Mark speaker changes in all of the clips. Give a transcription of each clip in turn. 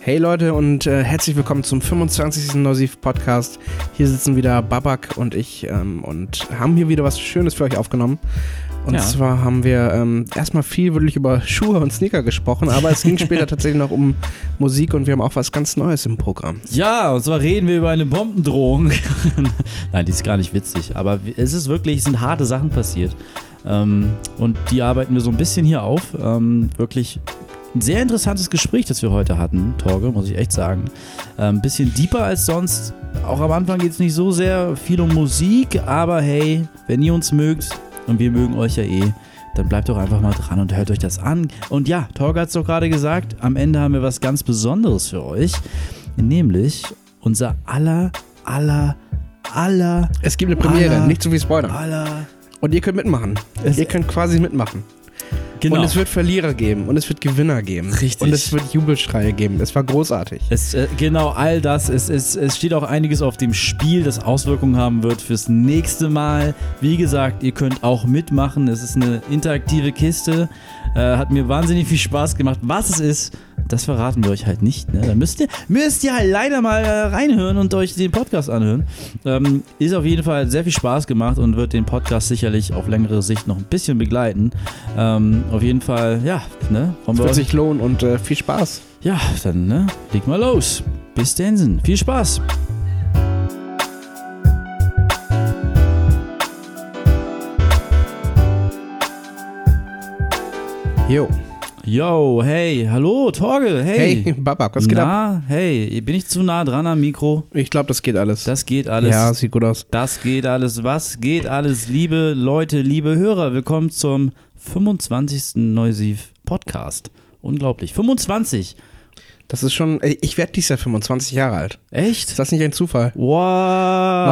Speaker 1: Hey Leute und äh, herzlich willkommen zum 25. Nosiv Podcast. Hier sitzen wieder Babak und ich ähm, und haben hier wieder was Schönes für euch aufgenommen. Und
Speaker 2: Ja.
Speaker 1: zwar haben wir ähm, erstmal viel wirklich über Schuhe und Sneaker gesprochen, aber es ging später tatsächlich noch um Musik und wir haben auch was ganz Neues im Programm.
Speaker 2: Ja, und zwar reden wir über eine Bombendrohung. Nein, die ist gar nicht witzig, aber es ist wirklich, es sind harte Sachen passiert. Ähm, und die arbeiten wir so ein bisschen hier auf. Ähm, wirklich ein sehr interessantes Gespräch, das wir heute hatten, Torge, muss ich echt sagen. Ein ähm, bisschen deeper als sonst. Auch am Anfang geht es nicht so sehr viel um Musik, aber hey, wenn ihr uns mögt und wir mögen euch ja eh, dann bleibt doch einfach mal dran und hört euch das an. Und ja, Torge hat es doch gerade gesagt, am Ende haben wir was ganz Besonderes für euch. Nämlich unser aller, aller, aller,
Speaker 1: Es gibt eine Premiere,
Speaker 2: Ah.
Speaker 1: nicht zu viel Spoiler.
Speaker 2: aller.
Speaker 1: Und ihr könnt mitmachen.
Speaker 2: Es-
Speaker 1: ihr könnt quasi mitmachen.
Speaker 2: Genau.
Speaker 1: Und es wird Verlierer geben und es wird Gewinner geben.
Speaker 2: Richtig.
Speaker 1: Und es wird Jubelschreie geben. Es war großartig.
Speaker 2: Es, äh, genau all das. Es, es, es steht auch einiges auf dem Spiel, das Auswirkungen haben wird fürs nächste Mal. Wie gesagt, ihr könnt auch mitmachen. Es ist eine interaktive Kiste. Äh, hat mir wahnsinnig viel Spaß gemacht. Was es ist, das verraten wir euch halt nicht. Ne? Da müsst ihr, müsst ihr halt leider mal äh, reinhören und euch den Podcast anhören. Ähm, ist auf jeden Fall hat sehr viel Spaß gemacht und wird den Podcast sicherlich auf längere Sicht noch ein bisschen begleiten. Ähm, auf jeden Fall, ja, ne? Wollen
Speaker 1: Es
Speaker 2: wir
Speaker 1: wird
Speaker 2: euch-
Speaker 1: sich lohnen und äh, viel Spaß.
Speaker 2: ja, dann ne, leg mal los. Bis Densen. Viel Spaß.
Speaker 1: Jo.
Speaker 2: Yo, hey, hallo, Torge, hey.
Speaker 1: Hey, Babak, was geht ab?
Speaker 2: Na, hey, bin ich zu nah dran am Mikro?
Speaker 1: Ich glaube, das geht alles.
Speaker 2: Das geht alles.
Speaker 1: Ja, sieht gut aus.
Speaker 2: Das geht alles. Was geht alles, liebe Leute, liebe Hörer? Willkommen zum 25. Neusiv Podcast. Unglaublich. 25.
Speaker 1: Das ist schon. ey, Ich werde dieses Jahr 25 Jahre alt. Ist
Speaker 2: Echt?
Speaker 1: das nicht ein Zufall? Noch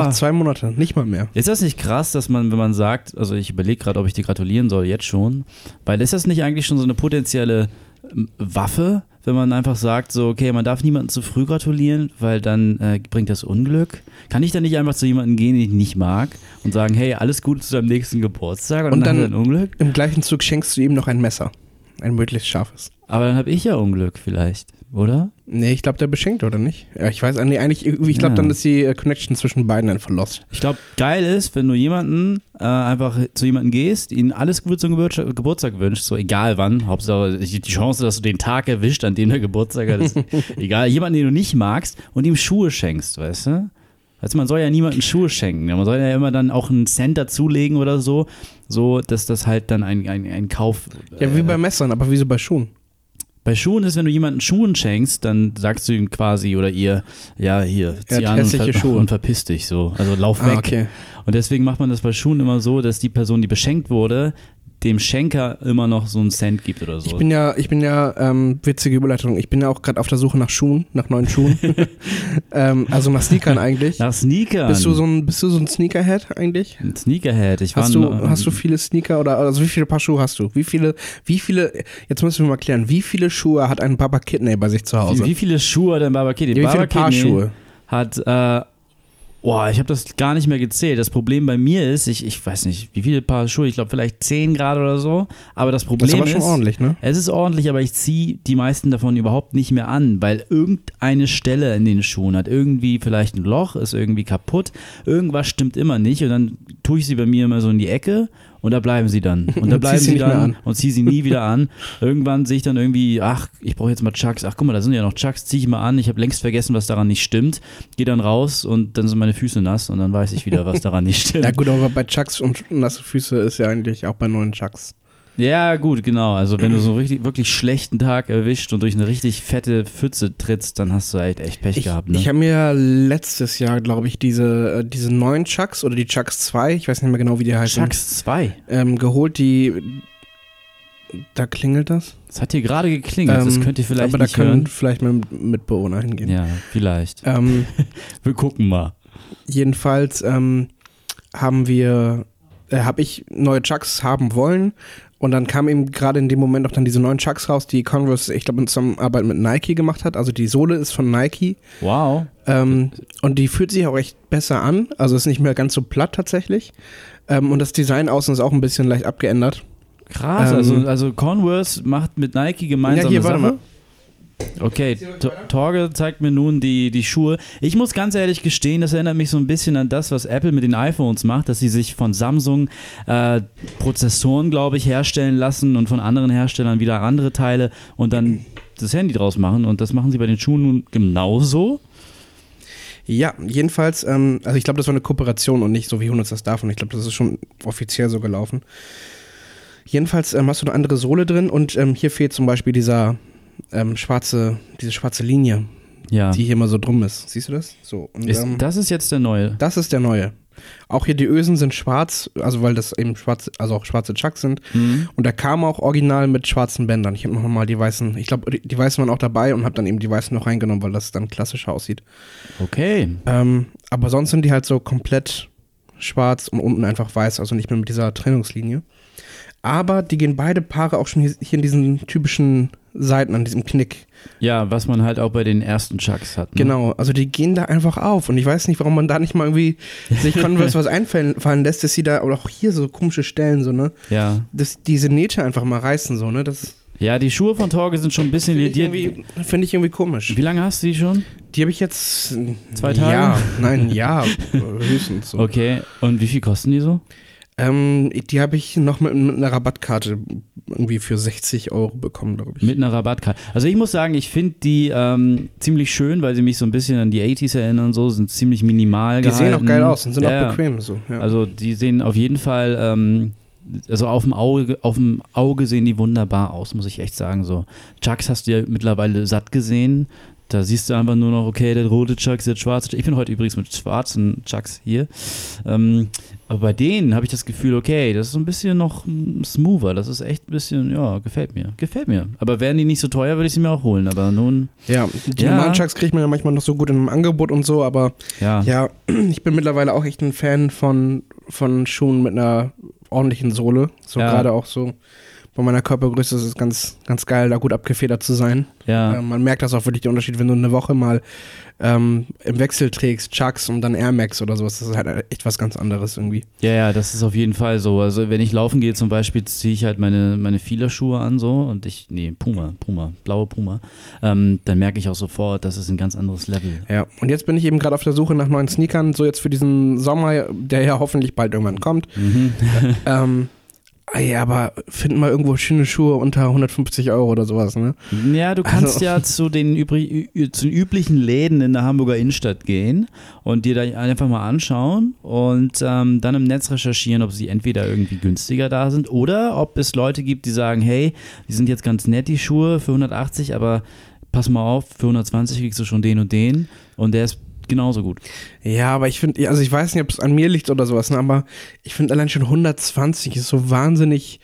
Speaker 2: Wow.
Speaker 1: zwei Monate, nicht mal mehr.
Speaker 2: Ist das nicht krass, dass man, wenn man sagt, also ich überlege gerade, ob ich dir gratulieren soll, jetzt schon, weil ist das nicht eigentlich schon so eine potenzielle ähm, Waffe, wenn man einfach sagt, so, okay, man darf niemanden zu früh gratulieren, weil dann äh, bringt das Unglück? Kann ich dann nicht einfach zu jemandem gehen, den ich nicht mag und sagen, hey, alles Gute zu deinem nächsten Geburtstag und,
Speaker 1: Und
Speaker 2: dann,
Speaker 1: dann-
Speaker 2: hat er ein Unglück?
Speaker 1: Im gleichen Zug schenkst du ihm noch ein Messer. Ein möglichst scharfes.
Speaker 2: Aber dann habe ich ja Unglück vielleicht, oder?
Speaker 1: Nee, ich glaube, der beschenkt, oder nicht? Ja, ich weiß ah, nee, eigentlich, irgendwie- ich glaube,
Speaker 2: Ja.
Speaker 1: dann ist die äh, Connection zwischen beiden dann verlost.
Speaker 2: Ich glaube, geil ist, wenn du jemanden äh, einfach zu jemandem gehst, ihnen alles Gute zum Geburtstag, Geburtstag wünschst, so egal wann, Hauptsache die die Chance, dass du den Tag erwischt, an dem der Geburtstag hat, ist egal. Jemanden, den du nicht magst und ihm Schuhe schenkst, weißt du? Also man soll ja niemandem Schuhe schenken. ne? Man soll ja immer dann auch einen Cent dazulegen oder so, so dass das halt dann ein, ein, ein Kauf.
Speaker 1: Ja, wie bei Messern, aber wieso bei Schuhen?
Speaker 2: Bei Schuhen ist, wenn du jemanden Schuhen schenkst, dann sagst du ihm quasi oder ihr, ja, hier,
Speaker 1: Er
Speaker 2: zieh
Speaker 1: hat
Speaker 2: an und,
Speaker 1: hässliche
Speaker 2: ver
Speaker 1: Schuhe.
Speaker 2: und verpiss dich so. Also lauf
Speaker 1: Ah,
Speaker 2: weg. Und deswegen macht man das bei Schuhen immer so, dass die Person, die beschenkt wurde, dem Schenker immer noch so einen Cent gibt oder so.
Speaker 1: Ich bin ja, ich bin ja, ähm, witzige Überleitung, ich bin ja auch gerade auf der Suche nach Schuhen, nach neuen Schuhen. ähm, also nach Sneakern eigentlich.
Speaker 2: Nach Sneakern.
Speaker 1: Bist du so ein, bist du so ein Sneakerhead eigentlich?
Speaker 2: ein Sneakerhead? Ich
Speaker 1: Hast
Speaker 2: war
Speaker 1: du,
Speaker 2: nur-
Speaker 1: hast du viele Sneaker oder also wie viele Paar Schuhe hast du? Wie viele, wie viele, jetzt müssen wir mal klären, wie viele Schuhe hat ein Papa Kidney bei sich zu Hause?
Speaker 2: wie, wie viele Schuhe hat denn Baba Kitty?
Speaker 1: Ja, wie
Speaker 2: Baba
Speaker 1: viele Paar
Speaker 2: Kitty
Speaker 1: Schuhe?
Speaker 2: Hat, äh, boah, ich habe das gar nicht mehr gezählt. Das Problem bei mir ist, ich, ich weiß nicht, wie viele Paar Schuhe, ich glaube vielleicht zehn Grad oder so. Aber das Problem
Speaker 1: Das ist aber schon ordentlich, ne?
Speaker 2: Es ist ordentlich, aber ich ziehe die meisten davon überhaupt nicht mehr an, weil irgendeine Stelle in den Schuhen hat irgendwie vielleicht ein Loch, ist irgendwie kaputt, irgendwas stimmt immer nicht und dann tue ich sie bei mir immer so in die Ecke und da bleiben sie dann. Und da
Speaker 1: Und
Speaker 2: bleiben
Speaker 1: ziehst sie
Speaker 2: sie
Speaker 1: nicht mehr
Speaker 2: dann
Speaker 1: an.
Speaker 2: und ziehe sie nie wieder an. Irgendwann sehe ich dann irgendwie, ach, ich brauche jetzt mal Chucks. Ach, guck mal, da sind ja noch Chucks, ziehe ich mal an. Ich habe längst vergessen, was daran nicht stimmt. Gehe dann raus und dann sind meine Füße nass und dann weiß ich wieder, was daran nicht stimmt.
Speaker 1: Ja gut, aber bei Chucks und nasse Füße ist ja eigentlich auch bei neuen Chucks.
Speaker 2: Ja, gut, genau. Also wenn du so einen richtig, wirklich schlechten Tag erwischt und durch eine richtig fette Pfütze trittst, dann hast du halt echt Pech
Speaker 1: Ich,
Speaker 2: gehabt. Ne?
Speaker 1: ich habe mir letztes Jahr, glaube ich, diese, äh, diese neuen Chucks oder die Chucks 2, ich weiß nicht mehr genau, wie die heißen,
Speaker 2: Chucks 2.
Speaker 1: ähm, geholt, die da klingelt das.
Speaker 2: Das hat hier gerade geklingelt. das
Speaker 1: Ähm,
Speaker 2: könnt ihr vielleicht
Speaker 1: aber da
Speaker 2: nicht
Speaker 1: können
Speaker 2: hören.
Speaker 1: vielleicht mein Mitbewohner hingehen.
Speaker 2: Ja, vielleicht.
Speaker 1: Ähm,
Speaker 2: Wir gucken mal.
Speaker 1: Jedenfalls ähm, haben wir, äh, habe ich neue Chucks haben wollen und dann kam eben gerade in dem Moment auch dann diese neuen Chucks raus, die Converse, ich glaube, in Zusammenarbeit mit Nike gemacht hat. Also die Sohle ist von Nike
Speaker 2: Wow.
Speaker 1: ähm, und die fühlt sich auch echt besser an. Also ist nicht mehr ganz so platt tatsächlich. Ähm, und das Design außen ist auch ein bisschen leicht abgeändert.
Speaker 2: Krass.
Speaker 1: Ähm,
Speaker 2: also, also Converse macht mit Nike gemeinsam.
Speaker 1: ja, hier, warte
Speaker 2: Sache.
Speaker 1: mal.
Speaker 2: Okay, T- Torge zeigt mir nun die, die Schuhe. Ich muss ganz ehrlich gestehen, das erinnert mich so ein bisschen an das, was Apple mit den iPhones macht, dass sie sich von Samsung äh, Prozessoren, glaube ich, herstellen lassen und von anderen Herstellern wieder andere Teile und dann das Handy draus machen. Und das machen sie bei den Schuhen nun genauso.
Speaker 1: Ja, jedenfalls, ähm, also ich glaube, das war eine Kooperation und nicht so, wir holen uns das davon. Ich glaube, das ist schon offiziell so gelaufen. Jedenfalls ähm, hast du eine andere Sohle drin und ähm, hier fehlt zum Beispiel dieser ähm, schwarze, diese schwarze Linie,
Speaker 2: Ja.
Speaker 1: die hier immer so drum ist. Siehst du das? So. Und,
Speaker 2: Ah. ist,
Speaker 1: ähm,
Speaker 2: das ist jetzt der neue.
Speaker 1: das ist der neue. Auch hier die Ösen sind schwarz, also weil das eben schwarze, also auch schwarze Chucks sind.
Speaker 2: Hm. Mhm.
Speaker 1: Und da kam auch original mit schwarzen Bändern. Ich habe nochmal die weißen, ich glaube, die, die weißen waren auch dabei und habe dann eben die weißen noch reingenommen, weil das dann klassischer aussieht.
Speaker 2: Okay.
Speaker 1: Ähm, aber sonst sind die halt so komplett schwarz und unten einfach weiß, also nicht mehr mit dieser Trennungslinie. Aber die gehen beide Paare auch schon hier, hier in diesen typischen Seiten, an diesem Knick.
Speaker 2: Ja, was man halt auch bei den ersten Chucks hat. Ne?
Speaker 1: Genau, also die gehen da einfach auf. Und ich weiß nicht, warum man da nicht mal irgendwie sich Converse was einfallen fallen lässt, dass sie da, oder auch hier so komische Stellen, so, ne?
Speaker 2: Ja.
Speaker 1: Dass diese Nähte einfach mal reißen, so, ne? Das
Speaker 2: ja, die Schuhe von Torge sind schon ein bisschen
Speaker 1: finde ich,
Speaker 2: lediert.
Speaker 1: irgendwie- finde ich irgendwie komisch.
Speaker 2: Wie lange hast du die schon?
Speaker 1: Die habe ich jetzt.
Speaker 2: Zwei Tage?
Speaker 1: Ja, nein, ja, höchstens so.
Speaker 2: Okay. Und wie viel kosten die so?
Speaker 1: Ähm, die habe ich noch mit, mit einer Rabattkarte irgendwie für 60 Euro bekommen, glaube ich.
Speaker 2: Mit einer Rabattkarte. Also ich muss sagen, ich finde die ähm, ziemlich schön, weil sie mich so ein bisschen an die 80s erinnern, so sind ziemlich minimal
Speaker 1: die
Speaker 2: gehalten.
Speaker 1: sehen auch geil aus und sind
Speaker 2: Ja, ja.
Speaker 1: auch bequem so. Ja.
Speaker 2: Also die sehen auf jeden Fall, ähm, also auf dem Auge, auf dem Auge sehen die wunderbar aus, muss ich echt sagen. So Chucks hast du ja mittlerweile satt gesehen. Da siehst du einfach nur noch, okay, der rote Chucks, der schwarze Chucks. Ich bin heute übrigens mit schwarzen Chucks hier. Ähm, aber bei denen habe ich das Gefühl, okay, das ist so ein bisschen noch mm, smoother. Das ist echt ein bisschen, ja, gefällt mir. Gefällt mir. Aber wären die nicht so teuer, würde ich sie mir auch holen. Aber nun,
Speaker 1: ja, die
Speaker 2: Ja.
Speaker 1: normalen Chucks kriegt man ja manchmal noch so gut in einem Angebot und so, aber
Speaker 2: ja.
Speaker 1: ja, ich bin mittlerweile auch echt ein Fan von, von Schuhen mit einer ordentlichen Sohle. So
Speaker 2: Ja.
Speaker 1: gerade auch so. Bei meiner Körpergröße ist es ganz, ganz geil, da gut abgefedert zu sein.
Speaker 2: ja.
Speaker 1: Ähm, man merkt das auch wirklich den Unterschied, wenn du eine Woche mal ähm, im Wechsel trägst, Chucks und dann Air Max oder sowas. Das ist halt echt was ganz anderes irgendwie.
Speaker 2: Ja, ja, das ist auf jeden Fall so. Also wenn ich laufen gehe zum Beispiel, ziehe ich halt meine, meine Fielerschuhe an so und ich, nee, Puma, Puma, blaue Puma, ähm, dann merke ich auch sofort, das ist ein ganz anderes Level.
Speaker 1: Ja, und jetzt bin ich eben gerade auf der Suche nach neuen Sneakern, so jetzt für diesen Sommer, der ja hoffentlich bald irgendwann kommt. ähm, ey, aber find mal irgendwo schöne Schuhe unter 150 Euro oder sowas, ne?
Speaker 2: Ja, du kannst
Speaker 1: Also-
Speaker 2: ja zu den, übri- ü- zu den üblichen Läden in der Hamburger Innenstadt gehen und dir da einfach mal anschauen und ähm, dann im Netz recherchieren, ob sie entweder irgendwie günstiger da sind oder ob es Leute gibt, die sagen, hey, die sind jetzt ganz nett, die Schuhe für 180, aber pass mal auf, für 120 kriegst du schon den und den und der ist genauso gut.
Speaker 1: Ja, aber ich finde, also ich weiß nicht, ob es an mir liegt oder sowas, ne? aber ich finde allein schon 120 ist so wahnsinnig,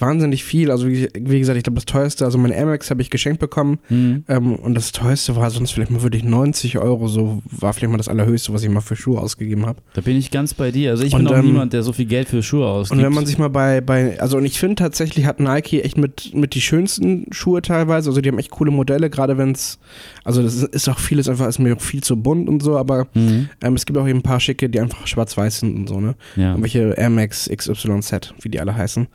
Speaker 1: wahnsinnig viel. Also wie, wie gesagt, ich glaube, das teuerste, also mein Air Max habe ich geschenkt bekommen ähm, und das teuerste war sonst vielleicht mal wirklich 90 Euro, so war vielleicht mal das allerhöchste, was ich mal für Schuhe ausgegeben habe.
Speaker 2: Da bin ich ganz bei dir. Also ich
Speaker 1: Und,
Speaker 2: bin auch
Speaker 1: ähm,
Speaker 2: niemand, der so viel Geld für Schuhe ausgibt.
Speaker 1: Und wenn man sich mal bei, bei also und ich finde tatsächlich hat Nike echt mit, mit die schönsten Schuhe teilweise, also die haben echt coole Modelle, gerade wenn es, also das ist, ist auch vieles einfach, ist mir auch viel zu bunt und so, aber
Speaker 2: Mhm.
Speaker 1: ähm, es gibt auch eben ein paar schicke, die einfach schwarz-weiß sind und so, ne?
Speaker 2: ja.
Speaker 1: Und welche Air Max XYZ, wie die alle heißen.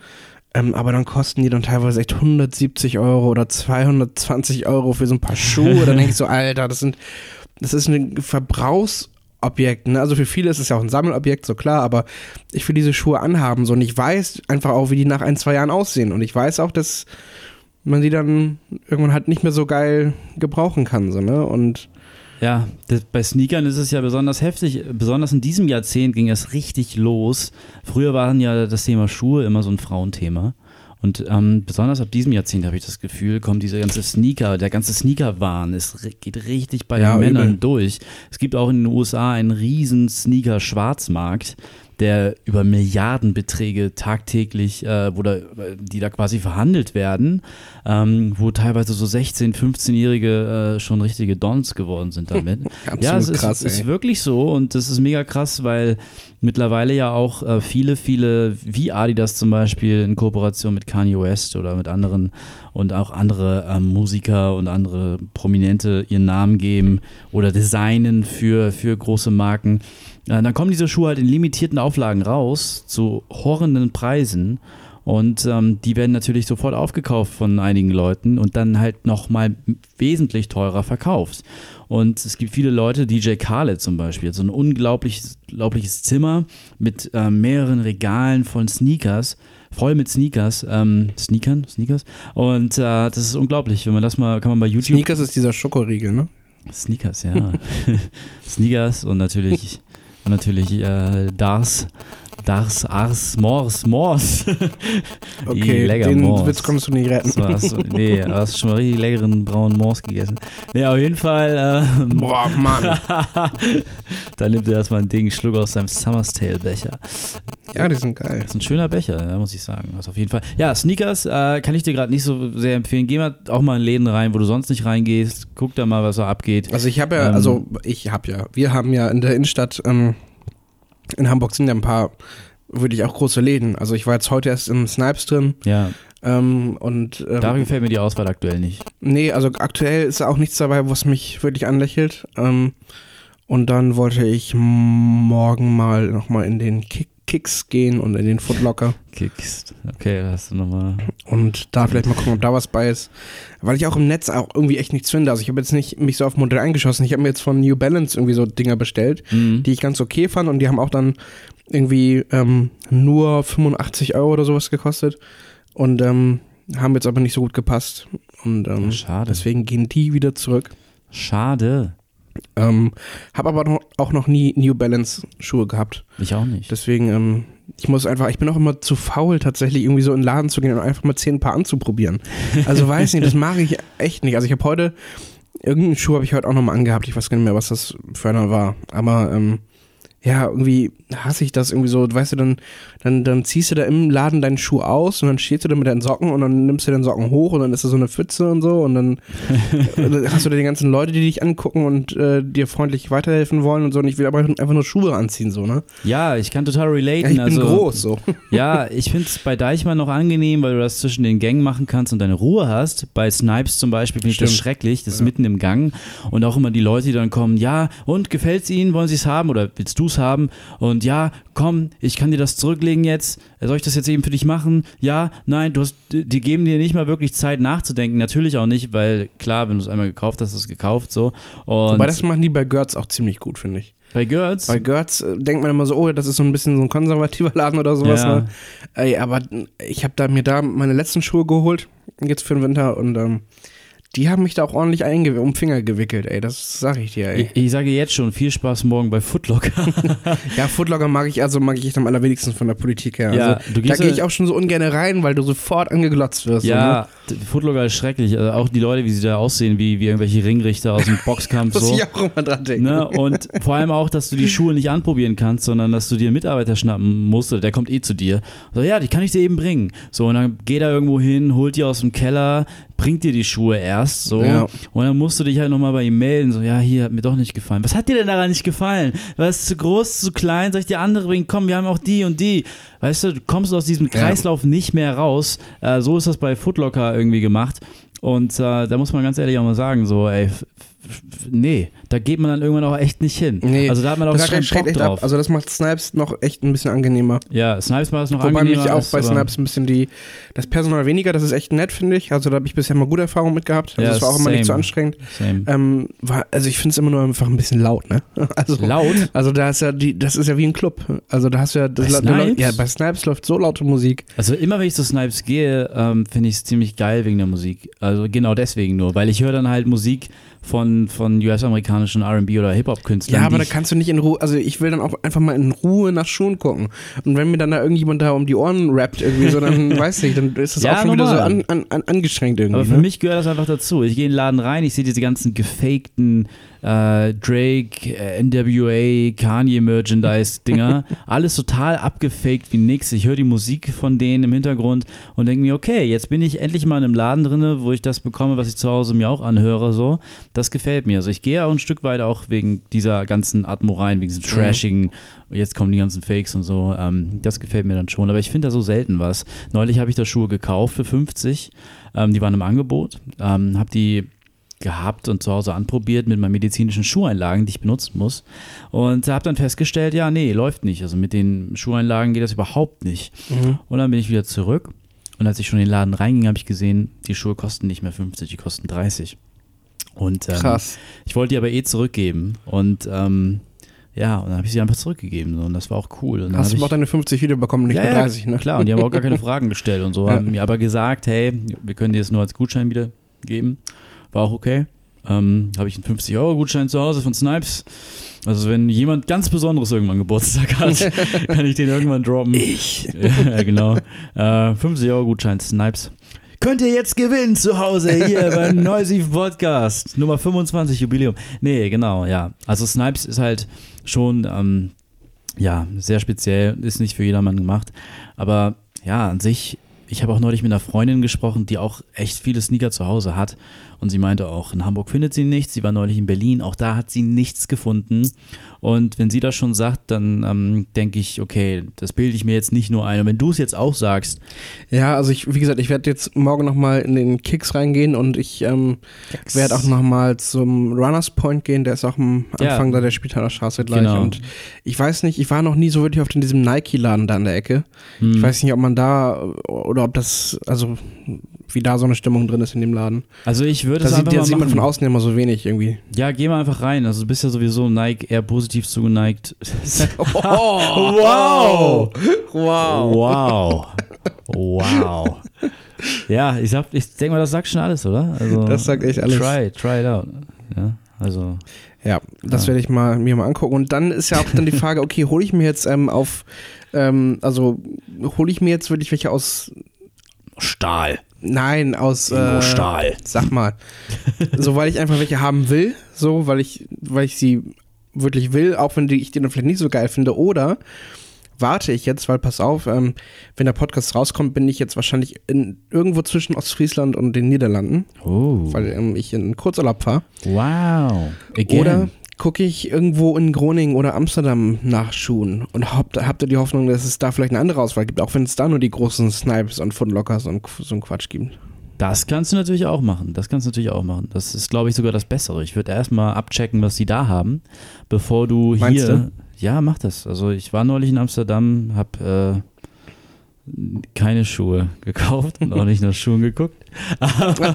Speaker 1: Ähm, aber dann kosten die dann teilweise echt 170 Euro oder 220 Euro für so ein paar Schuhe. dann denke ich so, Alter, das sind, das ist ein Verbrauchsobjekt. Ne? Also für viele ist es ja auch ein Sammelobjekt, so klar, aber ich will diese Schuhe anhaben so und ich weiß einfach auch, wie die nach ein, zwei Jahren aussehen. Und ich weiß auch, dass man die dann irgendwann halt nicht mehr so geil gebrauchen kann. So, ne? Und
Speaker 2: Ja, das, bei Sneakern ist es ja besonders heftig. Besonders in diesem Jahrzehnt ging es richtig los. Früher waren ja das Thema Schuhe immer so ein Frauenthema. Und ähm, besonders ab diesem Jahrzehnt habe ich das Gefühl, kommt dieser ganze Sneaker, der ganze Sneakerwahn, es ri- geht richtig bei
Speaker 1: Ja,
Speaker 2: den Männern
Speaker 1: übel.
Speaker 2: durch. Es gibt auch in den USA einen riesen Sneaker-Schwarzmarkt, der über Milliardenbeträge tagtäglich, äh, wo da, die da quasi verhandelt werden, ähm, wo teilweise so 16-, 15-Jährige äh, schon richtige Dons geworden sind damit. ja, es
Speaker 1: Absolut krass,
Speaker 2: ist, ist
Speaker 1: ey.
Speaker 2: wirklich so und das ist mega krass, weil mittlerweile ja auch äh, viele, viele, wie Adidas zum Beispiel in Kooperation mit Kanye West oder mit anderen und auch andere ähm, Musiker und andere Prominente ihren Namen geben oder designen für, für große Marken. Äh, dann kommen diese Schuhe halt in limitierten Auflagen raus zu horrenden Preisen. Und ähm, die werden natürlich sofort aufgekauft von einigen Leuten und dann halt nochmal wesentlich teurer verkauft. Und es gibt viele Leute, DJ Khaled zum Beispiel, hat so ein unglaubliches unglaubliches Zimmer mit äh, mehreren Regalen von Sneakers, voll mit Sneakers, ähm, Sneakern, Sneakers. Und äh, das ist unglaublich, wenn man das mal, kann man bei YouTube.
Speaker 1: Sneakers ist dieser Schokoriegel, ne?
Speaker 2: Sneakers, ja. Sneakers und natürlich, und natürlich äh, Dars. Dars, Ars, Mors, Mors.
Speaker 1: Okay,
Speaker 2: lecker
Speaker 1: den
Speaker 2: Mors.
Speaker 1: Witz kommst du nicht retten.
Speaker 2: Das war, hast du, nee, aber hast du schon mal richtig leckeren braunen Mors gegessen. Nee, auf jeden Fall. Ähm,
Speaker 1: Boah, Mann.
Speaker 2: da nimmt er erstmal ein Ding, Schluck aus seinem Summer's Tale Becher.
Speaker 1: Ja, die sind geil.
Speaker 2: Das ist ein schöner Becher, ja, muss ich sagen. Also auf jeden Fall. Ja, Sneakers äh, kann ich dir gerade nicht so sehr empfehlen. Geh mal auch mal in Läden rein, wo du sonst nicht reingehst. Guck da mal, was da abgeht.
Speaker 1: Also ich habe ja,
Speaker 2: Ähm.
Speaker 1: also ich habe ja, wir haben ja in der Innenstadt, ähm, in Hamburg sind ja ein paar, würde ich auch große Läden. Also ich war jetzt heute erst im Snipes drin
Speaker 2: Ja,
Speaker 1: ähm, und ähm,
Speaker 2: da gefällt mir die Auswahl aktuell nicht.
Speaker 1: nee, also aktuell ist auch nichts dabei, was mich wirklich anlächelt. Ähm, und dann wollte ich morgen mal nochmal in den Kick Kicks gehen und in den Footlocker
Speaker 2: Kicks. Okay, da hast du nochmal.
Speaker 1: und da vielleicht mal gucken, ob da was bei ist. Weil ich auch im Netz auch irgendwie echt nichts finde. Also ich habe jetzt nicht mich so auf Modell eingeschossen. Ich habe mir jetzt von New Balance irgendwie so Dinger bestellt.
Speaker 2: Mhm.
Speaker 1: die ich ganz okay fand und die haben auch dann irgendwie ähm, nur 85 Euro oder sowas gekostet und ähm, haben jetzt aber nicht so gut gepasst und ähm,
Speaker 2: Schade.
Speaker 1: deswegen gehen die wieder zurück.
Speaker 2: Schade.
Speaker 1: Ähm, habe aber noch, auch noch nie New Balance Schuhe gehabt.
Speaker 2: Ich auch nicht.
Speaker 1: Deswegen, ähm, ich muss einfach, ich bin auch immer zu faul, tatsächlich irgendwie so in den Laden zu gehen und einfach mal zehn Paar anzuprobieren. Also weiß nicht, das mag ich echt nicht. Also ich habe heute, irgendeinen Schuh habe ich heute auch nochmal angehabt. Ich weiß gar nicht mehr, was das für einer war. Aber ähm, ja, irgendwie hasse ich das irgendwie so. Weißt du, dann, dann, dann ziehst du da im Laden deinen Schuh aus und dann stehst du da mit deinen Socken und dann nimmst du den Socken hoch und dann ist da so eine Pfütze und so und dann äh, hast du da die ganzen Leute, die dich angucken und äh, dir freundlich weiterhelfen wollen und so. Und ich will aber einfach nur Schuhe anziehen, so, ne?
Speaker 2: Ja, ich kann total relaten.
Speaker 1: Ja, ich
Speaker 2: also,
Speaker 1: bin groß, so.
Speaker 2: Ja, ich finde es bei Deichmann noch angenehm, weil du das zwischen den Gängen machen kannst und deine Ruhe hast. Bei Snipes zum Beispiel finde ich das
Speaker 1: Stimmt.
Speaker 2: schrecklich. Das ist mitten im Gang. Und auch immer die Leute, die dann kommen, ja, und gefällt's ihnen? Wollen sie es haben oder willst du es haben? Und ja, komm, ich kann dir das zurücklegen jetzt. Soll ich das jetzt eben für dich machen? Ja, nein, du hast, die geben dir nicht mal wirklich Zeit nachzudenken. Natürlich auch nicht, weil klar, wenn du es einmal gekauft hast, ist es gekauft so. Und
Speaker 1: Wobei das machen die bei Götz auch ziemlich gut, finde ich.
Speaker 2: bei Götz.
Speaker 1: Bei Götz äh, denkt man immer so, oh, das ist so ein bisschen so ein konservativer Laden oder sowas.
Speaker 2: Ja.
Speaker 1: Ne? Ey, aber ich habe da mir da meine letzten Schuhe geholt, jetzt für den Winter, und ähm, die haben mich da auch ordentlich einge- um den Finger gewickelt, ey, das sag ich dir, ey.
Speaker 2: ich, ich sage jetzt schon, viel Spaß morgen bei Footlocker.
Speaker 1: Ja, Footlocker mag ich, also mag ich echt am allerwenigsten von der Politik her.
Speaker 2: Ja,
Speaker 1: also,
Speaker 2: du
Speaker 1: da
Speaker 2: gehst
Speaker 1: gehe
Speaker 2: ja-
Speaker 1: ich auch schon so ungern rein, weil du sofort angeglotzt wirst. ne?
Speaker 2: Ja, d- Footlocker ist schrecklich. Also auch die Leute, wie sie da aussehen, wie, wie irgendwelche Ringrichter aus dem Boxkampf
Speaker 1: so, ne? Muss
Speaker 2: so.
Speaker 1: ich auch immer dran denken.
Speaker 2: Ne? Und vor allem auch, dass du die Schuhe nicht anprobieren kannst, sondern dass du dir einen Mitarbeiter schnappen musst, oder der kommt eh zu dir. So, ja, die kann ich dir eben bringen. So, und dann geht er irgendwo hin, holt die aus dem Keller, bringt dir die Schuhe erst, so.
Speaker 1: Ja.
Speaker 2: Und dann musst du dich halt nochmal bei ihm melden, so, ja, hier, hat mir doch nicht gefallen. Was hat dir denn daran nicht gefallen? War es zu groß, zu klein? Soll ich dir andere bringen? Komm, wir haben auch die und die. Weißt du, du kommst aus diesem Kreislauf nicht mehr raus. Äh, so ist das bei Footlocker irgendwie gemacht. Und äh, da muss man ganz ehrlich auch mal sagen, so, ey, f- f- nee, da geht man dann irgendwann auch echt nicht hin.
Speaker 1: Nee,
Speaker 2: also da hat man auch
Speaker 1: das
Speaker 2: gar keinen
Speaker 1: schreckt
Speaker 2: Bock
Speaker 1: echt
Speaker 2: drauf.
Speaker 1: ab. Also das macht Snipes noch echt ein bisschen angenehmer.
Speaker 2: ja, Snipes war es noch
Speaker 1: Wobei mich
Speaker 2: angenehmer.
Speaker 1: auch
Speaker 2: als-
Speaker 1: bei
Speaker 2: aber-
Speaker 1: Snaps ein bisschen die, das Personal weniger, das ist echt nett, finde ich. Also da habe ich bisher mal gute Erfahrungen mit gehabt. Also
Speaker 2: Ja,
Speaker 1: das war auch immer nicht so
Speaker 2: same.
Speaker 1: anstrengend.
Speaker 2: Same.
Speaker 1: Ähm, war, also ich finde es immer nur einfach ein bisschen laut, ne? Also,
Speaker 2: Laut?
Speaker 1: Also da ist ja die, das ist ja wie ein Club. Also da hast du ja das
Speaker 2: Bei
Speaker 1: la- la-
Speaker 2: Snipes?
Speaker 1: Ja, bei Snipes läuft so laute Musik.
Speaker 2: Also immer wenn ich zu Snipes gehe, ähm, finde ich es ziemlich geil wegen der Musik. Also genau deswegen nur, weil ich höre dann halt Musik von, von US-amerikanischen R&B oder Hip-Hop-Künstlern.
Speaker 1: ja, aber
Speaker 2: die
Speaker 1: da
Speaker 2: ich-
Speaker 1: kannst du nicht in Ruhe, also ich will dann auch einfach mal in Ruhe nach Schuhen gucken. Und wenn mir dann da irgendjemand da um die Ohren rappt irgendwie so, dann weiß ich, dann ist das
Speaker 2: Ja,
Speaker 1: auch schon wieder so
Speaker 2: normal.
Speaker 1: an, an, an, angeschränkt irgendwie.
Speaker 2: aber für
Speaker 1: ne?
Speaker 2: mich gehört das einfach dazu. Ich gehe in den Laden rein, ich sehe diese ganzen gefakten äh, Drake, äh, NWA, Kanye-Merchandise-Dinger. alles total abgefaked wie nix. Ich höre die Musik von denen im Hintergrund und denke mir, okay, jetzt bin ich endlich mal in einem Laden drinne, wo ich das bekomme, was ich zu Hause mir auch anhöre. So, das gefällt mir. Also ich gehe auch ein Stück weit auch wegen dieser ganzen Atmo rein, wegen diesem Trashigen. Jetzt kommen die ganzen Fakes und so. Ähm, das gefällt mir dann schon. Aber ich finde da so selten was. Neulich habe ich da Schuhe gekauft für 50. Ähm, die waren im Angebot. Ähm, habe die gehabt und zu Hause anprobiert mit meinen medizinischen Schuheinlagen, die ich benutzen muss. Und habe dann festgestellt, ja, nee, läuft nicht. Also mit den Schuheinlagen geht das überhaupt nicht.
Speaker 1: Mhm.
Speaker 2: Und dann bin ich wieder zurück. Und als ich schon in den Laden reinging, habe ich gesehen, die Schuhe kosten nicht mehr 50, die kosten 30. Und ähm,
Speaker 1: Krass.
Speaker 2: ich wollte die aber eh zurückgeben. Und ähm, ja, und dann habe ich sie einfach zurückgegeben. So. Und das war auch cool. Und dann
Speaker 1: Hast
Speaker 2: habe
Speaker 1: du
Speaker 2: ich,
Speaker 1: auch deine 50 wiederbekommen, nicht
Speaker 2: ja,
Speaker 1: nur
Speaker 2: ja,
Speaker 1: 30, ne?
Speaker 2: Klar, und die haben auch gar keine Fragen gestellt und so.
Speaker 1: Ja.
Speaker 2: Haben mir aber gesagt, hey, wir können dir das nur als Gutschein wieder geben. War auch okay. Ähm, Habe ich einen 50-Euro-Gutschein zu Hause von Snipes. Also wenn jemand ganz Besonderes irgendwann Geburtstag hat, kann ich den irgendwann droppen. Ich. ja, genau. Äh, 50-Euro-Gutschein Snipes. Könnt ihr jetzt gewinnen zu Hause hier beim Noisy Podcast. Nummer 25 Jubiläum. Nee, genau, ja. Also Snipes ist halt schon, ähm, ja, sehr speziell, ist nicht für jedermann gemacht. Aber ja, an sich, ich habe auch neulich mit einer Freundin gesprochen, die auch echt viele Sneaker zu Hause hat. Und sie meinte auch, in Hamburg findet sie nichts. Sie war neulich in Berlin, auch da hat sie nichts gefunden. Und wenn sie das schon sagt, dann ähm, denke ich, okay, das bilde ich mir jetzt nicht nur ein. Und wenn du es jetzt auch sagst,
Speaker 1: Ja, also ich, wie gesagt, ich werde jetzt morgen nochmal in den Kicks reingehen und ich ähm, werde auch nochmal zum Runners Point gehen, der ist auch am
Speaker 2: Ja.
Speaker 1: Anfang da der Spitaler Straße gleich.
Speaker 2: Genau.
Speaker 1: Und ich weiß nicht, ich war noch nie so wirklich auf den- diesem Nike-Laden da an der Ecke.
Speaker 2: hm,
Speaker 1: Ich
Speaker 2: Mhm.
Speaker 1: weiß nicht, ob man da oder ob das, also wie da so eine Stimmung drin ist in dem Laden.
Speaker 2: also ich würde
Speaker 1: Da
Speaker 2: es
Speaker 1: sieht,
Speaker 2: einfach
Speaker 1: der
Speaker 2: mal
Speaker 1: sieht man
Speaker 2: machen.
Speaker 1: von außen immer so wenig irgendwie.
Speaker 2: Ja, geh mal einfach rein. Also du bist ja sowieso Nike eher positiv zugeneigt.
Speaker 1: Oh, wow! Wow!
Speaker 2: Wow. Wow. Ja, ich, sag- ich denke mal, das sagt schon alles, oder? Also,
Speaker 1: Das sagt echt alles.
Speaker 2: Try, try it out. Ja, also,
Speaker 1: Ja, das
Speaker 2: Ja.
Speaker 1: werde ich mal, mir mal angucken. Und dann ist ja auch dann die Frage, okay, hole ich mir jetzt ähm, auf, ähm, also hole ich mir jetzt wirklich welche aus,
Speaker 2: Stahl.
Speaker 1: nein, aus,
Speaker 2: Ingo
Speaker 1: äh,
Speaker 2: Stahl.
Speaker 1: sag mal, so weil ich einfach welche haben will, so, weil ich, weil ich sie wirklich will, auch wenn die, ich die dann vielleicht nicht so geil finde, oder warte ich jetzt, weil pass auf, ähm, wenn der Podcast rauskommt, bin ich jetzt wahrscheinlich in, irgendwo zwischen Ostfriesland und den Niederlanden,
Speaker 2: Oh.
Speaker 1: weil ähm, ich in Kurzurlaub fahre.
Speaker 2: Wow. Again.
Speaker 1: Oder gucke ich irgendwo in Groningen oder Amsterdam nach Schuhen und habt, habt ihr die Hoffnung, dass es da vielleicht eine andere Auswahl gibt, auch wenn es da nur die großen Snipes und Footlockers und so ein Quatsch gibt.
Speaker 2: Das kannst du natürlich auch machen. Das kannst du natürlich auch machen. Das ist, glaube ich, sogar das Bessere. Ich würde erstmal abchecken, was die da haben, bevor du
Speaker 1: Meinst
Speaker 2: hier.
Speaker 1: du?
Speaker 2: Ja, mach das. Also ich war neulich in Amsterdam, habe äh, keine Schuhe gekauft und auch nicht nach Schuhen geguckt.
Speaker 1: Da,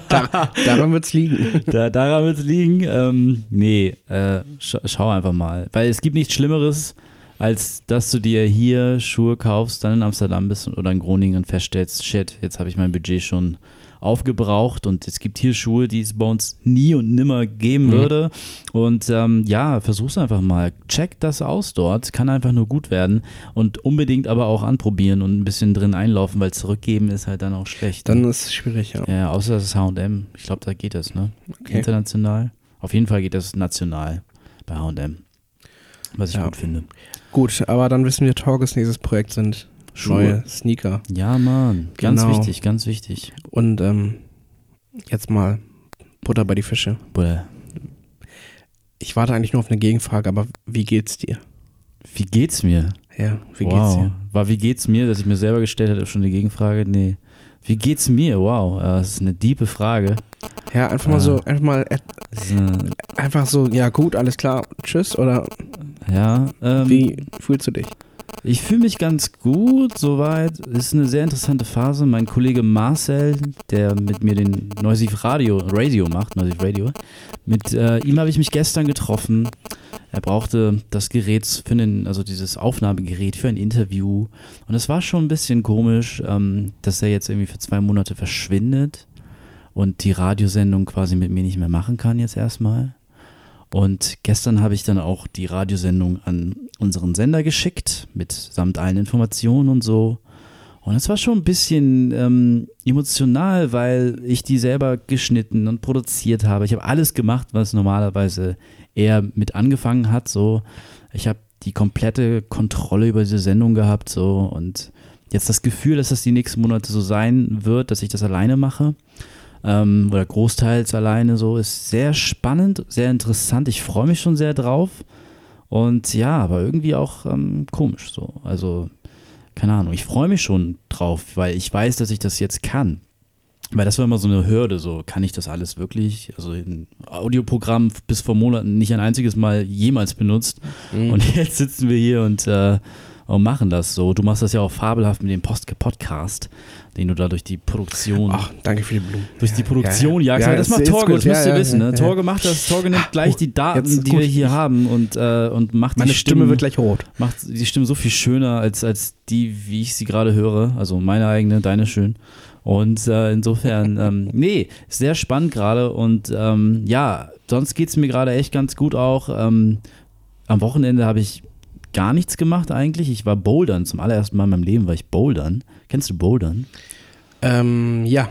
Speaker 1: daran wird es liegen.
Speaker 2: da, daran wird es liegen. Ähm, nee, äh, scha schau einfach mal. Weil es gibt nichts Schlimmeres, als dass du dir hier Schuhe kaufst, dann in Amsterdam bist oder in Groningen und feststellst, shit, jetzt habe ich mein Budget schon aufgebraucht und es gibt hier Schuhe, die es bei uns nie und nimmer geben würde. Und ähm, ja, versuch's einfach mal. Check das aus dort. Kann einfach nur gut werden und unbedingt aber auch anprobieren und ein bisschen drin einlaufen, weil zurückgeben ist halt dann auch schlecht.
Speaker 1: Dann ist es schwierig, ja.
Speaker 2: Ja, außer das ist HM. Ich glaube, da geht das, ne?
Speaker 1: Okay.
Speaker 2: International. Auf jeden Fall geht das national bei HM. Was ich
Speaker 1: Ja.
Speaker 2: gut finde.
Speaker 1: Gut, aber dann wissen wir, Torges nächstes Projekt sind
Speaker 2: Schuhe.
Speaker 1: neue Sneaker.
Speaker 2: Ja, Mann. Ganz
Speaker 1: Genau.
Speaker 2: wichtig, ganz wichtig.
Speaker 1: Und ähm, jetzt mal Butter bei die Fische.
Speaker 2: Bruder,
Speaker 1: Ich warte eigentlich nur auf eine Gegenfrage, aber wie geht's dir?
Speaker 2: wie geht's mir?
Speaker 1: Ja, wie
Speaker 2: wow.
Speaker 1: geht's dir?
Speaker 2: War wie geht's mir, dass ich mir selber gestellt hatte, schon eine Gegenfrage? Nee. Wie geht's mir? Wow, äh, das ist eine diepe Frage.
Speaker 1: Ja, einfach mal so, einfach mal, äh,
Speaker 2: Das ist eine,
Speaker 1: einfach so, ja gut, alles klar, tschüss oder
Speaker 2: ja, ähm,
Speaker 1: wie fühlst du dich?
Speaker 2: Ich fühle mich ganz gut soweit. Ist eine sehr interessante Phase. Mein Kollege Marcel, der mit mir den Noisif Radio, Radio macht, Noisif Radio, mit äh, ihm habe ich mich gestern getroffen. Er brauchte das Gerät für den, also dieses Aufnahmegerät für ein Interview. Und es war schon ein bisschen komisch, ähm, dass er jetzt irgendwie für zwei Monate verschwindet und die Radiosendung quasi mit mir nicht mehr machen kann jetzt erstmal. Und gestern habe ich dann auch die Radiosendung an unseren Sender geschickt, mit samt allen Informationen und so. Und es war schon ein bisschen ähm, emotional, weil ich die selber geschnitten und produziert habe. Ich habe alles gemacht, was normalerweise er mit angefangen hat. So, ich habe die komplette Kontrolle über diese Sendung gehabt. So und jetzt das Gefühl, dass das die nächsten Monate so sein wird, dass ich das alleine mache ähm, oder großteils alleine so, ist sehr spannend, sehr interessant. Ich freue mich schon sehr drauf. Und ja, aber irgendwie auch ähm, komisch so. Also, keine Ahnung, ich freue mich schon drauf, weil ich weiß, dass ich das jetzt kann. Weil das war immer so eine Hürde, so kann ich das alles wirklich? Also ein Audioprogramm bis vor Monaten nicht ein einziges Mal jemals benutzt.
Speaker 1: Mhm.
Speaker 2: Und jetzt sitzen wir hier und, äh, und machen das so. Du machst das ja auch fabelhaft mit dem Post Podcast, den du da durch die Produktion,
Speaker 1: Ach, danke für die Blumen.
Speaker 2: durch die Produktion
Speaker 1: ja, ja.
Speaker 2: jagst.
Speaker 1: Ja,
Speaker 2: Aber das
Speaker 1: ist-
Speaker 2: macht
Speaker 1: ist
Speaker 2: Torge,
Speaker 1: gut.
Speaker 2: das
Speaker 1: Ja,
Speaker 2: müsst ihr
Speaker 1: ja,
Speaker 2: wissen.
Speaker 1: ja,
Speaker 2: Ne?
Speaker 1: ja.
Speaker 2: Torge macht das, Torge nimmt gleich die Daten,
Speaker 1: jetzt
Speaker 2: die
Speaker 1: gut.
Speaker 2: wir hier haben und, äh, und macht
Speaker 1: Meine
Speaker 2: die Stimmen-
Speaker 1: Stimme wird gleich rot.
Speaker 2: macht die Stimme so viel schöner als, als die, wie ich sie gerade höre. Also meine eigene, deine schön. Und äh, insofern, ähm, nee, ist sehr spannend gerade. Und ähm, ja, sonst geht es mir gerade echt ganz gut auch. Ähm, am Wochenende habe ich gar nichts gemacht eigentlich. Ich war bouldern. Zum allerersten Mal in meinem Leben war ich bouldern. Kennst du bouldern?
Speaker 1: Ähm, ja.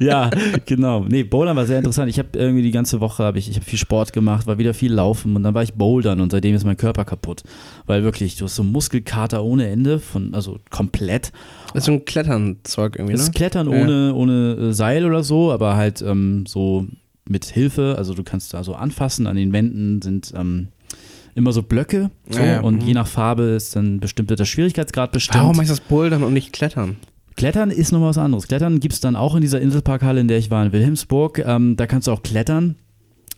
Speaker 2: ja, genau. Nee, Bouldern war sehr interessant. Ich habe irgendwie die ganze Woche habe ich, ich habe viel Sport gemacht, war wieder viel laufen und dann war ich Bouldern und seitdem ist mein Körper kaputt, weil wirklich du hast so Muskelkater ohne Ende von also komplett.
Speaker 1: Das ist so ein Kletternzeug irgendwie,
Speaker 2: Das
Speaker 1: ne?
Speaker 2: ist Klettern
Speaker 1: Ja.
Speaker 2: ohne ohne äh, Seil oder so, aber halt ähm, so mit Hilfe. Also du kannst da so anfassen an den Wänden sind ähm, immer so Blöcke so,
Speaker 1: Ja, ja.
Speaker 2: und
Speaker 1: Mhm.
Speaker 2: je nach Farbe ist dann bestimmt wird der Schwierigkeitsgrad bestimmt.
Speaker 1: Warum heißt das Bouldern und nicht Klettern?
Speaker 2: Klettern ist nochmal was anderes. Klettern gibt es dann auch in dieser Inselparkhalle, in der ich war in Wilhelmsburg. Ähm, da kannst du auch klettern.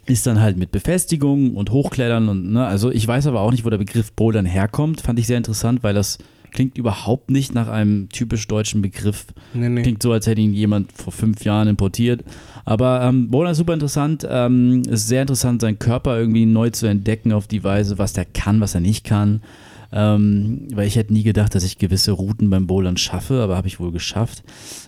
Speaker 2: Ist dann halt mit Befestigung und Hochklettern und ne, also ich weiß aber auch nicht, wo der Begriff Bouldern herkommt. Fand ich sehr interessant, weil das klingt überhaupt nicht nach einem typisch deutschen Begriff.
Speaker 1: Nee, nee.
Speaker 2: Klingt so, als hätte ihn jemand vor fünf Jahren importiert. Aber ähm, Bouldern ist super interessant. Ähm, ist sehr interessant, seinen Körper irgendwie neu zu entdecken auf die Weise, was der kann, was er nicht kann. Ähm, weil ich hätte nie gedacht, dass ich gewisse Routen beim Bouldern schaffe, aber habe ich wohl geschafft.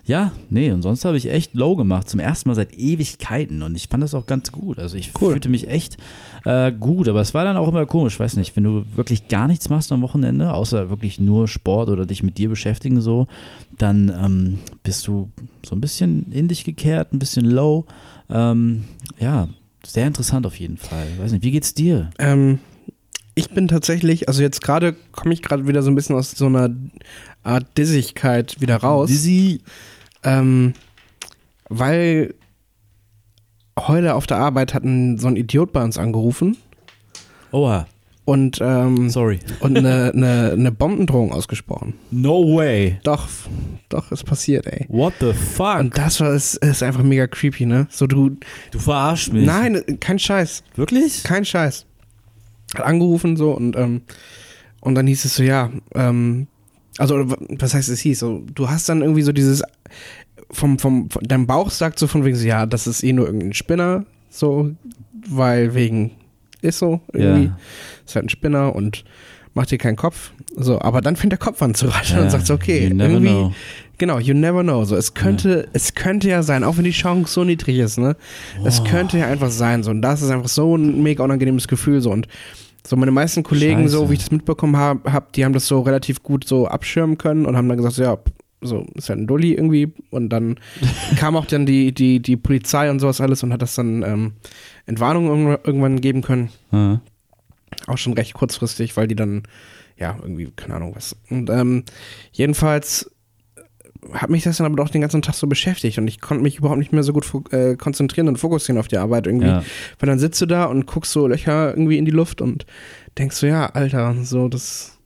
Speaker 2: Ja, nee, und sonst habe ich echt low gemacht. Zum ersten Mal seit Ewigkeiten und ich fand das auch ganz gut. Also ich
Speaker 1: Cool.
Speaker 2: fühlte mich echt äh, gut, aber es war dann auch immer komisch, weiß nicht, wenn du wirklich gar nichts machst am Wochenende, außer wirklich nur Sport oder dich mit dir beschäftigen so, dann ähm, bist du so ein bisschen in dich gekehrt, ein bisschen low. Ähm, ja, sehr interessant auf jeden Fall. Weiß nicht, wie geht's dir?
Speaker 1: Ähm, ich bin tatsächlich, also jetzt gerade komme ich gerade wieder so ein bisschen aus so einer Art Dissigkeit wieder raus.
Speaker 2: Dizzy.
Speaker 1: Ähm, weil heute auf der Arbeit hat ein, so ein Idiot bei uns angerufen
Speaker 2: Oha,
Speaker 1: und, ähm,
Speaker 2: sorry.
Speaker 1: und eine, eine, eine Bombendrohung ausgesprochen.
Speaker 2: No way.
Speaker 1: Doch, doch, ist passiert, ey.
Speaker 2: What the fuck?
Speaker 1: Und das war, ist, ist einfach mega creepy, ne? So du,
Speaker 2: Du verarschst mich.
Speaker 1: nein, kein Scheiß.
Speaker 2: Wirklich?
Speaker 1: Kein Scheiß. Hat angerufen so und, ähm, und dann hieß es so, ja, ähm, also w- was heißt es hieß? So, du hast dann irgendwie so dieses, vom, vom, von, dein Bauch sagt so von wegen so, ja, das ist eh nur irgendein Spinner, so, weil wegen, ist so irgendwie,
Speaker 2: Ja.
Speaker 1: ist halt ein Spinner und macht dir keinen Kopf, so, aber dann fängt der Kopf an zu rascheln
Speaker 2: Ja,
Speaker 1: und sagt so, okay,
Speaker 2: you never
Speaker 1: irgendwie,
Speaker 2: know.
Speaker 1: genau, you never know, so, es könnte, es könnte ja sein, auch wenn die Chance so niedrig ist, ne, es könnte ja einfach sein, so, und das ist einfach so ein mega unangenehmes Gefühl, so, und so meine meisten Kollegen, so
Speaker 2: Scheiße.
Speaker 1: wie ich das mitbekommen habe, hab, die haben das so relativ gut so abschirmen können und haben dann gesagt, so, ja, p- so ist halt ein Dulli irgendwie. Und dann kam auch dann die, die, die Polizei und sowas alles und hat das dann ähm, Entwarnung irgendw- irgendwann geben können.
Speaker 2: Ja.
Speaker 1: Auch schon recht kurzfristig, weil die dann, ja, irgendwie, keine Ahnung was. Und ähm, jedenfalls äh, hat mich das dann aber doch den ganzen Tag so beschäftigt und ich konnte mich überhaupt nicht mehr so gut fo- äh, konzentrieren und fokussieren auf die Arbeit irgendwie.
Speaker 2: Ja.
Speaker 1: Weil dann sitzt du da und guckst so Löcher irgendwie in die Luft und denkst so, ja, Alter, so, das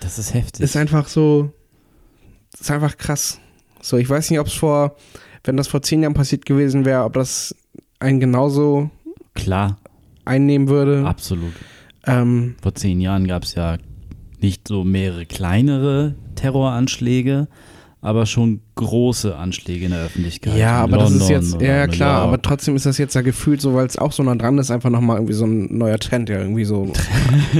Speaker 2: Das ist heftig.
Speaker 1: ist einfach so, das ist einfach krass. So, ich weiß nicht, ob es vor, wenn das vor zehn Jahren passiert gewesen wäre, ob das einen genauso
Speaker 2: Klar,
Speaker 1: einnehmen würde.
Speaker 2: absolut.
Speaker 1: Ähm,
Speaker 2: Vor zehn Jahren gab es ja nicht so mehrere kleinere Terroranschläge, aber schon große Anschläge in der Öffentlichkeit.
Speaker 1: ja,
Speaker 2: In
Speaker 1: aber das ist
Speaker 2: London
Speaker 1: jetzt,
Speaker 2: oder
Speaker 1: ja, ja,
Speaker 2: New
Speaker 1: klar,
Speaker 2: York.
Speaker 1: aber trotzdem ist das jetzt ja gefühlt so, weil es auch so nah dran ist, einfach nochmal irgendwie so ein neuer Trend, ja, irgendwie so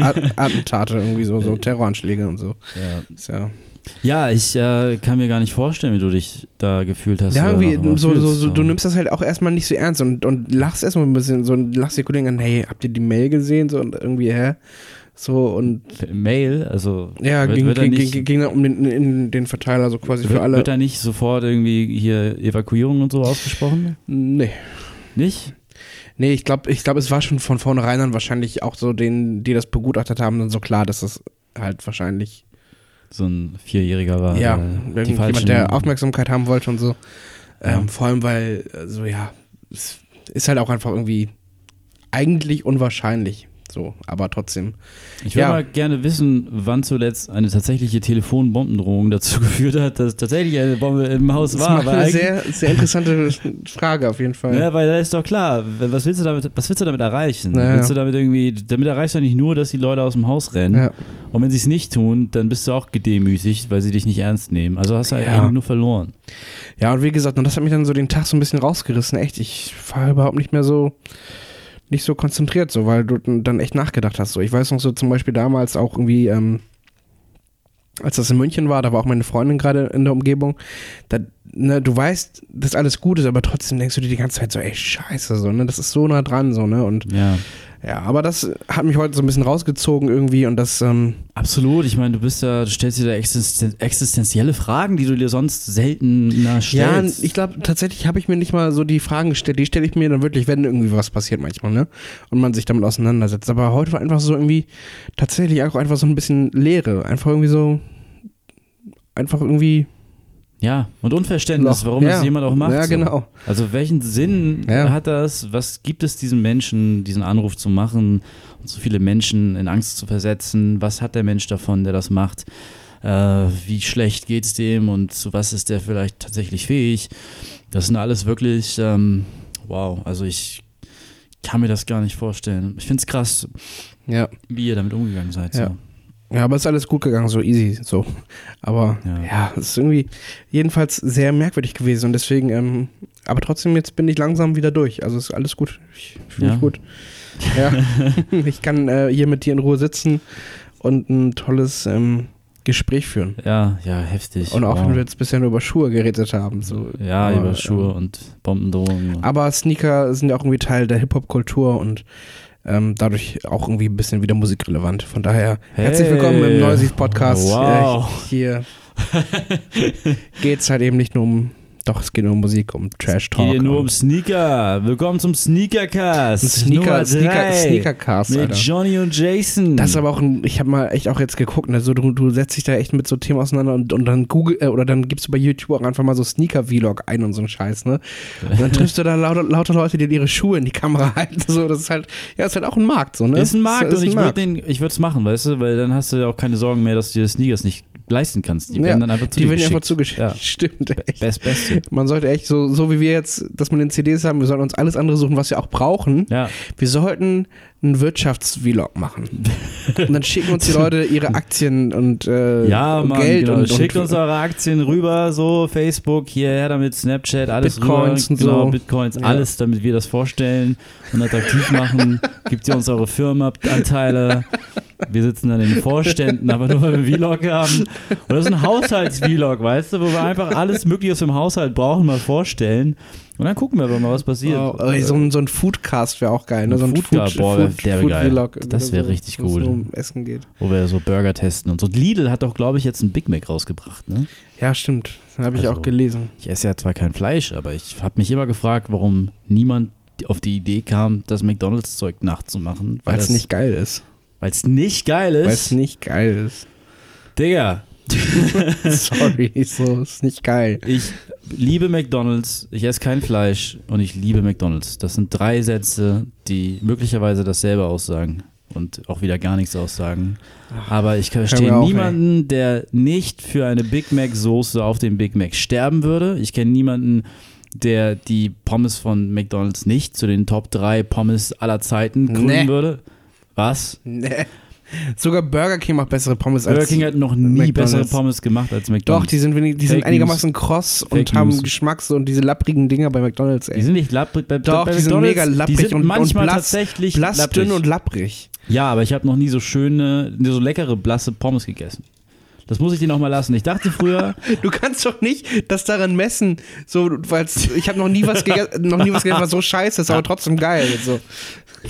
Speaker 1: At- Attentate, irgendwie so, so Terroranschläge und so.
Speaker 2: Ja.
Speaker 1: Ist ja.
Speaker 2: Ja, ich äh, kann mir gar nicht vorstellen, wie du dich da gefühlt hast.
Speaker 1: Ja,
Speaker 2: oder
Speaker 1: irgendwie,
Speaker 2: noch immer
Speaker 1: so,
Speaker 2: fühlst,
Speaker 1: so, so,
Speaker 2: aber-
Speaker 1: du nimmst das halt auch erstmal nicht so ernst und, und lachst erstmal ein bisschen so und lachst die Kollegen an, hey, habt ihr die Mail gesehen? So und irgendwie, hä? So und
Speaker 2: Mail, also
Speaker 1: ja,
Speaker 2: wird,
Speaker 1: ging,
Speaker 2: wird, er
Speaker 1: ging,
Speaker 2: nicht,
Speaker 1: ging, ging dann um den, in, den Verteiler so quasi für
Speaker 2: wird,
Speaker 1: alle.
Speaker 2: wird da nicht sofort irgendwie hier Evakuierung und so ausgesprochen?
Speaker 1: nee.
Speaker 2: Nicht?
Speaker 1: Nee, ich glaube, ich glaub, es war schon von vornherein dann wahrscheinlich auch so denen, die das begutachtet haben, dann so klar, dass das halt wahrscheinlich,
Speaker 2: So ein Vierjähriger war.
Speaker 1: ja,
Speaker 2: äh, die falschen,
Speaker 1: jemand, der Aufmerksamkeit haben wollte und so.
Speaker 2: Ja.
Speaker 1: Ähm, vor allem, also, weil, äh, so ja, es ist halt auch einfach irgendwie eigentlich unwahrscheinlich. So, aber trotzdem.
Speaker 2: Ich würde
Speaker 1: Ja.
Speaker 2: mal gerne wissen, wann zuletzt eine tatsächliche Telefonbombendrohung dazu geführt hat, dass tatsächlich eine Bombe im Haus
Speaker 1: Das
Speaker 2: war.
Speaker 1: war eine
Speaker 2: Weil
Speaker 1: sehr, sehr interessante Frage auf jeden Fall.
Speaker 2: eigentlich- ja, weil da ist doch klar, was willst du damit, was willst du damit erreichen?
Speaker 1: Ja, ja.
Speaker 2: Willst du damit irgendwie, damit erreichst du nicht nur, dass die Leute aus dem Haus rennen.
Speaker 1: Ja.
Speaker 2: Und wenn sie es nicht tun, dann bist du auch gedemütigt, weil sie dich nicht ernst nehmen. Also hast du
Speaker 1: Ja.
Speaker 2: eigentlich nur verloren.
Speaker 1: Ja, und wie gesagt, und das hat mich dann so den Tag so ein bisschen rausgerissen. Echt, ich war überhaupt nicht mehr so, nicht so konzentriert, so, weil du dann echt nachgedacht hast. So, ich weiß noch so zum Beispiel damals auch irgendwie, ähm, als das in München war, da war auch meine Freundin gerade in der Umgebung. Da, ne, du weißt, dass alles gut ist, aber trotzdem denkst du dir die ganze Zeit so, ey, scheiße, so, ne, das ist so nah dran, so, ne, und
Speaker 2: Ja.
Speaker 1: ja, aber das hat mich heute so ein bisschen rausgezogen irgendwie und das, ähm,
Speaker 2: Absolut, ich meine, du bist da, du stellst dir da existen existenzielle Fragen, die du dir sonst selten na,
Speaker 1: Ja,
Speaker 2: stellst.
Speaker 1: ich glaube, tatsächlich habe ich mir nicht mal so die Fragen gestellt. Die stelle ich mir dann wirklich, wenn irgendwie was passiert manchmal, ne? Und man sich damit auseinandersetzt. Aber heute war einfach so irgendwie tatsächlich auch einfach so ein bisschen Leere. Einfach irgendwie so. Einfach irgendwie.
Speaker 2: ja, und Unverständnis,
Speaker 1: Loch.
Speaker 2: warum
Speaker 1: ja.
Speaker 2: das jemand auch macht.
Speaker 1: Ja,
Speaker 2: so.
Speaker 1: genau.
Speaker 2: Also welchen Sinn
Speaker 1: Ja.
Speaker 2: hat das? Was gibt es diesem Menschen, diesen Anruf zu machen und so viele Menschen in Angst zu versetzen? Was hat der Mensch davon, der das macht? Äh, wie schlecht geht es dem und zu was ist der vielleicht tatsächlich fähig? Das sind alles wirklich, ähm, wow, also ich kann mir das gar nicht vorstellen. Ich finde es krass,
Speaker 1: Ja.
Speaker 2: wie ihr damit umgegangen seid.
Speaker 1: Ja.
Speaker 2: So.
Speaker 1: Ja, aber ist alles gut gegangen, so easy, so. Aber
Speaker 2: Ja.
Speaker 1: ja, es ist irgendwie jedenfalls sehr merkwürdig gewesen und deswegen, ähm, aber trotzdem, jetzt bin ich langsam wieder durch. Also ist alles gut. Ich fühle
Speaker 2: Ja.
Speaker 1: mich gut. Ja. ich kann äh, hier mit dir in Ruhe sitzen und ein tolles ähm, Gespräch führen.
Speaker 2: Ja, ja, heftig.
Speaker 1: und auch
Speaker 2: wow.
Speaker 1: wenn wir jetzt bisher nur über Schuhe geredet haben. So.
Speaker 2: ja,
Speaker 1: aber,
Speaker 2: über Schuhe
Speaker 1: Ähm, also
Speaker 2: und Bombendrohungen. und-
Speaker 1: aber Sneaker sind ja auch irgendwie Teil der Hip-Hop-Kultur und ähm, dadurch auch irgendwie ein bisschen wieder musikrelevant. Von daher herzlich
Speaker 2: Hey.
Speaker 1: willkommen im Noisy-Podcast.
Speaker 2: Wow.
Speaker 1: hier geht es halt eben nicht nur um, doch, es geht nur um Musik, um Trash-Talk.
Speaker 2: Geht hier nur
Speaker 1: und-
Speaker 2: um Sneaker. Willkommen zum Sneakercast.
Speaker 1: ein Sneaker,
Speaker 2: Nummer
Speaker 1: Sneaker,
Speaker 2: drei.
Speaker 1: Sneakercast,
Speaker 2: Mit
Speaker 1: Alter.
Speaker 2: Johnny und Jason.
Speaker 1: Das ist aber auch ein, ich habe mal echt auch jetzt geguckt, ne, so, du, du setzt dich da echt mit so Themen auseinander und, und dann Google, äh, oder dann gibst du bei YouTube auch einfach mal so Sneaker-Vlog ein und so einen Scheiß, ne? Und dann triffst du da lauter, lauter Leute, die ihre Schuhe in die Kamera halten, so, das ist halt, ja, ist halt auch ein Markt, so, ne?
Speaker 2: ist ein Markt
Speaker 1: Ist- ist
Speaker 2: und ich
Speaker 1: ein
Speaker 2: würde den, ich würde es machen, weißt du, weil dann hast du ja auch keine Sorgen mehr, dass du dir Sneakers nicht leisten kannst. Die
Speaker 1: Ja,
Speaker 2: werden dann einfach zu
Speaker 1: Die
Speaker 2: dir
Speaker 1: werden einfach
Speaker 2: geschickt.
Speaker 1: zugeschickt.
Speaker 2: Ja.
Speaker 1: Stimmt, echt.
Speaker 2: Best, beste.
Speaker 1: Man sollte echt so, so wie wir jetzt, dass wir den CDs haben, wir sollten uns alles andere suchen, was wir auch brauchen.
Speaker 2: Ja,
Speaker 1: Wir sollten einen Wirtschaftsvlog machen. und dann schicken uns die Leute ihre Aktien und äh,
Speaker 2: ja Mann,
Speaker 1: Geld
Speaker 2: genau.
Speaker 1: und, und
Speaker 2: schickt uns eure Aktien rüber, so Facebook, hierher damit, Snapchat, alles
Speaker 1: Bitcoins
Speaker 2: rüber,
Speaker 1: und
Speaker 2: genau,
Speaker 1: so.
Speaker 2: Bitcoins,
Speaker 1: Ja.
Speaker 2: alles, damit wir das vorstellen und attraktiv machen. Gebt ihr uns eure Firmenanteile. Wir sitzen dann in den Vorständen, aber nur weil wir einen Vlog haben. Und das ist ein Haushalts-Vlog, weißt du, wo wir einfach alles Mögliche, was wir im Haushalt brauchen, mal vorstellen. Und dann gucken wir aber mal, was passiert.
Speaker 1: Oh, ey, so ein, so ein Foodcast wäre auch geil, ne? So ein
Speaker 2: Foodcar, boah, wär- der wär geil.
Speaker 1: Food-Vlog.
Speaker 2: Das wär
Speaker 1: so,
Speaker 2: richtig
Speaker 1: wo's
Speaker 2: cool.
Speaker 1: nur um Essen geht.
Speaker 2: Wo wir so Burger testen und so. Lidl hat doch, glaube ich, jetzt einen Big Mac rausgebracht, ne?
Speaker 1: Ja, stimmt. Habe ich
Speaker 2: Also-
Speaker 1: auch gelesen.
Speaker 2: Ich esse ja zwar kein Fleisch, aber ich habe mich immer gefragt, warum niemand auf die Idee kam, das McDonalds-Zeug nachzumachen.
Speaker 1: Weil es
Speaker 2: das-
Speaker 1: nicht geil ist.
Speaker 2: weil's nicht geil ist.
Speaker 1: Weil es nicht geil ist.
Speaker 2: Digga,
Speaker 1: Sorry, so ist nicht geil.
Speaker 2: ich liebe McDonalds, ich esse kein Fleisch und ich liebe McDonalds. Das sind drei Sätze, die möglicherweise dasselbe aussagen und auch wieder gar nichts aussagen. Aber ich verstehe
Speaker 1: mir auf, ey.
Speaker 2: niemanden, der nicht für eine Big Mac Soße auf dem Big Mac sterben würde. Ich kenne niemanden, der die Pommes von McDonalds nicht zu den Top 3 Pommes aller Zeiten gründen
Speaker 1: Nee.
Speaker 2: würde. Was?
Speaker 1: Nee. Sogar Burger King macht bessere Pommes
Speaker 2: Burger
Speaker 1: als
Speaker 2: King hat noch nie
Speaker 1: McDonald's.
Speaker 2: bessere Pommes gemacht als McDonalds.
Speaker 1: Doch, die sind, wenig, die
Speaker 2: Fake
Speaker 1: sind einigermaßen kross und
Speaker 2: Fake
Speaker 1: haben
Speaker 2: News.
Speaker 1: Geschmack so und diese lapprigen Dinger bei McDonalds,
Speaker 2: Die
Speaker 1: ey.
Speaker 2: sind nicht lapprig. Bei,
Speaker 1: Doch,
Speaker 2: bei
Speaker 1: die sind
Speaker 2: McDonald's,
Speaker 1: mega lapprig
Speaker 2: die sind
Speaker 1: und- und
Speaker 2: manchmal
Speaker 1: blass-
Speaker 2: tatsächlich
Speaker 1: Blass,
Speaker 2: lapprig.
Speaker 1: dünn und lapprig.
Speaker 2: ja, aber ich habe noch nie so schöne, so leckere, blasse Pommes gegessen. Das muss ich dir noch mal lassen. Ich dachte früher,
Speaker 1: Du kannst doch nicht das daran messen, so, weil ich habe noch nie was gegessen, noch nie was gegessen, was so scheiße ist, aber trotzdem geil. So.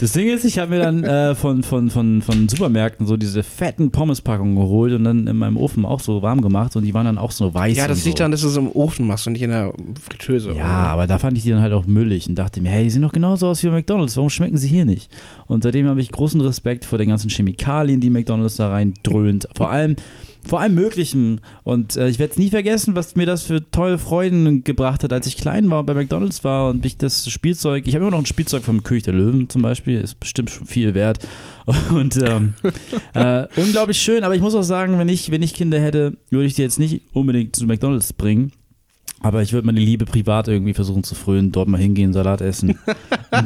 Speaker 2: das Ding ist, ich habe mir dann äh, von, von, von, von Supermärkten so diese fetten Pommespackungen geholt und dann in meinem Ofen auch so warm gemacht und die waren dann auch so weiß.
Speaker 1: Ja, das
Speaker 2: und so.
Speaker 1: liegt daran, dass du es im Ofen machst und nicht in der Fritteuse.
Speaker 2: Ja, aber da fand ich die dann halt auch müllig und dachte mir, hey, die sehen doch genauso aus wie bei McDonalds, warum schmecken sie hier nicht? Und seitdem habe ich großen Respekt vor den ganzen Chemikalien, die McDonalds da rein dröhnt. Vor allem, vor allem Möglichen. Und äh, ich werde es nie vergessen, was mir das für tolle Freuden gebracht hat, als ich klein war und bei McDonalds war und mich das Spielzeug, ich habe immer noch ein Spielzeug vom König der Löwen zum Beispiel, ist bestimmt schon viel wert. Und ähm, äh, unglaublich schön, aber ich muss auch sagen, wenn ich, wenn ich Kinder hätte, würde ich die jetzt nicht unbedingt zu McDonalds bringen. Aber ich würde meine Liebe privat irgendwie versuchen zu frönen, dort mal hingehen, Salat essen. Ein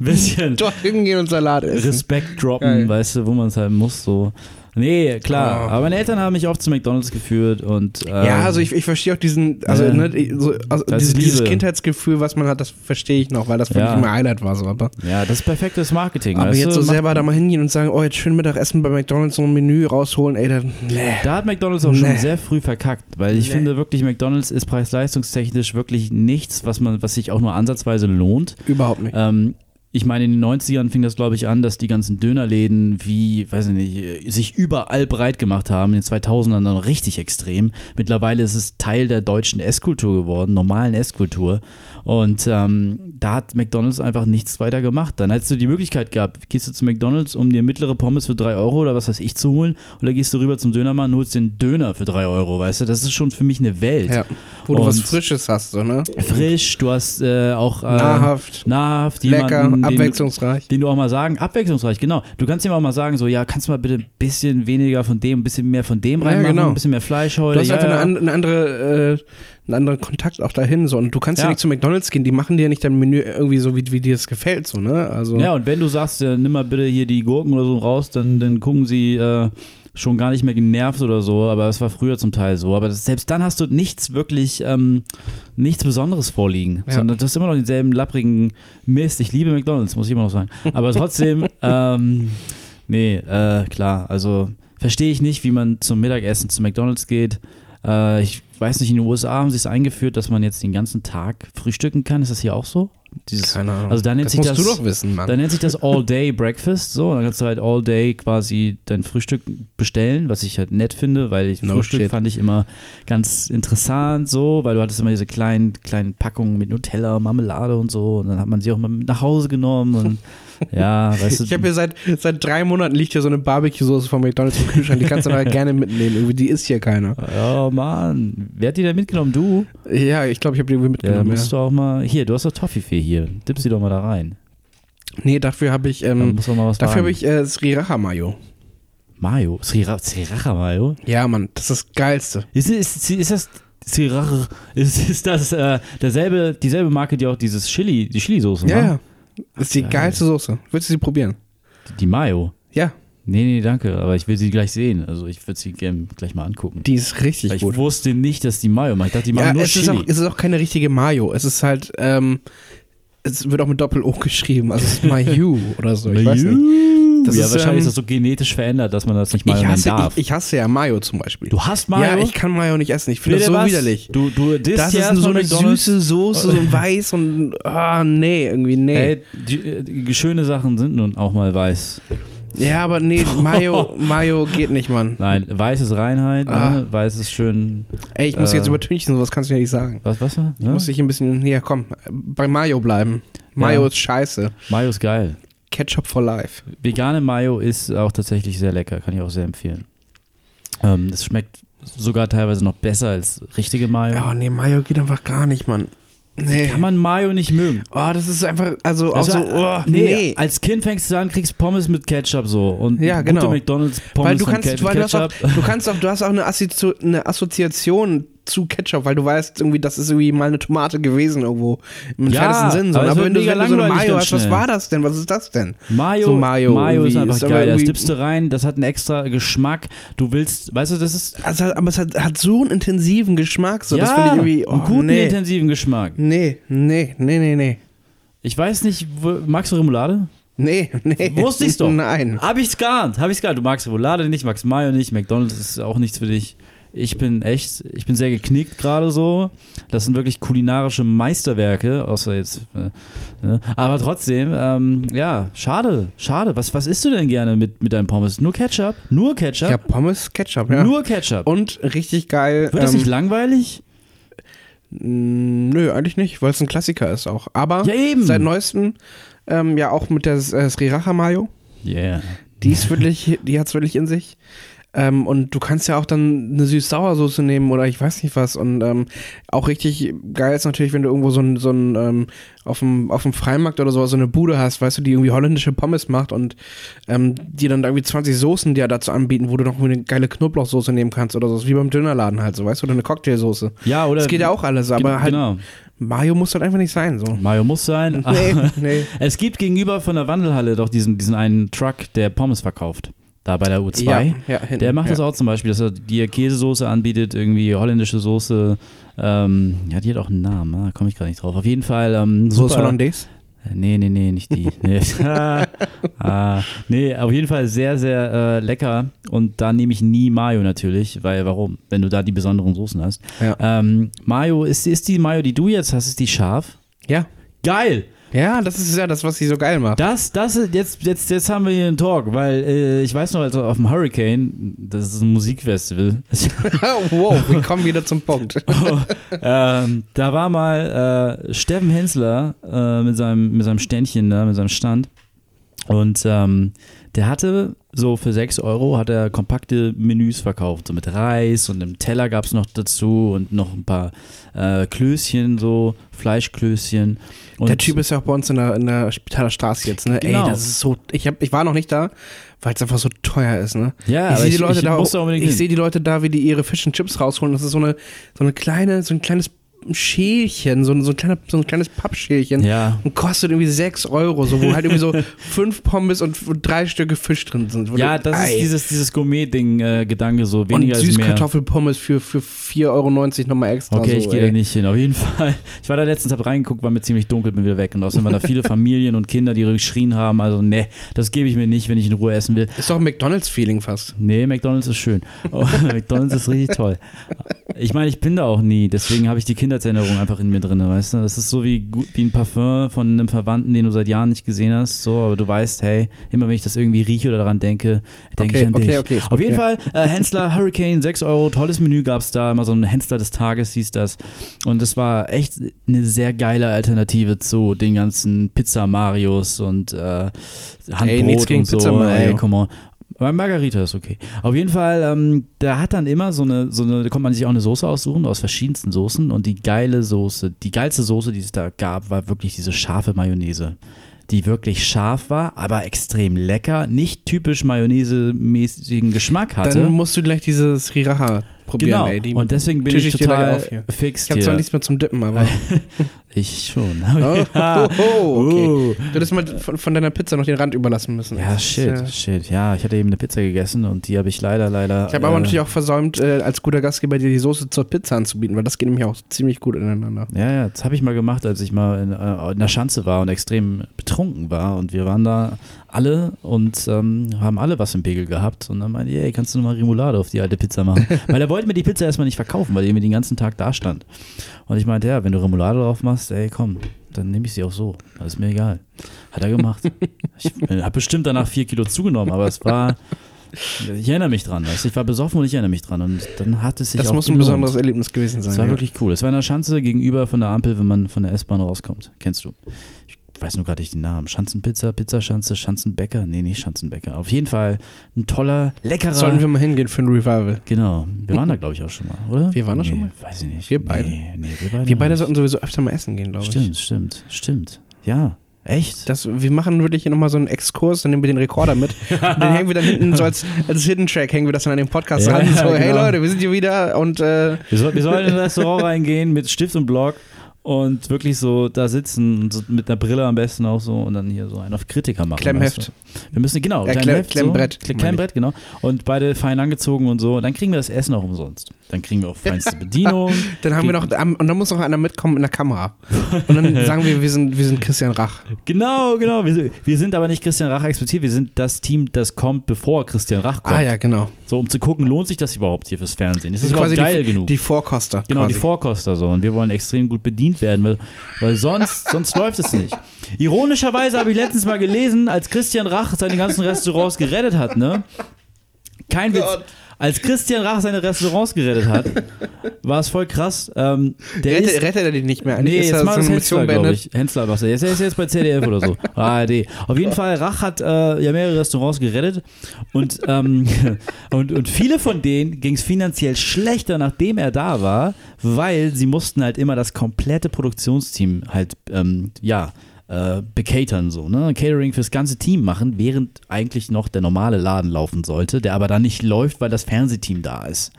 Speaker 2: bisschen
Speaker 1: Dort hingehen und Salat essen.
Speaker 2: Respekt droppen,
Speaker 1: Geil.
Speaker 2: weißt du, wo man es halt muss, so. Nee, klar.
Speaker 1: Ah.
Speaker 2: Aber meine Eltern haben mich oft zu McDonalds geführt und. Ähm,
Speaker 1: ja, also ich, ich verstehe auch diesen, also,
Speaker 2: Ja.
Speaker 1: ne, so, also
Speaker 2: Das
Speaker 1: dieses,
Speaker 2: ist
Speaker 1: dieses
Speaker 2: Liebe.
Speaker 1: Kindheitsgefühl, was man hat, das verstehe ich noch, weil das wirklich
Speaker 2: Ja.
Speaker 1: mein Highlight war so. Aber,
Speaker 2: Ja, das ist perfektes Marketing.
Speaker 1: aber
Speaker 2: weißt
Speaker 1: jetzt so
Speaker 2: du? Macht-
Speaker 1: selber da mal hingehen und sagen, oh, jetzt schön Mittagessen bei McDonalds so ein Menü rausholen, ey, dann, nee.
Speaker 2: Da hat McDonalds auch schon
Speaker 1: Nee.
Speaker 2: sehr früh verkackt, weil ich
Speaker 1: Nee.
Speaker 2: finde wirklich, McDonalds ist preis-leistungstechnisch wirklich nichts, was man, was sich auch nur ansatzweise lohnt.
Speaker 1: Überhaupt nicht.
Speaker 2: Ähm, ich meine, in den 90ern fing das, glaube ich, an, dass die ganzen Dönerläden wie, weiß ich nicht, äh, sich überall breit gemacht haben. In den 2000ern dann richtig extrem. Mittlerweile ist es Teil der deutschen Esskultur geworden, normalen Esskultur. Und ähm, da hat McDonalds einfach nichts weiter gemacht. Dann hättest du die Möglichkeit gehabt, gehst du zu McDonalds, um dir mittlere Pommes für 3 Euro oder was weiß ich zu holen. Oder gehst du rüber zum Dönermann und holst den Döner für 3 Euro, weißt du? Das ist schon für mich eine Welt.
Speaker 1: ja. Wo du was
Speaker 2: und-
Speaker 1: Frisches hast, so, ne?
Speaker 2: Frisch, du hast äh, auch äh,
Speaker 1: Nahrhaft,
Speaker 2: nahrhaft
Speaker 1: lecker,
Speaker 2: jemanden, den,
Speaker 1: abwechslungsreich.
Speaker 2: den du auch mal sagen, abwechslungsreich, genau. Du kannst ihm auch mal sagen, so, ja, kannst du mal bitte ein bisschen weniger von dem, ein bisschen mehr von dem
Speaker 1: Ja,
Speaker 2: reinmachen,
Speaker 1: genau.
Speaker 2: ein bisschen mehr Fleisch heute.
Speaker 1: Du hast
Speaker 2: ja,
Speaker 1: einfach
Speaker 2: ja.
Speaker 1: eine, an- eine andere, äh, einen anderen Kontakt auch dahin. So. Und du kannst ja.
Speaker 2: Ja.
Speaker 1: nicht zu McDonalds gehen, die machen dir nicht dein Menü irgendwie so, wie, wie dir es gefällt. So, ne? also,
Speaker 2: ja, und wenn du sagst, ja, nimm mal bitte hier die Gurken oder so raus, dann, dann gucken sie äh, schon gar nicht mehr genervt oder so, aber es war früher zum Teil so. Aber das, selbst dann hast du nichts wirklich, ähm, nichts Besonderes vorliegen,
Speaker 1: Ja.
Speaker 2: sondern du hast immer noch denselben lapprigen Mist. Ich liebe McDonalds, muss ich immer noch sagen. Aber trotzdem, ähm, nee, äh, klar, also verstehe ich nicht, wie man zum Mittagessen zu McDonalds geht. Äh, ich weiß nicht, in den USA haben sie es eingeführt, dass man jetzt den ganzen Tag frühstücken kann. Ist das hier auch so? Dieses
Speaker 1: keine Ahnung.
Speaker 2: also da nennt
Speaker 1: das
Speaker 2: sich
Speaker 1: musst
Speaker 2: das-
Speaker 1: du doch wissen, Mann.
Speaker 2: dann nennt sich das All-Day-Breakfast. So, dann kannst du halt All-Day quasi dein Frühstück bestellen, was ich halt nett finde, weil ich
Speaker 1: No
Speaker 2: Frühstück
Speaker 1: shit.
Speaker 2: fand ich immer ganz interessant, so, weil du hattest immer diese kleinen, kleinen Packungen mit Nutella, Marmelade und so. Und dann hat man sie auch mal mit nach Hause genommen. Und, ja, weißt du.
Speaker 1: Ich habe hier seit, seit drei Monaten liegt hier so eine Barbecue-Soße von McDonalds im Kühlschrank. Die kannst du aber gerne mitnehmen. Irgendwie, die isst hier keiner.
Speaker 2: ja, Mann. Wer hat die denn mitgenommen? Du?
Speaker 1: Ja, ich glaube, ich habe die irgendwie
Speaker 2: Ja,
Speaker 1: mitgenommen. Genau, Ja,
Speaker 2: musst du auch mal. Hier, du hast doch Toffifee hier. Dipp sie doch mal da rein.
Speaker 1: Nee, dafür habe ich,
Speaker 2: Da
Speaker 1: ähm,
Speaker 2: muss doch mal was
Speaker 1: dafür
Speaker 2: wagen.
Speaker 1: habe ich äh, Sriracha Mayo.
Speaker 2: Mayo. Sriracha Sriracha Mayo?
Speaker 1: Ja, Mann, das ist das Geilste.
Speaker 2: Ist, ist, ist das Sriracha- ist, ist das äh, derselbe, dieselbe Marke, die auch dieses Chili, die ne? Chili-Soße
Speaker 1: Ja,
Speaker 2: macht?
Speaker 1: ja. Das ist die
Speaker 2: Geil.
Speaker 1: geilste Soße. Willst du sie probieren?
Speaker 2: Die, die Mayo.
Speaker 1: Ja,
Speaker 2: Nee, nee, danke, aber ich will sie gleich sehen. Also ich würde sie gerne gleich mal angucken.
Speaker 1: die ist richtig
Speaker 2: Weil ich
Speaker 1: gut.
Speaker 2: wusste nicht, dass die Mayo macht. Ich dachte, die machen
Speaker 1: Ja,
Speaker 2: nur
Speaker 1: es ist, auch,
Speaker 2: Chili.
Speaker 1: es ist auch keine richtige Mayo. Es ist halt, ähm, es wird auch mit Doppel-O geschrieben. Also es ist Mayo oder so. Ich weiß nicht. Das
Speaker 2: ja,
Speaker 1: ist,
Speaker 2: wahrscheinlich
Speaker 1: ähm,
Speaker 2: ist das so genetisch verändert, dass man das nicht Mayo
Speaker 1: Ich
Speaker 2: nennen
Speaker 1: hasse,
Speaker 2: darf.
Speaker 1: ich, ich hasse ja Mayo zum Beispiel.
Speaker 2: du hast Mayo?
Speaker 1: Ja, ich kann Mayo nicht essen. Ich finde
Speaker 2: Bitte
Speaker 1: das so
Speaker 2: was?
Speaker 1: widerlich.
Speaker 2: Du, du disst
Speaker 1: Das
Speaker 2: hier
Speaker 1: ist
Speaker 2: erstmal
Speaker 1: so eine
Speaker 2: McDonald's.
Speaker 1: süße Soße, so weiß und. Ah, nee, irgendwie nee.
Speaker 2: Ey, die, die schöne Sachen sind nun auch mal weiß.
Speaker 1: Ja, aber nee, Mayo, Mayo geht nicht, Mann.
Speaker 2: Nein, weiß ist Reinheit,
Speaker 1: Ah.
Speaker 2: ne? weiß ist schön.
Speaker 1: Ey, ich muss
Speaker 2: Äh.
Speaker 1: jetzt übertünchen, sowas kannst du ja nicht sagen.
Speaker 2: Was, was? war? Ne?
Speaker 1: Muss ich ein bisschen. Ja, komm, bei Mayo bleiben. Mayo
Speaker 2: Ja.
Speaker 1: ist scheiße.
Speaker 2: Mayo ist geil.
Speaker 1: Ketchup for life.
Speaker 2: Vegane Mayo ist auch tatsächlich sehr lecker, kann ich auch sehr empfehlen. Ähm, es schmeckt sogar teilweise noch besser als richtige Mayo.
Speaker 1: Ja, nee, Mayo geht einfach gar nicht, Mann. Nee.
Speaker 2: Kann man Mayo nicht mögen.
Speaker 1: Oh, das ist einfach, also,
Speaker 2: Also,
Speaker 1: auch so, oh,
Speaker 2: nee,
Speaker 1: nee.
Speaker 2: als Kind fängst du an, kriegst Pommes mit Ketchup so und
Speaker 1: Ja,
Speaker 2: gute
Speaker 1: genau.
Speaker 2: McDonalds Pommes
Speaker 1: Weil du
Speaker 2: mit
Speaker 1: kannst,
Speaker 2: Ke-
Speaker 1: weil du hast, auch,
Speaker 2: Ketchup.
Speaker 1: du kannst auch, du hast auch eine, Assozi eine Assoziation zu Ketchup, weil du weißt irgendwie, das ist irgendwie mal eine Tomate gewesen irgendwo im
Speaker 2: Ja,
Speaker 1: entferntesten Sinn. So.
Speaker 2: aber es
Speaker 1: Aber,
Speaker 2: wird
Speaker 1: wenn du,
Speaker 2: mega
Speaker 1: wenn du so eine
Speaker 2: langweilig
Speaker 1: Mayo
Speaker 2: ganz
Speaker 1: hast, was
Speaker 2: schnell.
Speaker 1: war das denn? Was ist das denn?
Speaker 2: Mayo,
Speaker 1: So Mayo
Speaker 2: ist
Speaker 1: irgendwie,
Speaker 2: einfach
Speaker 1: ist aber
Speaker 2: geil. Das
Speaker 1: irgendwie-
Speaker 2: dippst du rein, das hat einen extra Geschmack. Du willst, weißt du, das ist
Speaker 1: Also, aber es hat, hat so einen intensiven Geschmack, so. das finde ich irgendwie, oh,
Speaker 2: einen guten
Speaker 1: nee.
Speaker 2: intensiven Geschmack.
Speaker 1: nee, nee, nee, nee, nee.
Speaker 2: Ich weiß nicht, wo, magst du Remoulade?
Speaker 1: Nee, nee.
Speaker 2: Wusste ich's doch.
Speaker 1: Nein.
Speaker 2: Hab ich's geahnt, hab ich's geahnt. Du magst Roulade nicht, magst Mayo nicht, McDonalds ist auch nichts für dich. Ich bin echt, ich bin sehr geknickt gerade so. Das sind wirklich kulinarische Meisterwerke, außer jetzt. Äh, ne? Aber trotzdem, ähm, ja, schade, schade. Was, was isst du denn gerne mit, mit deinem Pommes? Nur Ketchup? Nur Ketchup?
Speaker 1: Ja, Pommes, Ketchup, ja.
Speaker 2: Nur Ketchup.
Speaker 1: und richtig geil.
Speaker 2: Wird das
Speaker 1: ähm,
Speaker 2: nicht langweilig?
Speaker 1: Hm, Nö, eigentlich nicht, weil es ein Klassiker ist auch. Aber
Speaker 2: Ja, eben.
Speaker 1: seit neuestem ähm, ja auch mit der S- äh, Sriracha Mayo.
Speaker 2: Yeah.
Speaker 1: Die ist wirklich, die hat's wirklich in sich. Ähm, und du kannst ja auch dann eine Süß-Sauersoße nehmen oder ich weiß nicht was. Und ähm, auch richtig geil ist natürlich, wenn du irgendwo so ein, so ein ähm, auf, dem, auf dem Freimarkt oder sowas so eine Bude hast, weißt du, die irgendwie holländische Pommes macht und ähm, die dann irgendwie 20 Soßen dir dazu anbieten, wo du noch irgendwie eine geile Knoblauchsoße nehmen kannst oder so. Wie beim Dönerladen halt so, weißt du, oder eine Cocktailsoße.
Speaker 2: Ja, oder?
Speaker 1: Das geht ja auch alles, aber halt
Speaker 2: Genau.
Speaker 1: Mayo muss halt einfach nicht sein. So.
Speaker 2: Mayo muss sein.
Speaker 1: Nee, nee.
Speaker 2: Es gibt gegenüber von der Wandelhalle doch diesen, diesen einen Truck, der Pommes verkauft. Da bei der U2.
Speaker 1: ja, hinten,
Speaker 2: Der macht
Speaker 1: Mhm. ja.
Speaker 2: das auch zum Beispiel, dass er dir Käsesoße anbietet, irgendwie holländische Soße. Ähm, ja, die hat auch einen Namen, da komme ich gerade nicht drauf. Auf jeden Fall. Ähm,
Speaker 1: Soße
Speaker 2: super- Äh,
Speaker 1: Hollandaise?
Speaker 2: Nee, nee, nee, nicht die. Nee, ah, nee auf jeden Fall sehr, sehr äh, lecker. Und da nehme ich nie Mayo natürlich, weil warum? Wenn du da die besonderen Soßen hast.
Speaker 1: Ja.
Speaker 2: Ähm, Mayo, ist, ist die Mayo, die du jetzt hast, ist die scharf?
Speaker 1: Ja.
Speaker 2: Geil!
Speaker 1: Ja, das ist ja das, was sie so geil macht.
Speaker 2: Das, das ist, jetzt, jetzt, jetzt haben wir hier einen Talk, weil äh, ich weiß noch, also auf dem Hurricane, das ist ein Musikfestival,
Speaker 1: wow, wir kommen wieder zum Punkt.
Speaker 2: ähm, da war mal äh, Steffen Hensler äh, mit, seinem, mit seinem Ständchen da, mit seinem Stand. Und ähm, der hatte so für 6 Euro hat er kompakte Menüs verkauft, so mit Reis und im Teller gab es noch dazu und noch ein paar äh, Klößchen, so Fleischklößchen. Und
Speaker 1: der Typ ist ja auch bei uns in der, in der Spitaler Straße jetzt, ne?
Speaker 2: Genau.
Speaker 1: Ey, das ist so. Ich, hab, ich war noch nicht da, weil es einfach so teuer ist, ne?
Speaker 2: Ja,
Speaker 1: ich
Speaker 2: aber
Speaker 1: sehe die
Speaker 2: ich-
Speaker 1: Leute
Speaker 2: ich
Speaker 1: da.
Speaker 2: muss da unbedingt
Speaker 1: ich
Speaker 2: hin.
Speaker 1: sehe die Leute da, wie die ihre Fish and Chips rausholen. Das ist so eine, so eine kleine, so ein kleines Schälchen, so ein, so ein, kleiner, so ein kleines Pappschälchen.
Speaker 2: Ja.
Speaker 1: Und kostet irgendwie 6 Euro, so, wo halt irgendwie so fünf Pommes und f- drei Stücke Fisch drin sind. Wo
Speaker 2: Ja,
Speaker 1: du-
Speaker 2: das
Speaker 1: Ei.
Speaker 2: ist dieses, dieses Gourmet-Ding-Gedanke, so
Speaker 1: Und
Speaker 2: weniger ist mehr.
Speaker 1: Süßkartoffelpommes für, für 4,90 Euro nochmal extra.
Speaker 2: Okay,
Speaker 1: so,
Speaker 2: ich gehe
Speaker 1: ey.
Speaker 2: da nicht hin. Auf jeden Fall. Ich war da letztens, hab reingeguckt, war mir ziemlich dunkel, bin wieder weg. Und außerdem waren da viele Familien und Kinder, die geschrien haben. Also, nee, das gebe ich mir nicht, wenn ich in Ruhe essen will.
Speaker 1: Ist doch ein McDonalds-Feeling fast.
Speaker 2: Nee, McDonalds ist schön. Oh, McDonalds ist richtig toll. Ich meine, ich bin da auch nie, deswegen habe ich die Kindheitserinnerung einfach in mir drin, weißt du? Das ist so wie, gu- wie ein Parfum von einem Verwandten, den du seit Jahren nicht gesehen hast, so, aber du weißt, hey, immer wenn ich das irgendwie rieche oder daran denke, denke
Speaker 1: Okay,
Speaker 2: ich an
Speaker 1: okay,
Speaker 2: dich.
Speaker 1: okay, ist
Speaker 2: Auf jeden
Speaker 1: okay.
Speaker 2: Fall, äh, Hensler Hurricane, 6 Euro, tolles Menü gab es da, immer so ein Hensler des Tages hieß das. Und es war echt eine sehr geile Alternative zu den ganzen Pizza Marios und äh, Handbrot
Speaker 1: nichts gegen
Speaker 2: und so.
Speaker 1: Pizza Mario.
Speaker 2: Ey, come on. Bei Margarita ist okay. Auf jeden Fall, ähm, da hat dann immer so eine, so eine, da konnte man sich auch eine Soße aussuchen aus verschiedensten Soßen und die geile Soße, die geilste Soße, die es da gab, war wirklich diese scharfe Mayonnaise, die wirklich scharf war, aber extrem lecker, nicht typisch Mayonnaise-mäßigen Geschmack hatte.
Speaker 1: Dann musst du gleich diese Sriracha probieren,
Speaker 2: genau.
Speaker 1: ey. Die
Speaker 2: und deswegen bin
Speaker 1: tische
Speaker 2: ich,
Speaker 1: ich dir gleich
Speaker 2: total
Speaker 1: auf hier.
Speaker 2: fix.
Speaker 1: ich habe zwar
Speaker 2: hier.
Speaker 1: nichts mehr zum Dippen, aber.
Speaker 2: ich schon.
Speaker 1: Oh,
Speaker 2: Ja.
Speaker 1: oh, okay.
Speaker 2: Oh.
Speaker 1: Du hättest mal von, von deiner Pizza noch den Rand überlassen müssen.
Speaker 2: Ja,
Speaker 1: Das ist,
Speaker 2: shit,
Speaker 1: äh,
Speaker 2: shit. Ja, ich hatte eben eine Pizza gegessen und die habe ich leider, leider.
Speaker 1: Ich habe aber natürlich auch versäumt, äh, als guter Gastgeber dir die Soße zur Pizza anzubieten, weil das geht nämlich auch ziemlich gut ineinander.
Speaker 2: Ja, ja, das habe ich mal gemacht, als ich mal in, äh, in der Schanze war und extrem betrunken war. Und wir waren da alle und ähm, haben alle was im Pegel gehabt. Und dann meinte ich, ey, kannst du nochmal Remoulade auf die alte Pizza machen? weil er wollte mir die Pizza erstmal nicht verkaufen, weil die mir den ganzen Tag da stand. Und ich meinte, ja, wenn du Remoulade drauf machst, ey, komm, dann nehme ich sie auch so. Das ist mir egal. Hat er gemacht. ich habe bestimmt danach vier Kilo zugenommen, aber es war. Ich erinnere mich dran, weißt du, ich war besoffen und ich erinnere mich dran. Und dann hat es sich
Speaker 1: Das
Speaker 2: auch
Speaker 1: muss ein
Speaker 2: gelohnt.
Speaker 1: besonderes Erlebnis gewesen sein.
Speaker 2: Das war
Speaker 1: ja.
Speaker 2: wirklich cool. Das war in der Schanze gegenüber von der Ampel, wenn man von der S-Bahn rauskommt. Kennst du? Ich weiß nur gerade nicht den Namen. Schanzenpizza, Pizzaschanze, Schanzenbäcker. Nee, nicht Schanzenbäcker. Auf jeden Fall ein toller, leckerer.
Speaker 1: Sollten wir mal hingehen für ein Revival.
Speaker 2: genau. Wir waren da, glaube ich, auch schon mal, oder?
Speaker 1: Wir waren da
Speaker 2: nee,
Speaker 1: schon mal?
Speaker 2: Weiß ich nicht.
Speaker 1: Wir beide?
Speaker 2: Nee, nee, wir beide.
Speaker 1: Wir beide
Speaker 2: nicht.
Speaker 1: sollten sowieso öfter mal essen gehen, glaube ich.
Speaker 2: Stimmt, stimmt, stimmt. Ja, echt?
Speaker 1: Das, wir machen wirklich hier nochmal so einen Exkurs, dann nehmen wir den Rekorder mit. und den hängen wir dann hinten so als, als Hidden Track, hängen wir das dann an den Podcast
Speaker 2: Ja,
Speaker 1: an. So, hey
Speaker 2: genau.
Speaker 1: Leute, wir sind hier wieder und äh,
Speaker 2: Wir, soll, wir sollen in ein Restaurant reingehen mit Stift und Block und wirklich so da sitzen und so mit einer Brille am besten auch so und dann hier so einen auf Kritiker machen.
Speaker 1: Klemmheft.
Speaker 2: weißt du? Wir müssen, genau,
Speaker 1: Ja,
Speaker 2: klein
Speaker 1: Klem-
Speaker 2: Heft,
Speaker 1: Äh, Klemmbrett,
Speaker 2: So, Kle-
Speaker 1: meine
Speaker 2: Klemmbrett, genau. Und beide fein angezogen und so. Und dann kriegen wir das Essen auch umsonst. Dann kriegen wir auch feinste Bedienung.
Speaker 1: dann haben wir noch, am- und dann muss noch einer mitkommen in der Kamera. Und dann sagen wir, wir sind, wir sind Christian Rach.
Speaker 2: Genau, genau. Wir, wir sind aber nicht Christian Rach explizit. Wir sind das Team, das kommt, bevor Christian Rach kommt.
Speaker 1: Ah ja, genau.
Speaker 2: So, um zu gucken, lohnt sich das überhaupt hier fürs Fernsehen? Ist das überhaupt
Speaker 1: quasi
Speaker 2: geil
Speaker 1: die,
Speaker 2: genug?
Speaker 1: Die Vorkoster.
Speaker 2: Genau,
Speaker 1: quasi.
Speaker 2: die Vorkoster so. Und wir wollen extrem gut bedient werden, weil, weil sonst, sonst läuft es nicht. Ironischerweise habe ich letztens mal gelesen, als Christian Rach seine ganzen Restaurants gerettet hat, ne? Kein Witz. Als Christian Rach seine Restaurants gerettet hat, war es voll krass. Ähm, der
Speaker 1: Rettet,
Speaker 2: ist,
Speaker 1: rettet er den nicht mehr? Eigentlich
Speaker 2: nee,
Speaker 1: ist
Speaker 2: jetzt
Speaker 1: er
Speaker 2: mal
Speaker 1: so
Speaker 2: das
Speaker 1: eine
Speaker 2: Hensler,
Speaker 1: Mission
Speaker 2: glaube
Speaker 1: beendet.
Speaker 2: ich. Hensler was er jetzt. Er ist jetzt bei ZDF oder so. ARD. Auf jeden Fall, Rach hat äh, ja mehrere Restaurants gerettet und, ähm, und, und viele von denen ging es finanziell schlechter, nachdem er da war, weil sie mussten halt immer das komplette Produktionsteam halt, ähm, ja, äh, bekatern so, ne? Catering fürs ganze Team machen, während eigentlich noch der normale Laden laufen sollte, der aber dann nicht läuft, weil das Fernsehteam da ist.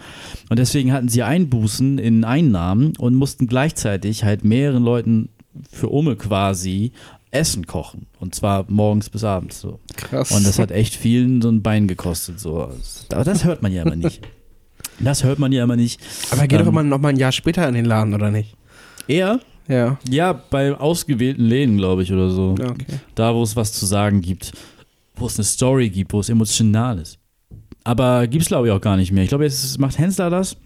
Speaker 2: Und deswegen hatten sie Einbußen in Einnahmen und mussten gleichzeitig halt mehreren Leuten für Umme quasi Essen kochen. Und zwar morgens bis abends so.
Speaker 1: Krass.
Speaker 2: Und das hat echt vielen so ein Bein gekostet. So. Aber das hört man ja immer nicht. Das hört man ja immer nicht.
Speaker 1: Aber er geht
Speaker 2: Ähm,
Speaker 1: doch immer noch mal ein Jahr später in den Laden, oder nicht?
Speaker 2: Eher,
Speaker 1: Ja.
Speaker 2: ja, bei ausgewählten Läden, glaube ich, oder so.
Speaker 1: ja okay.
Speaker 2: Da, wo es was zu sagen gibt, wo es eine Story gibt, wo es emotional ist. Aber gibt es, glaube ich, auch gar nicht mehr. Ich glaube, jetzt macht Hensler das.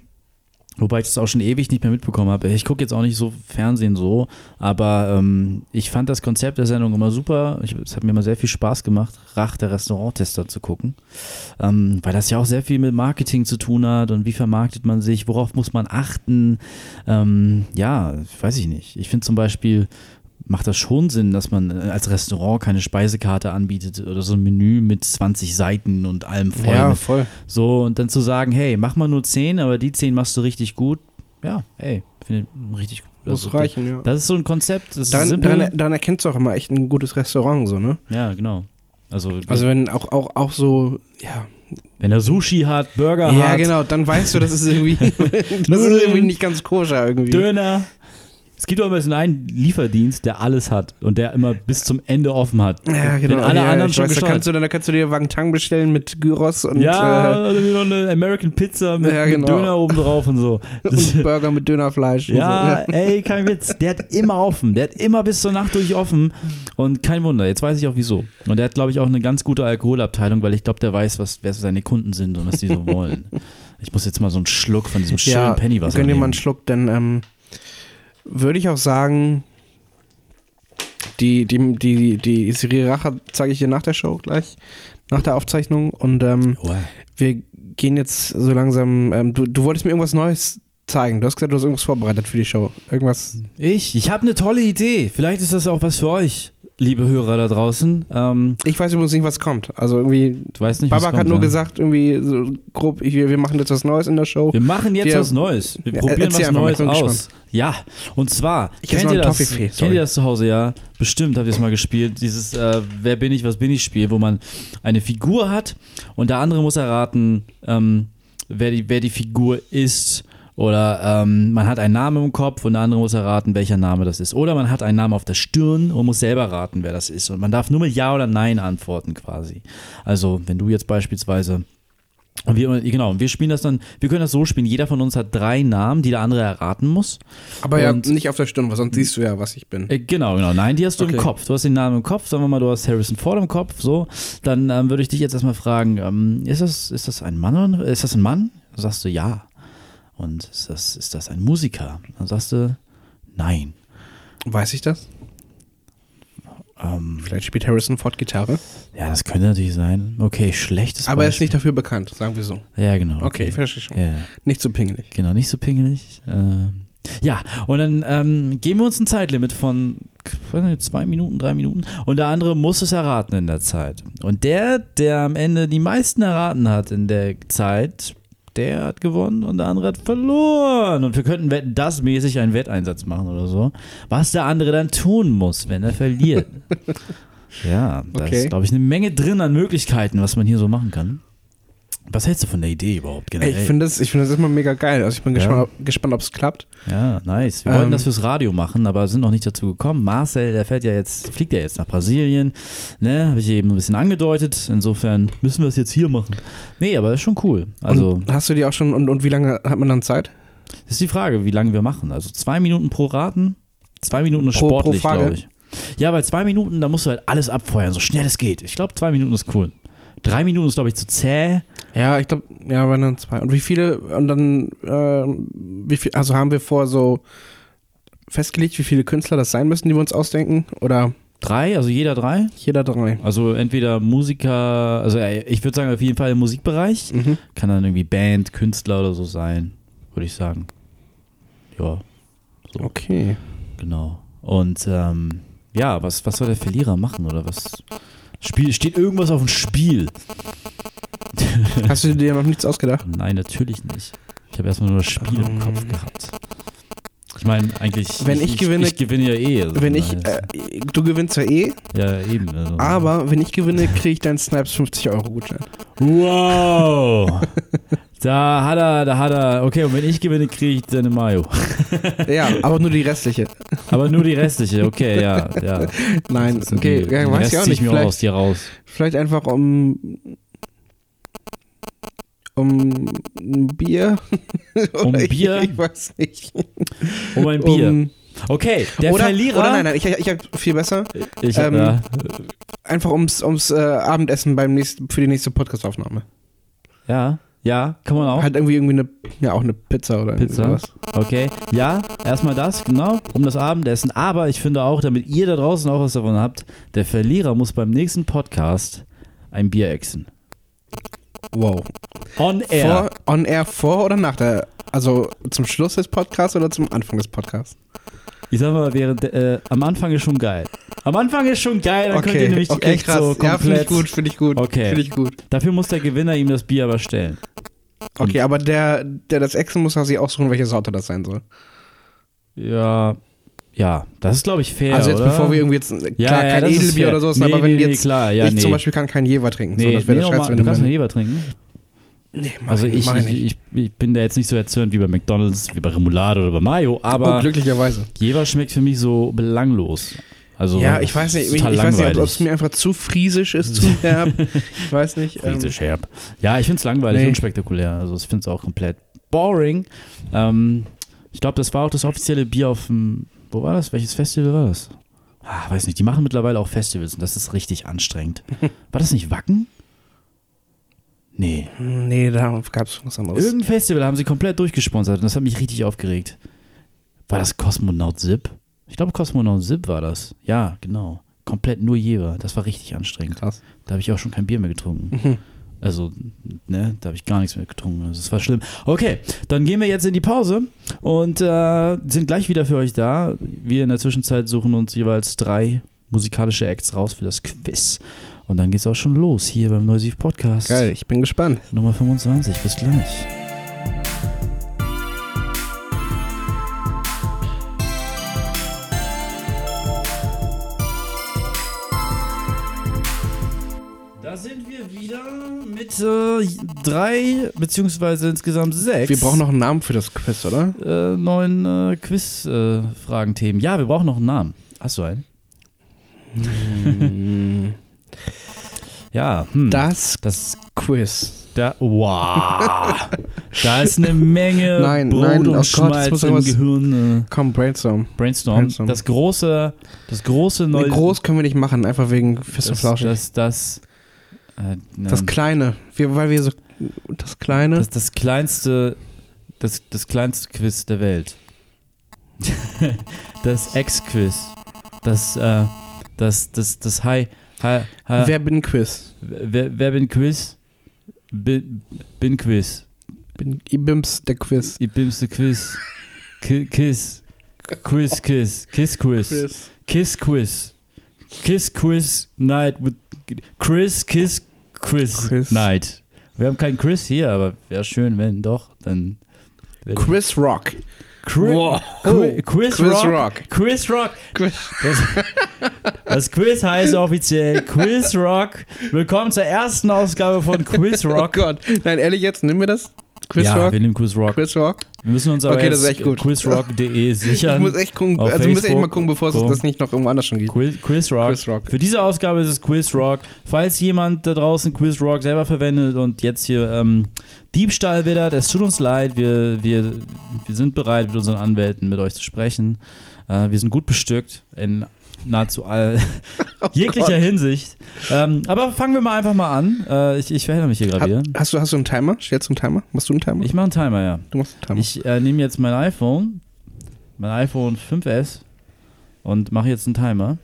Speaker 2: Wobei ich das auch schon ewig nicht mehr mitbekommen habe. Ich gucke jetzt auch nicht so Fernsehen so, aber ähm, ich fand das Konzept der Sendung immer super. Ich- Es hat mir immer sehr viel Spaß gemacht, Rach der Restauranttester zu gucken. Ähm, weil das ja auch sehr viel mit Marketing zu tun hat und wie vermarktet man sich, worauf muss man achten. Ähm, ja, weiß ich nicht. Ich finde zum Beispiel, macht das schon Sinn, dass man äh, als Restaurant keine Speisekarte anbietet oder so ein Menü mit 20 Seiten und allem voll.
Speaker 1: Ja,
Speaker 2: mit
Speaker 1: voll.
Speaker 2: so, und dann zu sagen, hey, mach mal nur 10, aber die 10 machst du richtig gut. Ja, hey, finde ich richtig gut.
Speaker 1: Muss
Speaker 2: Also,
Speaker 1: reichen, ja.
Speaker 2: Das ist so ein Konzept, das ist
Speaker 1: Dann,
Speaker 2: simpel.
Speaker 1: dann, dann erkennst du auch immer echt ein gutes Restaurant, so, ne?
Speaker 2: ja, genau. Also,
Speaker 1: Also wenn auch, auch, auch so, ja.
Speaker 2: wenn er Sushi hat, Burger
Speaker 1: Ja,
Speaker 2: hat,
Speaker 1: genau, dann weißt du, das ist irgendwie, das ist
Speaker 2: Nudeln.
Speaker 1: irgendwie nicht ganz koscher irgendwie.
Speaker 2: Döner. Es gibt auch immer so einen Lieferdienst, der alles hat und der immer bis zum Ende offen hat.
Speaker 1: Ja, genau.
Speaker 2: Wenn alle
Speaker 1: ja,
Speaker 2: anderen
Speaker 1: ich
Speaker 2: schon
Speaker 1: weiß, da
Speaker 2: geschaut
Speaker 1: kannst du, dann kannst du dir Wangtang bestellen mit Gyros und, äh,
Speaker 2: Ja, irgendwie noch eine American Pizza mit,
Speaker 1: Ja, genau.
Speaker 2: mit Döner oben drauf und so. Das-
Speaker 1: und Burger mit Dönerfleisch.
Speaker 2: Ja,
Speaker 1: Und
Speaker 2: ey, kein Witz. Der hat immer offen. Der hat immer bis zur Nacht durch offen. Und kein Wunder. Jetzt weiß ich auch wieso. Und der hat, glaube ich, auch eine ganz gute Alkoholabteilung, weil ich glaube, der weiß, was, wer so seine Kunden sind und was die so wollen. Ich muss jetzt mal so einen Schluck von diesem
Speaker 1: so.
Speaker 2: schönen
Speaker 1: ja,
Speaker 2: Pennywasser
Speaker 1: Gönn dir mal
Speaker 2: nehmen.
Speaker 1: einen Schluck, denn ähm, würde ich auch sagen, die, die, die, die Siri Rache zeige ich dir nach der Show gleich, nach der Aufzeichnung. Und ähm,
Speaker 2: Wow.
Speaker 1: wir gehen jetzt so langsam, ähm, du, du wolltest mir irgendwas Neues zeigen. Du hast gesagt, du hast irgendwas vorbereitet für die Show. Irgendwas.
Speaker 2: Ich, ich habe eine tolle Idee. Vielleicht ist das auch was für euch, liebe Hörer da draußen. Ähm,
Speaker 1: Ich weiß übrigens nicht, was kommt. Also irgendwie,
Speaker 2: du weißt nicht, was
Speaker 1: Babak
Speaker 2: kommt,
Speaker 1: hat nur
Speaker 2: ja.
Speaker 1: gesagt, irgendwie so grob, ich, wir machen jetzt was Neues in der Show.
Speaker 2: Wir machen jetzt
Speaker 1: Wir-
Speaker 2: was Neues. Wir
Speaker 1: Ja,
Speaker 2: probieren
Speaker 1: erzähl
Speaker 2: was
Speaker 1: einfach mal, ich
Speaker 2: Neues
Speaker 1: bin
Speaker 2: aus. Ja, und zwar,
Speaker 1: Ich esse
Speaker 2: kennt
Speaker 1: noch
Speaker 2: ihr,
Speaker 1: einen
Speaker 2: das,
Speaker 1: Toffifee,
Speaker 2: kennt
Speaker 1: sorry.
Speaker 2: ihr das zu Hause, ja? Bestimmt habt ihr es mal gespielt, dieses äh, Wer bin ich, was bin ich Spiel, wo man eine Figur hat und der andere muss erraten, ähm, wer, die, wer die Figur ist. Oder ähm, man hat einen Namen im Kopf und der andere muss erraten, welcher Name das ist. Oder man hat einen Namen auf der Stirn und muss selber raten, wer das ist. Und man darf nur mit Ja oder Nein antworten quasi. Also wenn du jetzt beispielsweise und wir, genau, und wir spielen das dann, wir können das so spielen, jeder von uns hat drei Namen, die der andere erraten muss.
Speaker 1: Aber ja,
Speaker 2: Und-
Speaker 1: nicht auf der Stirn, weil sonst siehst du ja, was ich bin.
Speaker 2: Äh, genau, genau. Nein, die hast du im
Speaker 1: Okay.
Speaker 2: Kopf. Du hast den Namen im Kopf, sagen wir mal, du hast Harrison Ford im Kopf, so. Dann ähm, würde ich dich jetzt erstmal fragen, ähm, ist, das, ist das ein Mann oder eine- ist das ein Mann? Dann sagst du ja. Und ist das, ist das ein Musiker? Dann sagst du nein.
Speaker 1: Weiß ich das?
Speaker 2: Ähm,
Speaker 1: Vielleicht spielt Harrison Ford Gitarre.
Speaker 2: ja, das könnte natürlich sein. Okay, schlechtes
Speaker 1: Aber er ist
Speaker 2: Beispiel.
Speaker 1: nicht dafür bekannt, sagen wir so.
Speaker 2: Ja, genau.
Speaker 1: Okay, verstehe schon.
Speaker 2: Ja.
Speaker 1: Nicht so pingelig.
Speaker 2: Genau, nicht so pingelig. Ähm, ja, und dann ähm, geben wir uns ein Zeitlimit von weiß nicht, zwei Minuten, drei Minuten. Und der andere muss es erraten in der Zeit. Und der, der am Ende die meisten erraten hat in der Zeit, der hat gewonnen und der andere hat verloren. Und wir könnten wetten, das mäßig einen Wetteinsatz machen oder so. Was der andere dann tun muss, wenn er verliert. ja, da
Speaker 1: Okay.
Speaker 2: ist, glaube ich, eine Menge drin an Möglichkeiten, was man hier so machen kann. Was hältst du von der Idee überhaupt
Speaker 1: Ey,
Speaker 2: generell?
Speaker 1: ich finde das, ich find das immer mega geil. Also ich bin
Speaker 2: Ja.
Speaker 1: gespannt, ob- gespannt ob es klappt.
Speaker 2: Ja, nice. Wir wollten
Speaker 1: Ähm,
Speaker 2: das fürs Radio machen, aber sind noch nicht dazu gekommen. Marcel, der fährt ja jetzt, fliegt ja jetzt nach Brasilien. Ne, habe ich eben ein bisschen angedeutet. Insofern müssen wir es jetzt hier machen. Nee, aber ist schon cool. Also,
Speaker 1: Und hast du die auch schon, und, und wie lange hat man dann Zeit?
Speaker 2: ist die Frage, wie lange wir machen. Also zwei Minuten pro Raten, zwei Minuten ist
Speaker 1: Pro- pro
Speaker 2: sportlich,
Speaker 1: Frage.
Speaker 2: glaube ich. Ja, weil zwei Minuten, da musst du halt alles abfeuern, so schnell es geht. Ich glaube, zwei Minuten ist cool. Drei Minuten ist, glaube ich, zu zäh.
Speaker 1: Ja, ich glaube, ja, waren dann zwei. Und wie viele, und dann, ähm, wie viel, also haben wir vor so festgelegt, wie viele Künstler das sein müssen, die wir uns ausdenken? Oder
Speaker 2: Drei, also jeder drei.
Speaker 1: Jeder drei.
Speaker 2: Also entweder Musiker, also äh, ich würde sagen auf jeden Fall im Musikbereich.
Speaker 1: Mhm.
Speaker 2: Kann dann irgendwie Band, Künstler oder so sein, würde ich sagen. Ja,
Speaker 1: Okay.
Speaker 2: genau. Und ähm, ja, was, was soll der Verlierer machen oder was? Spiel, steht irgendwas auf dem Spiel?
Speaker 1: Hast du dir noch nichts ausgedacht?
Speaker 2: Nein, natürlich nicht. Ich habe erstmal nur das Spiel im
Speaker 1: Ähm.
Speaker 2: Kopf gehabt. Ich meine, eigentlich.
Speaker 1: Wenn ich gewinne-
Speaker 2: Ich, gewinne ja eh. also
Speaker 1: Wenn
Speaker 2: von
Speaker 1: ich,
Speaker 2: daher-
Speaker 1: äh, du gewinnst ja eh,
Speaker 2: ja, eben. also.
Speaker 1: aber wenn ich gewinne, kriege ich deinen Snipes 50 Euro Gutschein.
Speaker 2: Wow! Da hat er, da hat er. Okay, und wenn ich gewinne, kriege ich deine Mayo.
Speaker 1: Ja, aber nur die restliche.
Speaker 2: Aber nur die restliche, okay, ja. ja.
Speaker 1: Nein,
Speaker 2: Das ist
Speaker 1: okay,
Speaker 2: die-
Speaker 1: ja,
Speaker 2: den
Speaker 1: weiß
Speaker 2: Rest
Speaker 1: ich auch
Speaker 2: zieh
Speaker 1: nicht.
Speaker 2: mir auch
Speaker 1: Vielleicht,
Speaker 2: aus dir raus.
Speaker 1: vielleicht einfach um um ein Bier.
Speaker 2: Um
Speaker 1: Oder
Speaker 2: Bier?
Speaker 1: Ich, ich weiß nicht.
Speaker 2: Um ein Bier.
Speaker 1: Um,
Speaker 2: okay, der
Speaker 1: oder,
Speaker 2: Verlierer.
Speaker 1: Oder nein, nein, ich, ich habe viel besser.
Speaker 2: Ich, äh,
Speaker 1: ähm,
Speaker 2: ja,
Speaker 1: Einfach ums, ums äh, Abendessen beim nächsten, für die nächste Podcastaufnahme.
Speaker 2: ja, ja, kann man auch.
Speaker 1: Halt irgendwie irgendwie eine, ja auch eine Pizza oder irgendwie
Speaker 2: Pizza?
Speaker 1: sowas.
Speaker 2: Okay, ja, erstmal das, genau, um das Abendessen. Aber ich finde auch, damit ihr da draußen auch was davon habt, der Verlierer muss beim nächsten Podcast ein Bier exen.
Speaker 1: Wow.
Speaker 2: On air.
Speaker 1: Vor, on air vor oder nach der, also zum Schluss des Podcasts oder zum Anfang des Podcasts?
Speaker 2: Ich sag mal, während, äh, am Anfang ist schon geil. Am Anfang ist schon geil, dann könnt ihr nämlich echt so komplett.
Speaker 1: ja, finde ich gut, finde ich gut.
Speaker 2: Okay.
Speaker 1: Finde ich gut.
Speaker 2: Dafür muss der Gewinner ihm das Bier aber stellen.
Speaker 1: Okay, aber der, der das Exen muss, muss sich aussuchen, welche Sorte das sein soll.
Speaker 2: Ja, ja, das ist glaube ich fair,
Speaker 1: also jetzt
Speaker 2: oder?
Speaker 1: bevor wir irgendwie jetzt, klar,
Speaker 2: ja, ja,
Speaker 1: kein
Speaker 2: das ist
Speaker 1: Edelbier
Speaker 2: fair.
Speaker 1: oder sowas,
Speaker 2: nee,
Speaker 1: aber wenn
Speaker 2: nee, nee,
Speaker 1: jetzt,
Speaker 2: klar, ja,
Speaker 1: ich
Speaker 2: nee.
Speaker 1: zum Beispiel kann kein Jever trinken, so,
Speaker 2: nee,
Speaker 1: das wäre
Speaker 2: nee,
Speaker 1: scheiße,
Speaker 2: nochmal,
Speaker 1: wenn
Speaker 2: du kannst
Speaker 1: dann-
Speaker 2: einen Heber trinken.
Speaker 1: Nee, Mann,
Speaker 2: Also ich,
Speaker 1: mach
Speaker 2: ich,
Speaker 1: nicht.
Speaker 2: ich, ich bin da jetzt nicht so erzürnt wie bei McDonalds, wie bei Remoulade oder bei Mayo,
Speaker 1: Oh,
Speaker 2: aber
Speaker 1: glücklicherweise.
Speaker 2: Jever schmeckt für mich so belanglos. Also
Speaker 1: ja, ich weiß nicht, ich, ich
Speaker 2: total
Speaker 1: weiß nicht, ob
Speaker 2: langweilig.
Speaker 1: es mir einfach zu friesisch ist, zu herb. Ich weiß nicht. Ähm,
Speaker 2: Friesisch herb. Ja, ich finde es langweilig
Speaker 1: Nee.
Speaker 2: und spektakulär. Also ich finde es auch komplett boring. Ähm, ich glaube, das war auch das offizielle Bier auf dem, wo war das? Welches Festival war das? Ah, weiß nicht, die machen mittlerweile auch Festivals und das ist richtig anstrengend. War das nicht Wacken? Nee.
Speaker 1: nee, da gab es was anderes.
Speaker 2: Irgendein Festival haben sie komplett durchgesponsert und das hat mich richtig aufgeregt. War das Kosmonaut Zip? Ich glaube, Kosmonaut Zip war das. Ja, genau. Komplett nur Jever. Das war richtig anstrengend.
Speaker 1: Krass.
Speaker 2: Da habe ich auch schon kein Bier mehr getrunken.
Speaker 1: Mhm.
Speaker 2: Also, ne, da habe ich gar nichts mehr getrunken. Also, es war schlimm. Okay, dann gehen wir jetzt in die Pause und äh, sind gleich wieder für euch da. Wir in der Zwischenzeit suchen uns jeweils drei musikalische Acts raus für das Quiz. Und dann geht's auch schon los hier beim Neusiv Podcast.
Speaker 1: Geil, ich bin gespannt.
Speaker 2: Nummer 25, bis gleich. Da sind wir wieder mit äh, drei, beziehungsweise insgesamt sechs.
Speaker 1: Wir brauchen noch einen Namen für das Quiz, oder?
Speaker 2: äh, neuen äh, Quiz-Fragenthemen. ja, wir brauchen noch einen Namen. Hast du einen? Ja, hm.
Speaker 1: Das
Speaker 2: das
Speaker 1: Quiz.
Speaker 2: Da, wow. da ist eine Menge
Speaker 1: Nein,
Speaker 2: Brot
Speaker 1: nein,
Speaker 2: und
Speaker 1: oh Gott,
Speaker 2: Schmalz
Speaker 1: jetzt muss
Speaker 2: im
Speaker 1: irgendwas-
Speaker 2: Gehirn.
Speaker 1: Komm, brainstorm.
Speaker 2: Äh, Brainstorm.
Speaker 1: Brainstorm.
Speaker 2: Das große, das große
Speaker 1: Nee,
Speaker 2: neue.
Speaker 1: groß können wir nicht machen, einfach wegen Fist und
Speaker 2: das,
Speaker 1: Flauschig. Das,
Speaker 2: das, das, äh, nein,
Speaker 1: Kleine. Wir, weil wir so. Das Kleine.
Speaker 2: das, das kleinste, das, das kleinste Quiz der Welt. das Ex-Quiz. Das, äh, das, das, das Hi, Hi, Hi.
Speaker 1: Wer bin Quiz?
Speaker 2: wer, wer bin Quiz? Bin, bin Quiz.
Speaker 1: Bin Ibims der Quiz.
Speaker 2: Ich bin's der Quiz. Ki Kiss. Quiz, Kiss. Kiss, Quiz. Kiss, Quiz. Kiss, Quiz Night with Chris, Kiss, Quiz
Speaker 1: Quiz.
Speaker 2: Night. Wir haben keinen Chris hier, aber wäre schön, wenn doch, dann.
Speaker 1: Chris Rock.
Speaker 2: Chris,
Speaker 1: Wow. Oh,
Speaker 2: Chris,
Speaker 1: Chris
Speaker 2: Rock.
Speaker 1: Rock.
Speaker 2: Chris Rock.
Speaker 1: Quiz-
Speaker 2: Das, das Quiz heißt offiziell Quiz Rock. Willkommen zur ersten Ausgabe von Quiz
Speaker 1: Oh
Speaker 2: Rock.
Speaker 1: Gott. Nein, ehrlich jetzt, nehmen wir das? Quiz
Speaker 2: ja,
Speaker 1: Rock?
Speaker 2: wir nehmen Quiz Rock.
Speaker 1: Quiz Rock?
Speaker 2: Wir müssen uns aber
Speaker 1: Okay, das
Speaker 2: jetzt
Speaker 1: ist echt gut.
Speaker 2: quizrock.de sichern.
Speaker 1: Ich muss echt gucken,
Speaker 2: Auf
Speaker 1: also wir müssen echt
Speaker 2: Facebook.
Speaker 1: mal gucken, bevor es
Speaker 2: Gucken.
Speaker 1: das nicht noch irgendwo anders schon gibt.
Speaker 2: Quiz, Quiz Rock.
Speaker 1: Quiz Rock.
Speaker 2: Für diese Ausgabe ist es Quiz Rock. Falls jemand da draußen Quiz Rock selber verwendet und jetzt hier ähm, Diebstahl wittert, es tut uns leid. Wir, wir, wir sind bereit, mit unseren Anwälten mit euch zu sprechen. Äh, wir sind gut bestückt in nahezu all jeglicher Hinsicht. Ähm, aber fangen wir mal einfach mal an. Äh, ich, ich verhindere mich hier gerade wieder.
Speaker 1: Ha- Hast du, hast du einen Timer? Stellst du einen Timer? Machst du einen Timer?
Speaker 2: Ich mache einen Timer, ja.
Speaker 1: du machst einen Timer.
Speaker 2: Ich äh, nehme jetzt mein iPhone, mein iPhone 5S und mache jetzt einen Timer.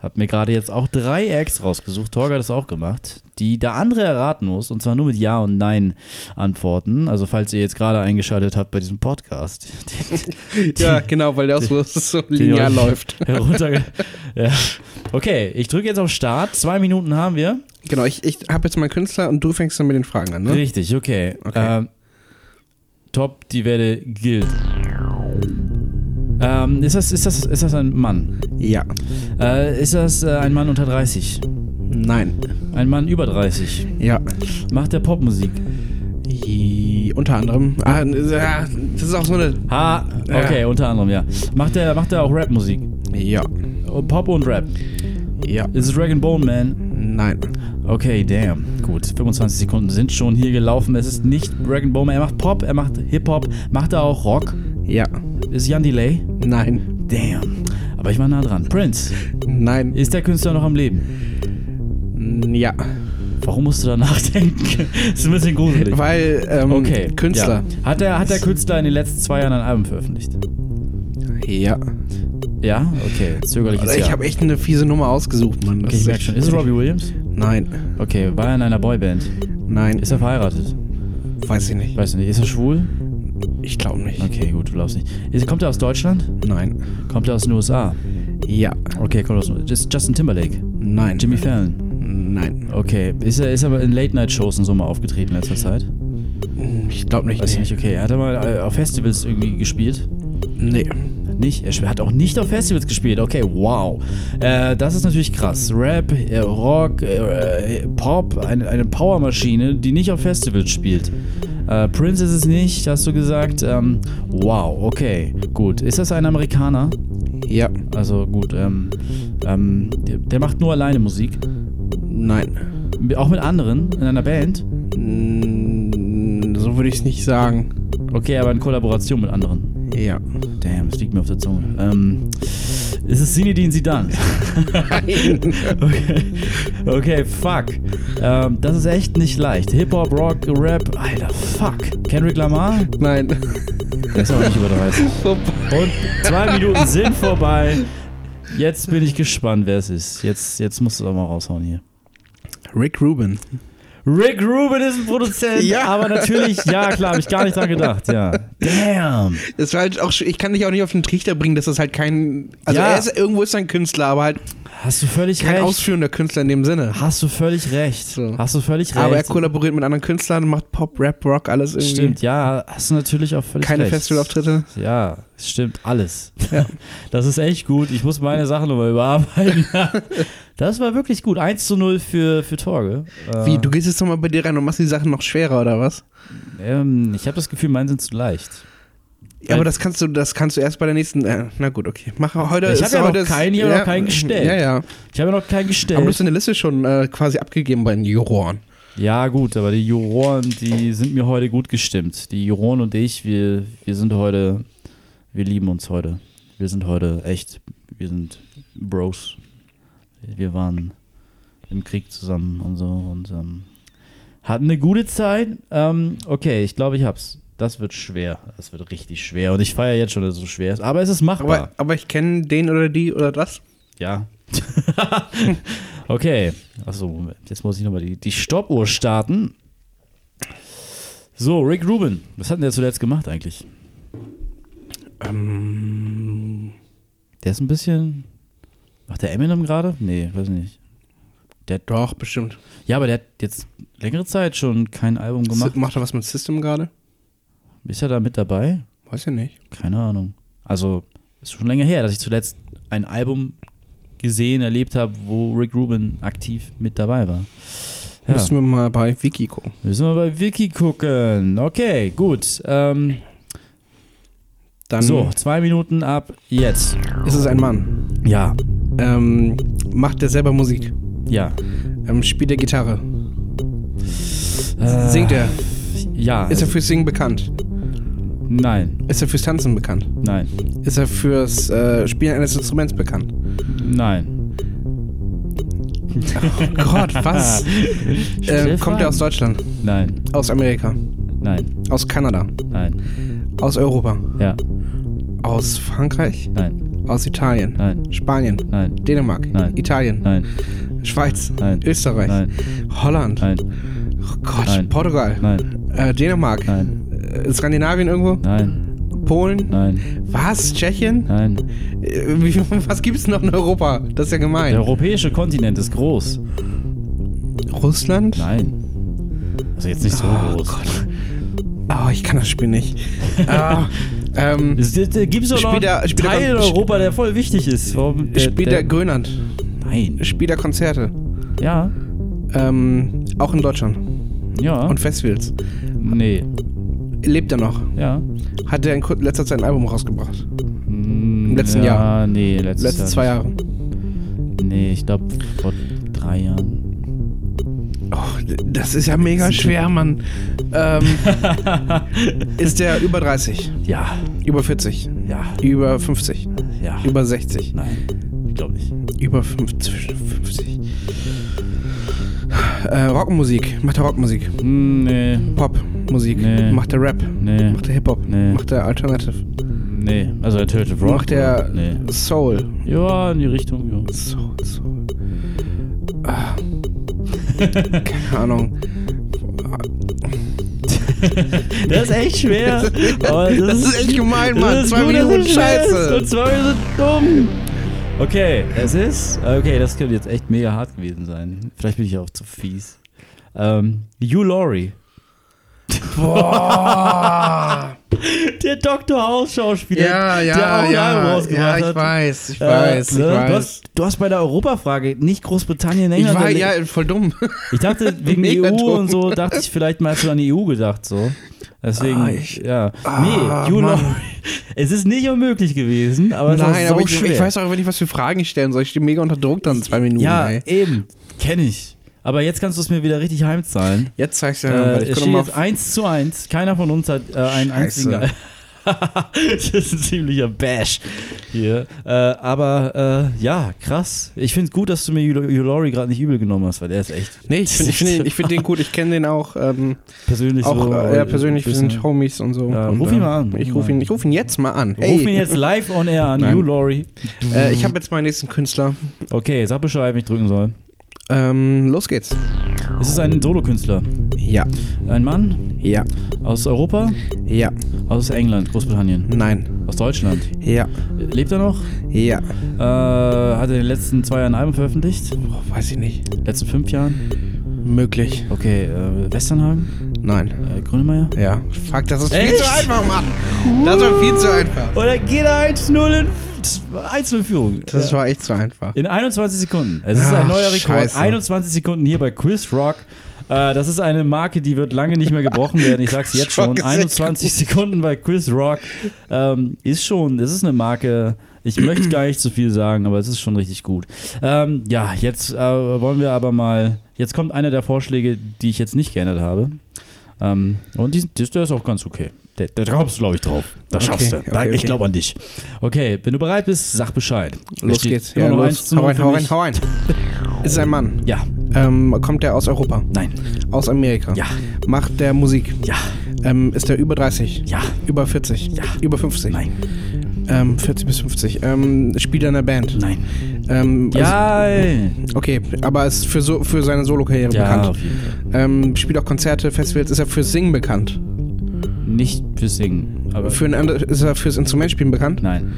Speaker 2: Hab mir gerade jetzt auch drei Acts rausgesucht. Torge hat das auch gemacht, die der andere erraten muss und zwar nur mit Ja und Nein antworten. Also falls ihr jetzt gerade eingeschaltet habt bei diesem Podcast,
Speaker 1: ja, genau, weil der auch so, so
Speaker 2: den
Speaker 1: linear
Speaker 2: ihr euch
Speaker 1: läuft.
Speaker 2: herunterge. ja. Okay, ich drücke jetzt auf Start. Zwei Minuten haben wir.
Speaker 1: Genau, ich, ich habe jetzt meinen Künstler und du fängst dann mit den Fragen an, ne?
Speaker 2: Richtig, okay.
Speaker 1: Okay.
Speaker 2: Ähm, top, die Welle gilt. Ähm, ist, das, ist, das, ist das ein Mann?
Speaker 1: Ja.
Speaker 2: Äh, ist das äh, ein Mann unter 30?
Speaker 1: Nein.
Speaker 2: Ein Mann über 30?
Speaker 1: Ja.
Speaker 2: Macht er Popmusik?
Speaker 1: I, unter anderem. Ah, ja, das ist auch so eine.
Speaker 2: Ha, okay, unter anderem, ja. Macht er macht er auch Rapmusik?
Speaker 1: Ja.
Speaker 2: Oh, Pop und Rap.
Speaker 1: Ja.
Speaker 2: Ist es Dragon Bone Man?
Speaker 1: Nein.
Speaker 2: Okay, damn. Gut, 25 Sekunden sind schon hier gelaufen. Es ist nicht Dragon Bone Man. Er macht Pop, er macht Hip-Hop, macht er auch Rock?
Speaker 1: Ja.
Speaker 2: Ist Jan Delay?
Speaker 1: Nein.
Speaker 2: Damn. Aber ich war nah dran. Prince.
Speaker 1: Nein.
Speaker 2: Ist der Künstler noch am Leben?
Speaker 1: Ja.
Speaker 2: Warum musst du da nachdenken? ist ein bisschen gruselig.
Speaker 1: Weil, ähm,
Speaker 2: Okay.
Speaker 1: Künstler.
Speaker 2: Ja. Hat, der, hat der Künstler in den letzten zwei Jahren ein Album veröffentlicht?
Speaker 1: Ja.
Speaker 2: Ja? Okay. Zögerliches
Speaker 1: Also ich
Speaker 2: Ja.
Speaker 1: habe echt eine fiese Nummer ausgesucht, Mann. Das
Speaker 2: Okay, ich merke
Speaker 1: echt-
Speaker 2: schon. Ist es Robbie Williams?
Speaker 1: Nein.
Speaker 2: Okay, war er in einer Boyband?
Speaker 1: Nein.
Speaker 2: Ist er verheiratet?
Speaker 1: weiß ich nicht.
Speaker 2: Weiß nicht. Ist er schwul?
Speaker 1: Ich glaube nicht.
Speaker 2: Okay, gut, du glaubst nicht. Ist, kommt er aus Deutschland?
Speaker 1: Nein.
Speaker 2: Kommt er aus den USA?
Speaker 1: Ja.
Speaker 2: Okay, kommt aus ist Justin Timberlake.
Speaker 1: Nein.
Speaker 2: Jimmy Fallon.
Speaker 1: Nein.
Speaker 2: Okay, ist er ist aber in Late-Night-Shows und so mal aufgetreten in letzter Zeit?
Speaker 1: Ich glaube nicht.
Speaker 2: Weiß ich
Speaker 1: nee.
Speaker 2: nicht, okay. Hat er mal äh, auf Festivals irgendwie gespielt?
Speaker 1: Nee.
Speaker 2: Nicht, er hat auch nicht auf Festivals gespielt. Okay, wow. Äh, das ist natürlich krass. Rap, äh, Rock, äh, äh, Pop, eine, eine Powermaschine, die nicht auf Festivals spielt. Äh, Prince ist es nicht, hast du gesagt. Ähm, wow, okay, gut. Ist das ein Amerikaner?
Speaker 1: Ja.
Speaker 2: Also gut, ähm, ähm, der, der macht nur alleine Musik.
Speaker 1: Nein.
Speaker 2: Auch mit anderen in einer Band.
Speaker 1: Mm, So würde ich es nicht sagen.
Speaker 2: Okay, aber in Kollaboration mit anderen.
Speaker 1: Ja.
Speaker 2: Damn, das liegt mir auf der Zunge. Ähm, ist es Sinedin Sidan? Okay, okay fuck. Ähm, das ist echt nicht leicht. Hip-Hop, Rock, Rap, alter, fuck. Kendrick Lamar?
Speaker 1: Nein.
Speaker 2: Der ist aber nicht über 30. Und zwei Minuten sind vorbei. Jetzt bin ich gespannt, wer es ist. Jetzt, jetzt musst du es auch mal raushauen hier.
Speaker 1: Rick Rubin.
Speaker 2: Rick Rubin ist ein Produzent,
Speaker 1: Ja.
Speaker 2: aber natürlich, ja klar, habe ich gar nicht dran gedacht, ja. Damn.
Speaker 1: Das war halt auch, sch- ich kann dich auch nicht auf den Trichter bringen, dass das halt kein. Also
Speaker 2: Ja.
Speaker 1: er ist irgendwo ist er ein Künstler, aber halt
Speaker 2: Hast du völlig
Speaker 1: kein
Speaker 2: recht.
Speaker 1: ausführender Künstler in dem Sinne.
Speaker 2: Hast du völlig recht.
Speaker 1: So.
Speaker 2: Hast du völlig recht.
Speaker 1: Aber er kollaboriert mit anderen Künstlern, macht Pop, Rap, Rock, alles irgendwie.
Speaker 2: Stimmt, ja, hast du natürlich auch völlig
Speaker 1: Keine
Speaker 2: recht.
Speaker 1: Festivalauftritte.
Speaker 2: Ja, es stimmt, alles. Das ist echt gut. Ich muss meine Sachen nochmal überarbeiten. Das war wirklich gut. 1 zu 0 für, für Torge. Äh,
Speaker 1: Wie, du gehst jetzt nochmal bei dir rein und machst die Sachen noch schwerer oder was?
Speaker 2: ähm, ich habe das Gefühl, meine sind zu leicht.
Speaker 1: Ja, aber das kannst du, das kannst du erst bei der nächsten. Äh, na gut, okay. Mach heute.
Speaker 2: Ich hab
Speaker 1: ist
Speaker 2: ja noch
Speaker 1: heute ist-
Speaker 2: keinen, ich hab noch keinen gestellt.
Speaker 1: Ja, ja.
Speaker 2: Ich habe ja noch keinen gestellt.
Speaker 1: Aber du hast eine Liste schon äh, quasi abgegeben bei den Juroren.
Speaker 2: Ja, gut, aber die Juroren, die sind mir heute gut gestimmt. Die Juroren und ich, wir, wir sind heute, wir lieben uns heute. Wir sind heute echt, wir sind Bros. Wir waren im Krieg zusammen und so und ähm, hatten eine gute Zeit. Ähm, okay, ich glaube, ich hab's. Das wird schwer. Das wird richtig schwer. Und ich feiere jetzt schon, dass es so schwer ist. Aber es ist machbar.
Speaker 1: Aber, aber ich kenne den oder die oder das.
Speaker 2: Ja. okay. Achso, jetzt muss ich nochmal die, die Stoppuhr starten. So, Rick Rubin. Was hat denn der zuletzt gemacht eigentlich?
Speaker 1: Ähm,
Speaker 2: Der ist ein bisschen. Macht der Eminem gerade? Nee, weiß nicht.
Speaker 1: doch, bestimmt.
Speaker 2: Ja, aber der hat jetzt längere Zeit schon kein Album
Speaker 1: Macht,
Speaker 2: gemacht.
Speaker 1: macht er was mit System gerade?
Speaker 2: Ist er da mit dabei?
Speaker 1: Weiß ich nicht.
Speaker 2: Keine Ahnung. Also, ist schon länger her, dass ich zuletzt ein Album gesehen, erlebt habe, wo Rick Rubin aktiv mit dabei war. Ja.
Speaker 1: Müssen wir mal bei Wiki gucken.
Speaker 2: Müssen wir bei Wiki gucken. Okay, gut. Ähm,
Speaker 1: Dann
Speaker 2: so, zwei Minuten ab jetzt.
Speaker 1: ist es ein Mann.
Speaker 2: Ja,
Speaker 1: Ähm, macht er selber Musik?
Speaker 2: ja.
Speaker 1: Ähm, spielt er Gitarre?
Speaker 2: Äh,
Speaker 1: Singt er?
Speaker 2: Ja.
Speaker 1: Ist er
Speaker 2: also-
Speaker 1: fürs Singen bekannt?
Speaker 2: Nein,
Speaker 1: Ist er fürs Tanzen bekannt?
Speaker 2: nein,
Speaker 1: Ist er fürs äh, Spielen eines Instruments bekannt?
Speaker 2: nein.
Speaker 1: Oh Gott, was? äh,
Speaker 2: Stell
Speaker 1: kommt er
Speaker 2: Fragen.
Speaker 1: aus Deutschland?
Speaker 2: Ah. Nein,
Speaker 1: Aus Amerika?
Speaker 2: nein,
Speaker 1: Aus Kanada?
Speaker 2: nein.
Speaker 1: Aus Europa?
Speaker 2: Ja,
Speaker 1: Aus Frankreich?
Speaker 2: nein,
Speaker 1: Aus Italien.
Speaker 2: Nein.
Speaker 1: Spanien.
Speaker 2: Nein.
Speaker 1: Dänemark.
Speaker 2: Nein.
Speaker 1: Italien.
Speaker 2: Nein.
Speaker 1: Schweiz.
Speaker 2: Nein.
Speaker 1: Österreich.
Speaker 2: Nein.
Speaker 1: Holland.
Speaker 2: Nein.
Speaker 1: Oh Gott.
Speaker 2: Nein.
Speaker 1: Portugal.
Speaker 2: Nein.
Speaker 1: Äh, Dänemark.
Speaker 2: Nein.
Speaker 1: Äh, Skandinavien irgendwo.
Speaker 2: Nein.
Speaker 1: Polen.
Speaker 2: Nein.
Speaker 1: Was? Tschechien?
Speaker 2: Nein.
Speaker 1: Äh, wie, was gibt's noch in Europa? Das ist ja gemein.
Speaker 2: Der europäische Kontinent ist groß.
Speaker 1: Russland?
Speaker 2: Nein. Also jetzt nicht so
Speaker 1: Oh
Speaker 2: groß.
Speaker 1: Gott. Oh, ich kann das Spiel nicht. Ah, ähm,
Speaker 2: Es gibt so noch
Speaker 1: Spielt der-
Speaker 2: einen
Speaker 1: spielt der
Speaker 2: Teil in
Speaker 1: Kon-
Speaker 2: Europa, der voll wichtig ist. Warum, der,
Speaker 1: spielt der Grönland.
Speaker 2: Nein.
Speaker 1: Spielt der Konzerte.
Speaker 2: Ja.
Speaker 1: Ähm, auch in Deutschland.
Speaker 2: Ja.
Speaker 1: Und Festivals.
Speaker 2: nee.
Speaker 1: Lebt er noch?
Speaker 2: Ja.
Speaker 1: Hat er in kur- letzter Zeit ein Album rausgebracht?
Speaker 2: Im
Speaker 1: letzten
Speaker 2: Mm, ja,
Speaker 1: Jahr.
Speaker 2: Nee, letztes
Speaker 1: Letzte
Speaker 2: Jahr.
Speaker 1: zwei Jahre.
Speaker 2: Nee, ich glaube vor drei Jahren.
Speaker 1: Oh, d- das ist ja mega schwer, Mann. Ähm, ist der über 30?
Speaker 2: Ja.
Speaker 1: Über 40?
Speaker 2: Ja.
Speaker 1: Über 50?
Speaker 2: Ja.
Speaker 1: Über 60?
Speaker 2: Nein. Ich glaube nicht.
Speaker 1: Über 50? 50. Äh, Rockmusik. Macht er Rockmusik?
Speaker 2: Hm, Nee.
Speaker 1: Popmusik?
Speaker 2: Nee.
Speaker 1: Macht er Rap?
Speaker 2: Nee.
Speaker 1: Macht er Hip-Hop?
Speaker 2: Nee.
Speaker 1: Macht er Alternative?
Speaker 2: Nee. Also Alternative Rock.
Speaker 1: Macht er
Speaker 2: Nee.
Speaker 1: Soul?
Speaker 2: Ja, in die Richtung, ja.
Speaker 1: Soul, Soul. Ah. Keine Ahnung.
Speaker 2: Das ist echt schwer. Aber
Speaker 1: Das ist echt gemein, Mann.
Speaker 2: das ist
Speaker 1: Zwei
Speaker 2: gut,
Speaker 1: Minuten
Speaker 2: dass es schwer ist.
Speaker 1: Scheiße.
Speaker 2: Und zwei Minuten dumm. Okay, es ist. Okay, das könnte jetzt echt mega hart gewesen sein. Vielleicht bin ich auch zu fies. Ähm, Hugh Laurie. Der Dr. House-Schauspieler, der auch ein Album rausgebracht hat.
Speaker 1: weiß, ich
Speaker 2: Äh, ne? Du, hast, du hast bei der Europafrage nicht Großbritannien,
Speaker 1: Ich
Speaker 2: England.
Speaker 1: war
Speaker 2: erle-
Speaker 1: ja voll dumm.
Speaker 2: ich dachte, wegen
Speaker 1: Mega
Speaker 2: EU
Speaker 1: dumm.
Speaker 2: und so, dachte ich, vielleicht mal hast du an die EU gedacht, so. Deswegen,
Speaker 1: Ah, ich-
Speaker 2: ja.
Speaker 1: Ah,
Speaker 2: nee, you
Speaker 1: Mann.
Speaker 2: know, es ist nicht unmöglich gewesen, aber es
Speaker 1: Nein,
Speaker 2: war
Speaker 1: aber ich,
Speaker 2: schwer.
Speaker 1: ich weiß auch einfach nicht, was für Fragen ich stellen soll. Ich stehe mega unter Druck dann in zwei Minuten.
Speaker 2: Ja,
Speaker 1: ey.
Speaker 2: eben. Kenne ich. Aber jetzt kannst du es mir wieder richtig heimzahlen.
Speaker 1: Jetzt zeigst du ja,
Speaker 2: Äh,
Speaker 1: ich konnte
Speaker 2: es steht
Speaker 1: mal
Speaker 2: jetzt 1 zu 1. Keiner von uns hat äh, einen einzigen.
Speaker 1: Scheiße.
Speaker 2: Ge- das ist ein ziemlicher Bash hier. Äh, aber äh, ja, krass. Ich finde es gut, dass du mir Ulori gerade nicht übel genommen hast, weil der ist echt
Speaker 1: Nee, ich finde ich find, den- ich find den gut. Ich kenne den auch. Ähm,
Speaker 2: persönlich
Speaker 1: auch
Speaker 2: so.
Speaker 1: äh, ja, persönlich, wir
Speaker 2: bisschen-
Speaker 1: sind Homies und so.
Speaker 2: Ja,
Speaker 1: und,
Speaker 2: ruf ihn
Speaker 1: äh,
Speaker 2: mal an.
Speaker 1: Ich rufe ihn, ich ruf ihn jetzt mal an. Ey,
Speaker 2: Ruf ihn jetzt live on air an,
Speaker 1: Nein.
Speaker 2: you Laurie.
Speaker 1: Äh, ich habe jetzt meinen nächsten Künstler.
Speaker 2: Okay, sag Bescheid, wenn ich drücken soll.
Speaker 1: Ähm, los geht's.
Speaker 2: Es ist ein Solokünstler.
Speaker 1: Ja,
Speaker 2: Ein Mann
Speaker 1: ja,
Speaker 2: aus Europa,
Speaker 1: ja,
Speaker 2: aus England, Großbritannien,
Speaker 1: nein,
Speaker 2: aus Deutschland.
Speaker 1: ja,
Speaker 2: Lebt er noch?
Speaker 1: ja.
Speaker 2: Äh, hat er in den letzten zwei Jahren ein Album veröffentlicht?
Speaker 1: Boah, Oh, weiß ich nicht.
Speaker 2: Letzten fünf Jahren?
Speaker 1: Möglich.
Speaker 2: Okay, äh, Westernhagen,
Speaker 1: Nein.
Speaker 2: äh, Grönemeyer.
Speaker 1: Ja. Fuck, das ist viel
Speaker 2: Echt?
Speaker 1: zu einfach, Mann. Das war viel zu einfach.
Speaker 2: Oder geht er 1-0 in 1 in Führung?
Speaker 1: Das
Speaker 2: Ja.
Speaker 1: war echt zu einfach.
Speaker 2: In 21 Sekunden. Es ist
Speaker 1: Ach,
Speaker 2: ein neuer Rekord.
Speaker 1: scheiße.
Speaker 2: 21 Sekunden hier bei Quiz Rock. Äh, Das ist eine Marke, die wird lange nicht mehr gebrochen werden. Ich sag's jetzt
Speaker 1: Rock
Speaker 2: schon.
Speaker 1: ist echt
Speaker 2: 21 Sekunden bei Quiz Rock ähm, ist schon, es ist eine Marke. Ich möchte gar nicht zu viel sagen, aber es ist schon richtig gut. Ähm, ja, jetzt äh, wollen wir aber mal. Jetzt kommt einer der Vorschläge, die ich jetzt nicht geändert habe. Ähm, und die, die, der ist auch ganz okay. Der, der kommst du, glaube ich, drauf. Da
Speaker 1: Okay,
Speaker 2: schaffst du. Da,
Speaker 1: okay,
Speaker 2: Ich
Speaker 1: okay.
Speaker 2: glaube an dich. Okay, wenn du bereit bist, sag Bescheid.
Speaker 1: Los
Speaker 2: Steht
Speaker 1: geht's.
Speaker 2: Immer
Speaker 1: Ja,
Speaker 2: noch
Speaker 1: los.
Speaker 2: 1 zu
Speaker 1: Hau
Speaker 2: 0
Speaker 1: rein,
Speaker 2: für
Speaker 1: hau rein,
Speaker 2: mich.
Speaker 1: hau rein. Ist ein Mann.
Speaker 2: Ja,
Speaker 1: Ähm, kommt der aus Europa?
Speaker 2: nein.
Speaker 1: Aus Amerika?
Speaker 2: Ja,
Speaker 1: Macht der Musik?
Speaker 2: ja,
Speaker 1: Ähm, ist der über 30?
Speaker 2: ja,
Speaker 1: Über 40?
Speaker 2: Ja.
Speaker 1: Über 50?
Speaker 2: nein,
Speaker 1: Ähm, 40 bis 50. Ähm, spielt er in einer Band?
Speaker 2: nein. Also,
Speaker 1: Ähm,
Speaker 2: Ja,
Speaker 1: Ist, okay, aber ist für, so, für seine Solo-Karriere
Speaker 2: ja
Speaker 1: bekannt.
Speaker 2: auf jeden Fall.
Speaker 1: Ähm, spielt auch Konzerte, Festivals. Ist er fürs Singen bekannt?
Speaker 2: Nicht fürs Singen, aber
Speaker 1: Für ein ander- ist er fürs Instrumentspielen bekannt?
Speaker 2: nein.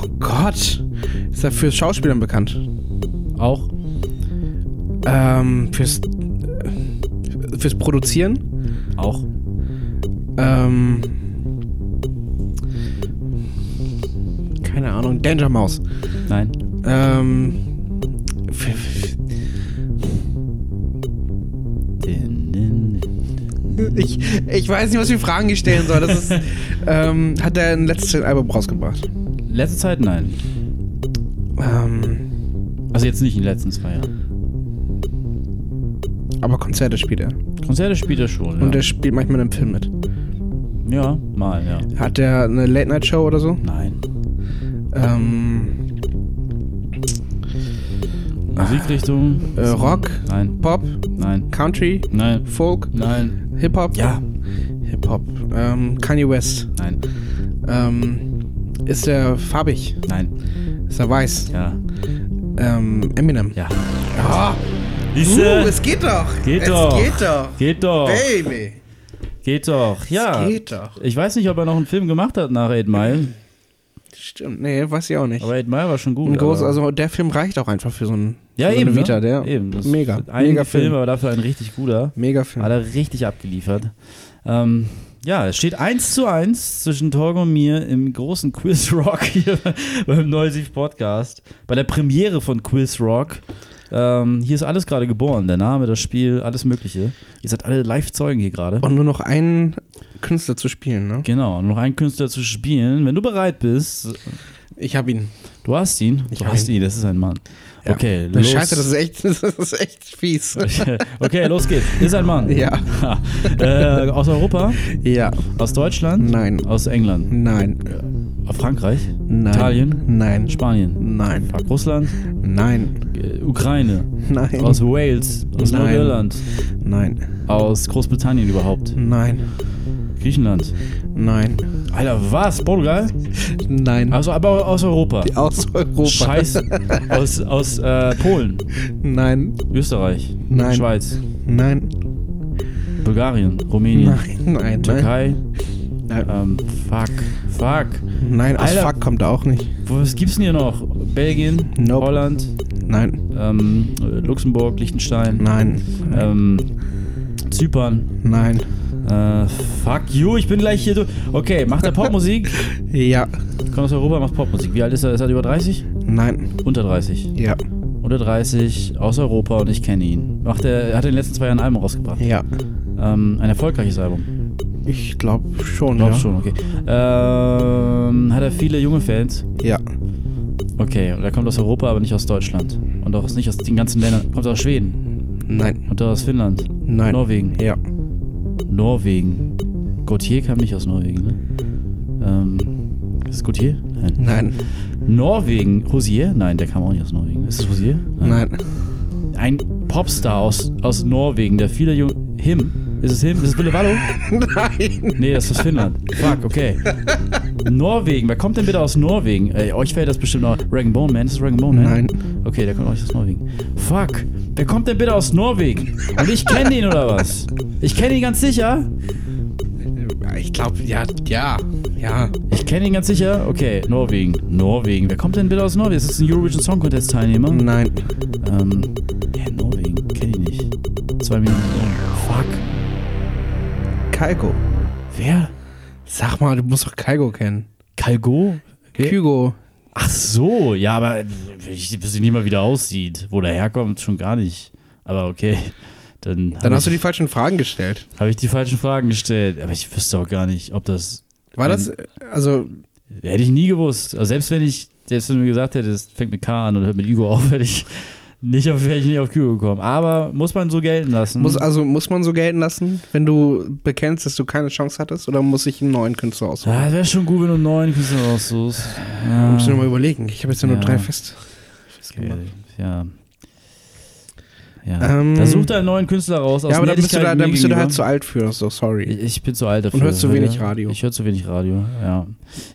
Speaker 1: Oh Gott. Ist er fürs Schauspielern bekannt?
Speaker 2: Auch
Speaker 1: Ähm, fürs. Fürs Produzieren?
Speaker 2: auch
Speaker 1: Ähm. Keine Ahnung. Danger Mouse.
Speaker 2: nein.
Speaker 1: Ähm. f- f- Ich, ich weiß nicht, was für Fragen ich stellen soll. Das ist, ähm, hat er ein letztes Album rausgebracht?
Speaker 2: Letzte Zeit nein.
Speaker 1: Ähm,
Speaker 2: Also jetzt nicht in den letzten zwei Jahren.
Speaker 1: aber Konzerte spielt er.
Speaker 2: Konzerte spielt er schon. Ja,
Speaker 1: Und er spielt manchmal in einem Film mit.
Speaker 2: ja mal, ja.
Speaker 1: Hat er eine Late-Night-Show oder so?
Speaker 2: Nein.
Speaker 1: Ähm,
Speaker 2: Musikrichtung?
Speaker 1: Ah. äh, Rock,
Speaker 2: Nein,
Speaker 1: Pop,
Speaker 2: nein,
Speaker 1: Country,
Speaker 2: nein,
Speaker 1: Folk,
Speaker 2: nein.
Speaker 1: Hip-Hop?
Speaker 2: Ja,
Speaker 1: Hip-Hop. Ähm, Kanye West.
Speaker 2: nein,
Speaker 1: Ähm, Ist der farbig?
Speaker 2: Nein.
Speaker 1: Ist er weiß?
Speaker 2: Ja.
Speaker 1: Ähm, Eminem.
Speaker 2: Ja.
Speaker 1: Ah,
Speaker 2: Siehste?
Speaker 1: uh, es geht doch.
Speaker 2: Geht
Speaker 1: es
Speaker 2: doch.
Speaker 1: geht doch.
Speaker 2: Geht doch.
Speaker 1: Baby.
Speaker 2: Geht doch. Ja.
Speaker 1: Es geht doch.
Speaker 2: Ich weiß nicht, ob er noch einen Film gemacht hat nach Eight Mile,
Speaker 1: Stimmt, nee, weiß ich auch nicht.
Speaker 2: aber Eight Mile war schon gut.
Speaker 1: Ein groß,
Speaker 2: aber-
Speaker 1: also der Film reicht auch einfach für so einen
Speaker 2: ja,
Speaker 1: für so
Speaker 2: eben,
Speaker 1: eine Vita,
Speaker 2: ne?
Speaker 1: der
Speaker 2: eben. Das
Speaker 1: mega,
Speaker 2: Ein
Speaker 1: mega
Speaker 2: Film,
Speaker 1: Film,
Speaker 2: aber dafür ein richtig guter.
Speaker 1: mega Film.
Speaker 2: Hat er richtig abgeliefert. Ähm, ja, es steht 1 zu 1 zwischen Torgo und mir im großen Quiz Rock hier beim Neusiv Podcast. Bei der Premiere von Quiz Rock. Ähm, hier ist alles gerade geboren. Der Name, das Spiel, alles Mögliche. Ihr seid alle Live-Zeugen hier gerade.
Speaker 1: Und nur noch einen Künstler zu spielen, ne?
Speaker 2: Genau, und noch einen Künstler zu spielen. Wenn du bereit bist,
Speaker 1: Ich hab ihn.
Speaker 2: du hast ihn.
Speaker 1: Ich
Speaker 2: du
Speaker 1: hab
Speaker 2: hast ihn. das ist ein Mann.
Speaker 1: Ja.
Speaker 2: Okay,
Speaker 1: Das
Speaker 2: los.
Speaker 1: Scheiße, das ist echt, das ist echt fies.
Speaker 2: okay, los geht's. Ist ein Mann.
Speaker 1: Ja.
Speaker 2: äh, aus Europa,
Speaker 1: Ja.
Speaker 2: aus Deutschland,
Speaker 1: Nein.
Speaker 2: aus England,
Speaker 1: Nein.
Speaker 2: aus Frankreich,
Speaker 1: Nein.
Speaker 2: Italien?
Speaker 1: Nein.
Speaker 2: Spanien,
Speaker 1: Nein.
Speaker 2: Russland,
Speaker 1: Nein.
Speaker 2: äh, Ukraine,
Speaker 1: Nein.
Speaker 2: aus Wales, aus
Speaker 1: Nein.
Speaker 2: Nordirland,
Speaker 1: Nein.
Speaker 2: aus Großbritannien überhaupt,
Speaker 1: Nein.
Speaker 2: Griechenland.
Speaker 1: Nein.
Speaker 2: Alter, was? Portugal?
Speaker 1: Nein.
Speaker 2: Also, aber aus Europa.
Speaker 1: Aus Europa.
Speaker 2: Scheiße. Aus, aus äh, Polen,
Speaker 1: Nein.
Speaker 2: Österreich,
Speaker 1: Nein.
Speaker 2: Schweiz,
Speaker 1: Nein.
Speaker 2: Bulgarien, Rumänien,
Speaker 1: Nein. Nein. Nein.
Speaker 2: Hm. Türkei.
Speaker 1: Nein.
Speaker 2: Ähm, fuck, fuck.
Speaker 1: Nein. Aus
Speaker 2: Alter.
Speaker 1: Fuck kommt auch nicht.
Speaker 2: Was gibt's denn hier noch? Belgien,
Speaker 1: Nope.
Speaker 2: Holland,
Speaker 1: Nein.
Speaker 2: ähm, Luxemburg, Liechtenstein,
Speaker 1: Nein.
Speaker 2: ähm, Zypern.
Speaker 1: Nein.
Speaker 2: Äh, fuck you, ich bin gleich hier durch. Okay, macht er Popmusik?
Speaker 1: Ja.
Speaker 2: Kommt aus Europa, macht Popmusik. Wie alt ist er? Ist er über 30?
Speaker 1: Nein.
Speaker 2: Unter 30.
Speaker 1: Ja.
Speaker 2: Unter 30, aus Europa und ich kenne ihn. Macht er, er hat in den letzten zwei Jahren ein Album rausgebracht.
Speaker 1: Ja.
Speaker 2: Ähm, ein erfolgreiches Album.
Speaker 1: Ich glaube schon.
Speaker 2: Glaub
Speaker 1: ja.
Speaker 2: schon, okay. Ähm, hat er viele junge Fans?
Speaker 1: Ja.
Speaker 2: Okay, und er kommt aus Europa, aber nicht aus Deutschland. Und auch nicht aus den ganzen Ländern. Kommt aus Schweden.
Speaker 1: Nein.
Speaker 2: Und aus Finnland.
Speaker 1: Nein.
Speaker 2: Norwegen. Äh,
Speaker 1: Ja.
Speaker 2: Norwegen. Gautier kam nicht aus Norwegen, ne? Ähm, ist es Gautier? Nein.
Speaker 1: Nein.
Speaker 2: Norwegen. Rosier? Nein, der kam auch nicht aus Norwegen. Ist es Rosier?
Speaker 1: Nein.
Speaker 2: Ein Popstar aus, aus Norwegen, der viele junge. Him. Ist es Him? Ist es Ville Wallo?
Speaker 1: Nein.
Speaker 2: Nee, das ist aus Finnland. Fuck, okay. Norwegen. Wer kommt denn bitte aus Norwegen? Ey, euch fällt das bestimmt noch. Dragon Bone Man. Ist das Dragon Bone Man?
Speaker 1: Nein.
Speaker 2: Okay, der kommt auch nicht aus Norwegen. Fuck. Wer kommt denn bitte aus Norwegen? Und ich kenne ihn oder was? Ich kenne ihn ganz sicher.
Speaker 1: Ich glaube, ja. Ja. Ja.
Speaker 2: Ich kenne ihn ganz sicher. Okay, Norwegen. Norwegen. Wer kommt denn bitte aus Norwegen? Ist das ein Eurovision Song Contest Teilnehmer?
Speaker 1: Nein.
Speaker 2: Ähm, ja, Norwegen. Kenne ich nicht. Zwei Minuten. Oh, fuck.
Speaker 1: Kalko.
Speaker 2: Wer?
Speaker 1: Sag mal, du musst doch Kalko kennen.
Speaker 2: Calgo? Wer?
Speaker 1: Kygo.
Speaker 2: Ach so, ja, aber ich wüsste nicht mal, wie der aussieht. Wo der herkommt, schon gar nicht. Aber okay. Dann,
Speaker 1: Dann
Speaker 2: hab
Speaker 1: hast du
Speaker 2: ich,
Speaker 1: die falschen Fragen gestellt.
Speaker 2: habe ich die falschen Fragen gestellt. Aber ich wüsste auch gar nicht, ob das
Speaker 1: War das,
Speaker 2: Ähm,
Speaker 1: also,
Speaker 2: hm. Hätte ich nie gewusst. Also selbst wenn ich, selbst wenn du mir gesagt hättest, es fängt mit K an und hört mit Igo auf, hätte ich nicht auf, wäre ich nicht auf Q gekommen. Aber muss man so gelten lassen.
Speaker 1: muss, also muss man so gelten lassen, wenn du bekennst, dass du keine Chance hattest, oder muss ich einen neuen Künstler aussuchen?
Speaker 2: ja, wäre schon gut, wenn du einen neuen Künstler raussuchst. Ja.
Speaker 1: Muss ich nochmal überlegen. Ich habe jetzt ja nur
Speaker 2: Ja.
Speaker 1: drei fest.
Speaker 2: Okay. Ja. Ja.
Speaker 1: Ähm,
Speaker 2: da sucht er einen neuen Künstler raus. Aus
Speaker 1: Ja, aber da bist, du da,
Speaker 2: Nettigkeit
Speaker 1: da
Speaker 2: mir
Speaker 1: bist du da halt
Speaker 2: gegenüber.
Speaker 1: zu alt für, so sorry.
Speaker 2: Ich, ich bin zu alt dafür.
Speaker 1: hörst zu
Speaker 2: Hört
Speaker 1: wenig
Speaker 2: ihr?
Speaker 1: Radio.
Speaker 2: Ich höre zu wenig Radio, ja.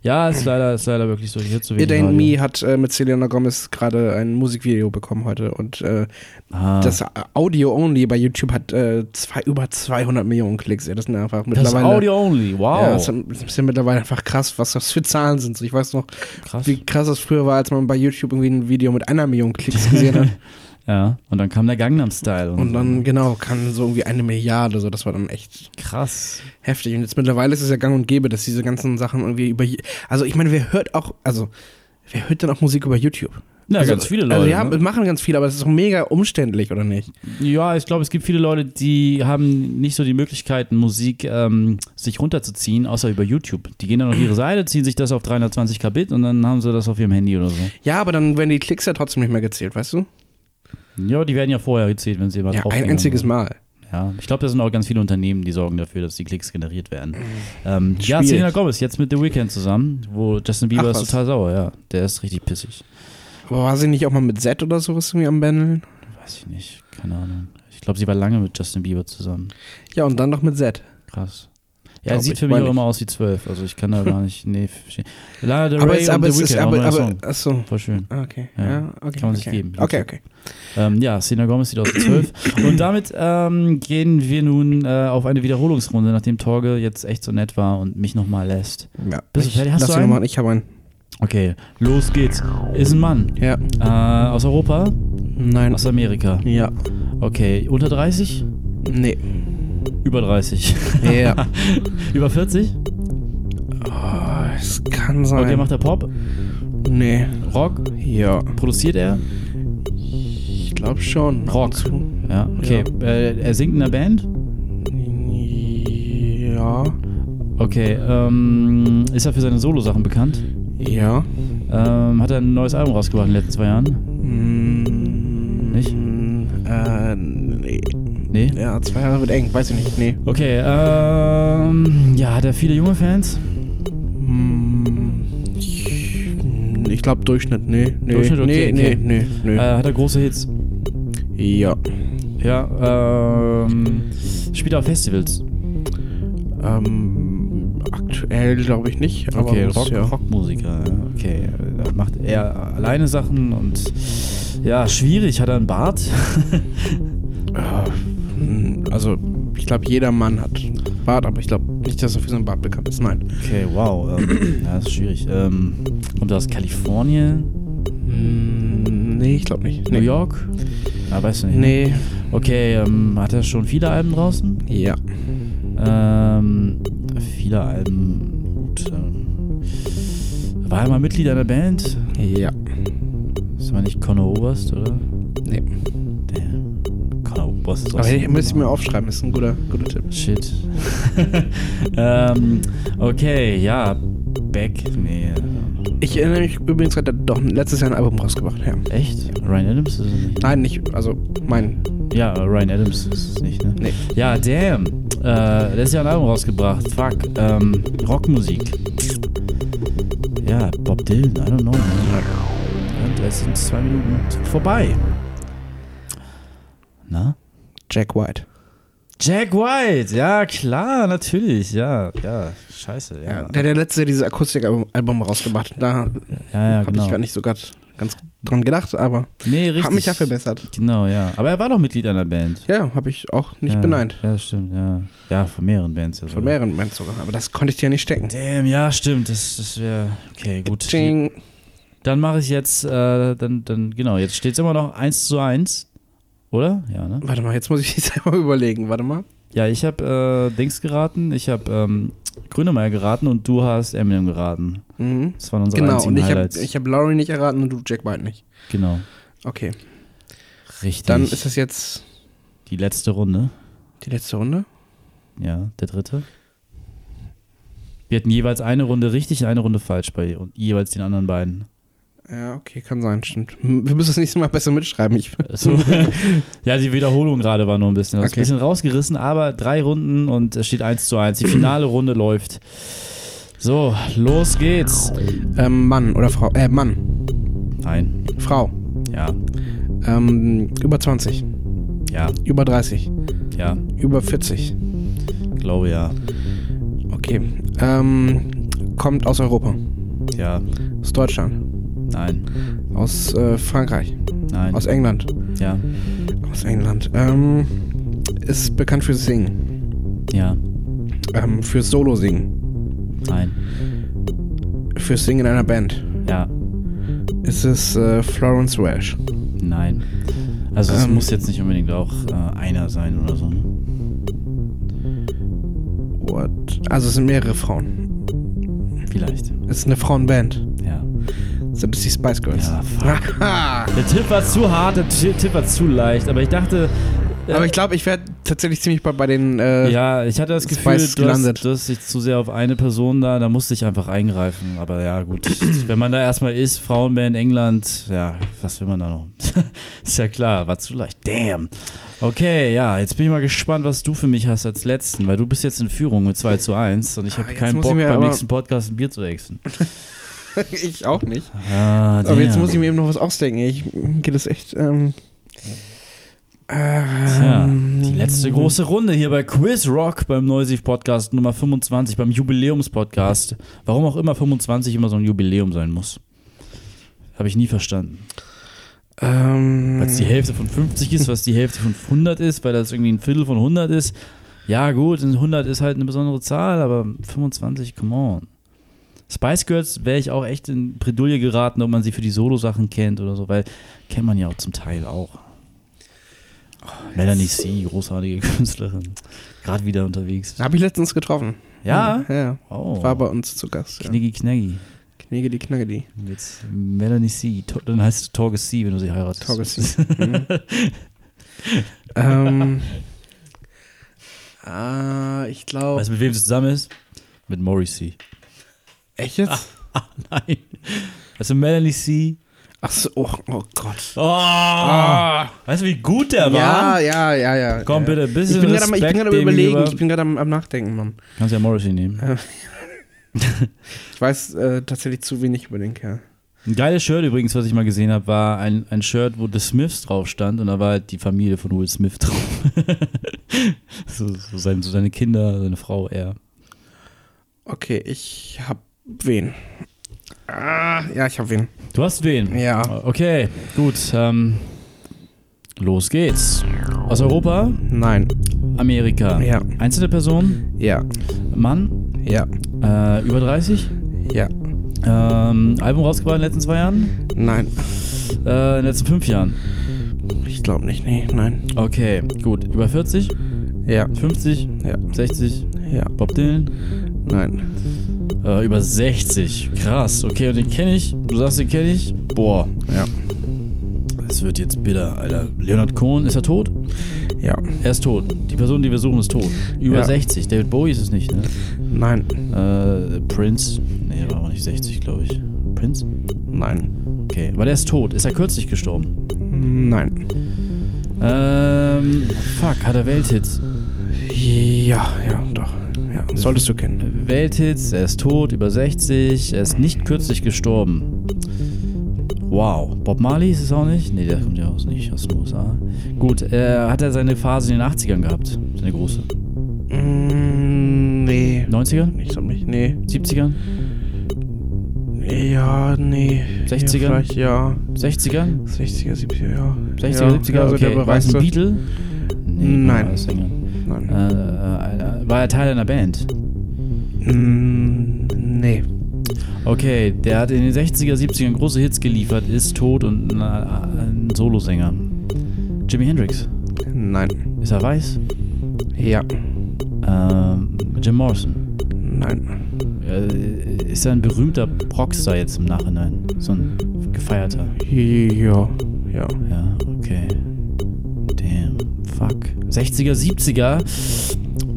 Speaker 2: Ja, ist leider, ist leider wirklich so. Ich höre zu wenig
Speaker 1: It Ain't
Speaker 2: Radio.
Speaker 1: Me hat äh, mit Selena Gomez gerade ein Musikvideo bekommen heute und äh,
Speaker 2: Ah,
Speaker 1: das Audio Only bei YouTube hat äh, zwei, über 200 Millionen Klicks. ey. Das sind einfach
Speaker 2: das ist
Speaker 1: mittlerweile.
Speaker 2: Audio Only, wow.
Speaker 1: Ja, das ist- das ist ja mittlerweile einfach krass, was das für Zahlen sind. So, Ich weiß noch,
Speaker 2: Krass.
Speaker 1: wie krass das früher war, als man bei YouTube irgendwie ein Video mit einer Million Klicks gesehen hat.
Speaker 2: Ja, und dann kam der Gangnam Style.
Speaker 1: Und dann, genau, kann so irgendwie eine Milliarde. So, das war dann echt
Speaker 2: krass.
Speaker 1: heftig. Und jetzt mittlerweile ist es ja gang und gäbe, dass diese ganzen Sachen irgendwie über. Also, ich meine, wer hört auch. Also, wer hört denn auch Musik über YouTube?
Speaker 2: Ja,
Speaker 1: also,
Speaker 2: ganz viele Leute.
Speaker 1: Also, ja,
Speaker 2: ne?
Speaker 1: machen ganz viele, aber es ist doch mega umständlich, oder nicht?
Speaker 2: ja ich glaube, es gibt viele Leute, die haben nicht so die Möglichkeiten, Musik ähm, sich runterzuziehen, außer über YouTube. Die gehen dann auf ihre Seite, ziehen sich das auf 320 Kbit und dann haben sie das auf ihrem Handy oder so.
Speaker 1: Ja, aber dann werden die Klicks ja trotzdem nicht mehr gezählt, weißt du?
Speaker 2: Ja, die werden ja vorher gezählt, wenn sie jemand
Speaker 1: Ja, ein einziges Mal.
Speaker 2: Ja, ich glaube, da sind auch ganz viele Unternehmen, die sorgen dafür, dass die Klicks generiert werden. Ähm, ja,
Speaker 1: Schwierig.
Speaker 2: Selena Gomez, jetzt mit The Weeknd zusammen, wo Justin Bieber
Speaker 1: Ach,
Speaker 2: ist
Speaker 1: was.
Speaker 2: total sauer, ja. Der ist richtig pissig.
Speaker 1: Aber war sie nicht auch mal mit Z oder sowas irgendwie am Bandeln?
Speaker 2: Weiß ich nicht, keine Ahnung. Ich glaube, sie war lange mit Justin Bieber zusammen.
Speaker 1: Ja, und dann noch mit Z.
Speaker 2: Krass. Ja,
Speaker 1: glaub
Speaker 2: sieht
Speaker 1: ich.
Speaker 2: für mich
Speaker 1: Meine
Speaker 2: auch
Speaker 1: ich.
Speaker 2: immer aus wie 12. Also ich kann da gar nicht. Nee, verstehe. Lana Del
Speaker 1: Aber
Speaker 2: Rey
Speaker 1: es,
Speaker 2: und
Speaker 1: aber es
Speaker 2: The
Speaker 1: ist
Speaker 2: Weeknd, auch
Speaker 1: aber,
Speaker 2: neuer
Speaker 1: aber
Speaker 2: Song.
Speaker 1: achso.
Speaker 2: Voll schön.
Speaker 1: Ah, Okay,
Speaker 2: Ja.
Speaker 1: ja, okay.
Speaker 2: Kann man sich
Speaker 1: okay.
Speaker 2: geben.
Speaker 1: Okay, okay.
Speaker 2: Ähm, ja, Selena Gomez 2012. Und damit ähm, gehen wir nun äh, auf eine Wiederholungsrunde, nachdem Torge jetzt echt so nett war und mich nochmal lässt.
Speaker 1: Ja.
Speaker 2: Bist du fertig? Hast
Speaker 1: Lass
Speaker 2: du
Speaker 1: ihn
Speaker 2: einen?
Speaker 1: nochmal, ich habe einen.
Speaker 2: Okay, los geht's. Ist ein Mann.
Speaker 1: Ja.
Speaker 2: Äh, aus Europa?
Speaker 1: Nein.
Speaker 2: Aus Amerika.
Speaker 1: Ja.
Speaker 2: Okay, unter 30?
Speaker 1: Nee.
Speaker 2: Über 30.
Speaker 1: Ja.
Speaker 2: Über 40?
Speaker 1: oh, es kann sein.
Speaker 2: Okay, macht er Pop?
Speaker 1: nee.
Speaker 2: Rock?
Speaker 1: Ja.
Speaker 2: Produziert er?
Speaker 1: Ich glaube schon.
Speaker 2: Rock.
Speaker 1: Zu.
Speaker 2: Ja, okay. Äh, er singt in der Band?
Speaker 1: Ja.
Speaker 2: Okay, ähm, ist er für seine Solo-Sachen bekannt?
Speaker 1: Ja.
Speaker 2: Ähm, hat er ein neues Album rausgebracht in den letzten zwei Jahren?
Speaker 1: Mm,
Speaker 2: Nicht?
Speaker 1: Äh, nee.
Speaker 2: Nee?
Speaker 1: Ja, zwei Jahre wird eng, weiß ich nicht. Nee.
Speaker 2: Okay, ähm, ja, hat er viele junge Fans?
Speaker 1: Mm, Ich, ich glaube Durchschnitt, nee. nee.
Speaker 2: Durchschnitt, okay,
Speaker 1: nee,
Speaker 2: okay.
Speaker 1: nee, nee,
Speaker 2: Äh, hat er große Hits?
Speaker 1: nee. Ja.
Speaker 2: Ja, ähm, spielt er auf Festivals?
Speaker 1: Ähm, aktuell glaube ich nicht, aber
Speaker 2: Okay,
Speaker 1: muss,
Speaker 2: Rock,
Speaker 1: ja.
Speaker 2: Rockmusiker, ja, okay. Da macht er alleine Sachen und ja, schwierig, hat er einen Bart?
Speaker 1: Mm, Also, ich glaube, jeder Mann hat Bart, aber ich glaube nicht, dass er für so einen Bart bekannt ist. Nein.
Speaker 2: Okay, wow, ähm, ja, ist schwierig. Ähm, kommt er aus Kalifornien?
Speaker 1: Mm, Nee, ich glaube nicht.
Speaker 2: New
Speaker 1: Nee.
Speaker 2: York? Ah, weißt du nicht. ne?
Speaker 1: Nee.
Speaker 2: Okay, ähm, hat er schon viele Alben draußen?
Speaker 1: Ja.
Speaker 2: Ähm, viele Alben. Gut. Ähm, war er mal Mitglied einer Band?
Speaker 1: Ja.
Speaker 2: Das war nicht Conor Oberst, oder?
Speaker 1: Nee.
Speaker 2: Damn. Conor Oberst ist
Speaker 1: Aber
Speaker 2: so
Speaker 1: ich
Speaker 2: ein
Speaker 1: muss ich
Speaker 2: Name.
Speaker 1: mir aufschreiben, ist ein guter, guter Tipp.
Speaker 2: Shit. ähm, okay, ja. Beck. Nee. ähm,
Speaker 1: Ich erinnere mich übrigens gerade, der hat doch letztes Jahr ein Album rausgebracht, ja.
Speaker 2: äh, Echt? Ryan Adams ist es nicht.
Speaker 1: Nein, nicht, also mein.
Speaker 2: Ja, Ryan Adams ist es nicht, ne?
Speaker 1: Nee.
Speaker 2: Ja, damn. Äh, letztes Jahr ein Album rausgebracht. Fuck. Ähm, Rockmusik. Ja, Bob Dylan. I don't know. Man. Und es sind zwei Minuten vorbei. Na?
Speaker 1: Jack White.
Speaker 2: Jack White. Ja, klar, natürlich. Ja, ja. Scheiße,
Speaker 1: Ja.
Speaker 2: ja.
Speaker 1: Der hat ja letztes Jahr dieses Akustikalbum Album rausgebracht. Da
Speaker 2: Ja, ja,
Speaker 1: habe
Speaker 2: genau.
Speaker 1: ich gar nicht so grad, ganz dran gedacht, aber
Speaker 2: Nee, richtig.
Speaker 1: habe mich ja verbessert.
Speaker 2: Genau, ja. Aber er war doch Mitglied einer Band.
Speaker 1: Ja, habe ich auch nicht
Speaker 2: ja,
Speaker 1: beneint.
Speaker 2: Ja, stimmt, ja. Ja, von mehreren Bands. ja
Speaker 1: Von
Speaker 2: sogar.
Speaker 1: mehreren Bands sogar, aber das konnte ich dir nicht stecken.
Speaker 2: Damn, ja, stimmt. Das, das wäre. Okay, gut.
Speaker 1: Ching.
Speaker 2: Dann mache ich jetzt, äh, dann, dann, genau, jetzt steht es immer noch 1 zu 1. Oder? Ja, ne?
Speaker 1: Warte mal, jetzt muss ich selber überlegen. Warte mal.
Speaker 2: Ja, ich habe äh, Dings geraten, ich habe ähm, Grünemeyer geraten und du hast Eminem geraten.
Speaker 1: Mhm.
Speaker 2: Das waren unsere
Speaker 1: Genau,
Speaker 2: einzigen
Speaker 1: und ich habe
Speaker 2: Highlights.
Speaker 1: ich hab Laurie nicht erraten und du Jack White nicht.
Speaker 2: genau,
Speaker 1: Okay,
Speaker 2: richtig.
Speaker 1: dann ist das jetzt
Speaker 2: die letzte Runde.
Speaker 1: die letzte Runde.
Speaker 2: Ja, der dritte. Wir hatten jeweils eine Runde richtig und eine Runde falsch bei und jeweils den anderen beiden.
Speaker 1: Ja, okay, kann sein, stimmt. Hm, Wir müssen das nächste Mal besser mitschreiben. Ich,
Speaker 2: Also, ja, die Wiederholung gerade war nur ein bisschen, okay. ein
Speaker 1: Okay.
Speaker 2: bisschen rausgerissen, aber drei Runden und es steht 1 zu 1. Die finale Runde läuft. So, los geht's.
Speaker 1: ähm, Mann oder Frau? Äh, Mann.
Speaker 2: Nein,
Speaker 1: Frau.
Speaker 2: ja,
Speaker 1: Ähm, über 20.
Speaker 2: ja,
Speaker 1: Über 30.
Speaker 2: ja,
Speaker 1: Über 40.
Speaker 2: glaube ja,
Speaker 1: Okay. Ähm, kommt aus Europa.
Speaker 2: ja,
Speaker 1: Aus Deutschland.
Speaker 2: nein,
Speaker 1: Aus äh, Frankreich.
Speaker 2: nein,
Speaker 1: Aus England.
Speaker 2: ja,
Speaker 1: Aus England. Ähm, ist bekannt fürs Singen.
Speaker 2: ja,
Speaker 1: Ähm, fürs Solo-Singen.
Speaker 2: nein,
Speaker 1: Fürs Singen in einer Band.
Speaker 2: ja,
Speaker 1: Ist es äh, Florence Welsh.
Speaker 2: nein. Also es
Speaker 1: Ähm.
Speaker 2: muss jetzt nicht unbedingt auch äh, einer sein oder so. ne?
Speaker 1: What? Also es sind mehrere Frauen.
Speaker 2: Vielleicht,
Speaker 1: Es ist eine Frauenband.
Speaker 2: ja.
Speaker 1: Sind es die Spice Girls?
Speaker 2: Ja, fuck.
Speaker 1: Haha.
Speaker 2: Der Tipp war zu hart, der Ti- Tipp war zu leicht, aber ich dachte,
Speaker 1: Aber ich glaube, ich wäre tatsächlich ziemlich bald bei den. Äh,
Speaker 2: Ja, ich hatte das
Speaker 1: ist
Speaker 2: Gefühl,
Speaker 1: weiß
Speaker 2: du hast,
Speaker 1: gelandet.
Speaker 2: du hast dich zu sehr auf eine Person da, da musste ich einfach eingreifen. Aber ja, gut, wenn man da erstmal ist, Frauenband England, ja, was will man da noch? ist ja klar, war zu leicht. Damn. Okay, ja, jetzt bin ich mal gespannt, was du für mich hast als Letzten, weil du bist jetzt in Führung mit 2 zu 1 und ich
Speaker 1: Ah,
Speaker 2: habe
Speaker 1: jetzt
Speaker 2: keinen
Speaker 1: muss ich
Speaker 2: Bock,
Speaker 1: mir
Speaker 2: beim
Speaker 1: aber-
Speaker 2: nächsten Podcast ein Bier zu wechseln.
Speaker 1: ich auch nicht.
Speaker 2: Ah,
Speaker 1: Aber Also jetzt
Speaker 2: damn.
Speaker 1: muss ich mir eben noch was ausdenken. Ich mir geht es echt. Ähm,
Speaker 2: Tja, die letzte große Runde hier bei Quiz Rock beim Noisy Podcast Nummer 25, beim Jubiläumspodcast. Warum auch immer 25 immer so ein Jubiläum sein muss. Habe ich nie verstanden.
Speaker 1: Ähm,
Speaker 2: Weil es die Hälfte von 50 ist, was die Hälfte von 100 ist, weil das irgendwie ein Viertel von 100 ist. Ja, gut, und 100 ist halt eine besondere Zahl, aber 25, come on. Spice Girls wäre ich auch echt in Bredouille geraten, ob man sie für die Solo-Sachen kennt oder so, weil kennt man ja auch zum Teil auch. Melanie C., großartige Künstlerin. Gerade wieder unterwegs.
Speaker 1: Habe ich letztens getroffen.
Speaker 2: Ja?
Speaker 1: ja.
Speaker 2: Oh.
Speaker 1: War bei uns zu Gast. Ja.
Speaker 2: Kniggi Knaggi.
Speaker 1: Knegedi, knaggedi.
Speaker 2: Jetzt Melanie C. To- Dann heißt du Torge C., wenn du sie heiratest.
Speaker 1: Torge C. ähm, äh, ich glaube.
Speaker 2: Weißt du, mit wem sie zusammen ist? Mit Morrissey.
Speaker 1: Echt jetzt?
Speaker 2: Ah. Nein. Weißt du, Melanie C.
Speaker 1: Ach so, oh, oh Gott.
Speaker 2: Oh, Ah. Weißt du, wie gut der
Speaker 1: Ja,
Speaker 2: war?
Speaker 1: ja, ja, ja.
Speaker 2: Komm
Speaker 1: ja.
Speaker 2: bitte, ein bisschen
Speaker 1: Ich bin gerade am, ich bin
Speaker 2: Respekt
Speaker 1: gerade am
Speaker 2: dem
Speaker 1: überlegen,
Speaker 2: gegenüber.
Speaker 1: ich bin gerade am, am Nachdenken, Mann.
Speaker 2: Kannst ja Morrissey nehmen.
Speaker 1: Ich weiß äh, tatsächlich zu wenig über den Kerl.
Speaker 2: Ein geiles Shirt übrigens, was ich mal gesehen habe, war ein, ein Shirt, wo The Smiths drauf stand und da war halt die Familie von Will Smith drauf. so, so, sein, so seine Kinder, seine Frau, er.
Speaker 1: Okay, ich hab wen? Ah, ja, ich hab wen.
Speaker 2: Du hast wen?
Speaker 1: Ja.
Speaker 2: Okay, gut. Ähm, los geht's. Aus Europa,
Speaker 1: Nein.
Speaker 2: Amerika.
Speaker 1: Ja.
Speaker 2: Einzelne Person,
Speaker 1: Ja.
Speaker 2: Mann,
Speaker 1: Ja.
Speaker 2: äh, über 30.
Speaker 1: Ja.
Speaker 2: Ähm, Album rausgebracht in den letzten zwei Jahren?
Speaker 1: Nein.
Speaker 2: Äh, in den letzten fünf Jahren.
Speaker 1: Ich glaube nicht. Nee, nein.
Speaker 2: Okay, gut. Über 40,
Speaker 1: Ja.
Speaker 2: 50,
Speaker 1: Ja.
Speaker 2: 60,
Speaker 1: Ja.
Speaker 2: Bob Dylan.
Speaker 1: Nein.
Speaker 2: Äh, über 60. Krass. Okay, und den kenne ich. Du sagst, den kenne ich. Boah,
Speaker 1: Ja.
Speaker 2: es wird jetzt bitter, Alter. Leonard Cohen, ist er tot?
Speaker 1: Ja.
Speaker 2: Er ist tot. Die Person, die wir suchen, ist tot. Über
Speaker 1: Ja.
Speaker 2: 60. David Bowie ist es nicht, ne?
Speaker 1: Nein.
Speaker 2: Äh, Prince. Nee, er war auch nicht 60, glaube ich. Prince?
Speaker 1: Nein.
Speaker 2: Okay, weil er ist tot. Ist er kürzlich gestorben?
Speaker 1: Nein.
Speaker 2: Ähm, fuck, hat er Welthits?
Speaker 1: Ja, ja, doch. Ja. Solltest du kennen.
Speaker 2: Welthits, er ist tot, über 60, er ist nicht kürzlich gestorben. Wow. Bob Marley ist es auch nicht? Nee, der kommt ja aus, nicht aus den USA. Gut, äh, hat er seine Phase in den 80ern gehabt? Seine große.
Speaker 1: Mm, nee.
Speaker 2: 90ern?
Speaker 1: Ich glaub nicht. Nee.
Speaker 2: 70ern?
Speaker 1: Ja, nee.
Speaker 2: 60er?
Speaker 1: Ja, vielleicht, ja.
Speaker 2: 60ern?
Speaker 1: 60er, 70er, ja.
Speaker 2: 60er,
Speaker 1: ja,
Speaker 2: 70er?
Speaker 1: ja, so also der
Speaker 2: okay. War es ein
Speaker 1: Bereich.
Speaker 2: Beatle?
Speaker 1: Nein.
Speaker 2: war er Sänger. Äh,
Speaker 1: Nein.
Speaker 2: äh, äh, war er Teil einer Band?
Speaker 1: Äh. Mm, nee.
Speaker 2: Okay, der hat in den 60er, 70ern große Hits geliefert, ist tot und ein, äh, ein Solosänger. Jimi Hendrix.
Speaker 1: Nein.
Speaker 2: Ist er weiß?
Speaker 1: Ja.
Speaker 2: Ähm, Jim Morrison.
Speaker 1: Nein.
Speaker 2: Äh, ist er ein berühmter Rockstar jetzt im Nachhinein? So ein gefeierter.
Speaker 1: Ja. Ja.
Speaker 2: Ja, okay. Damn, fuck. 60er, 70er.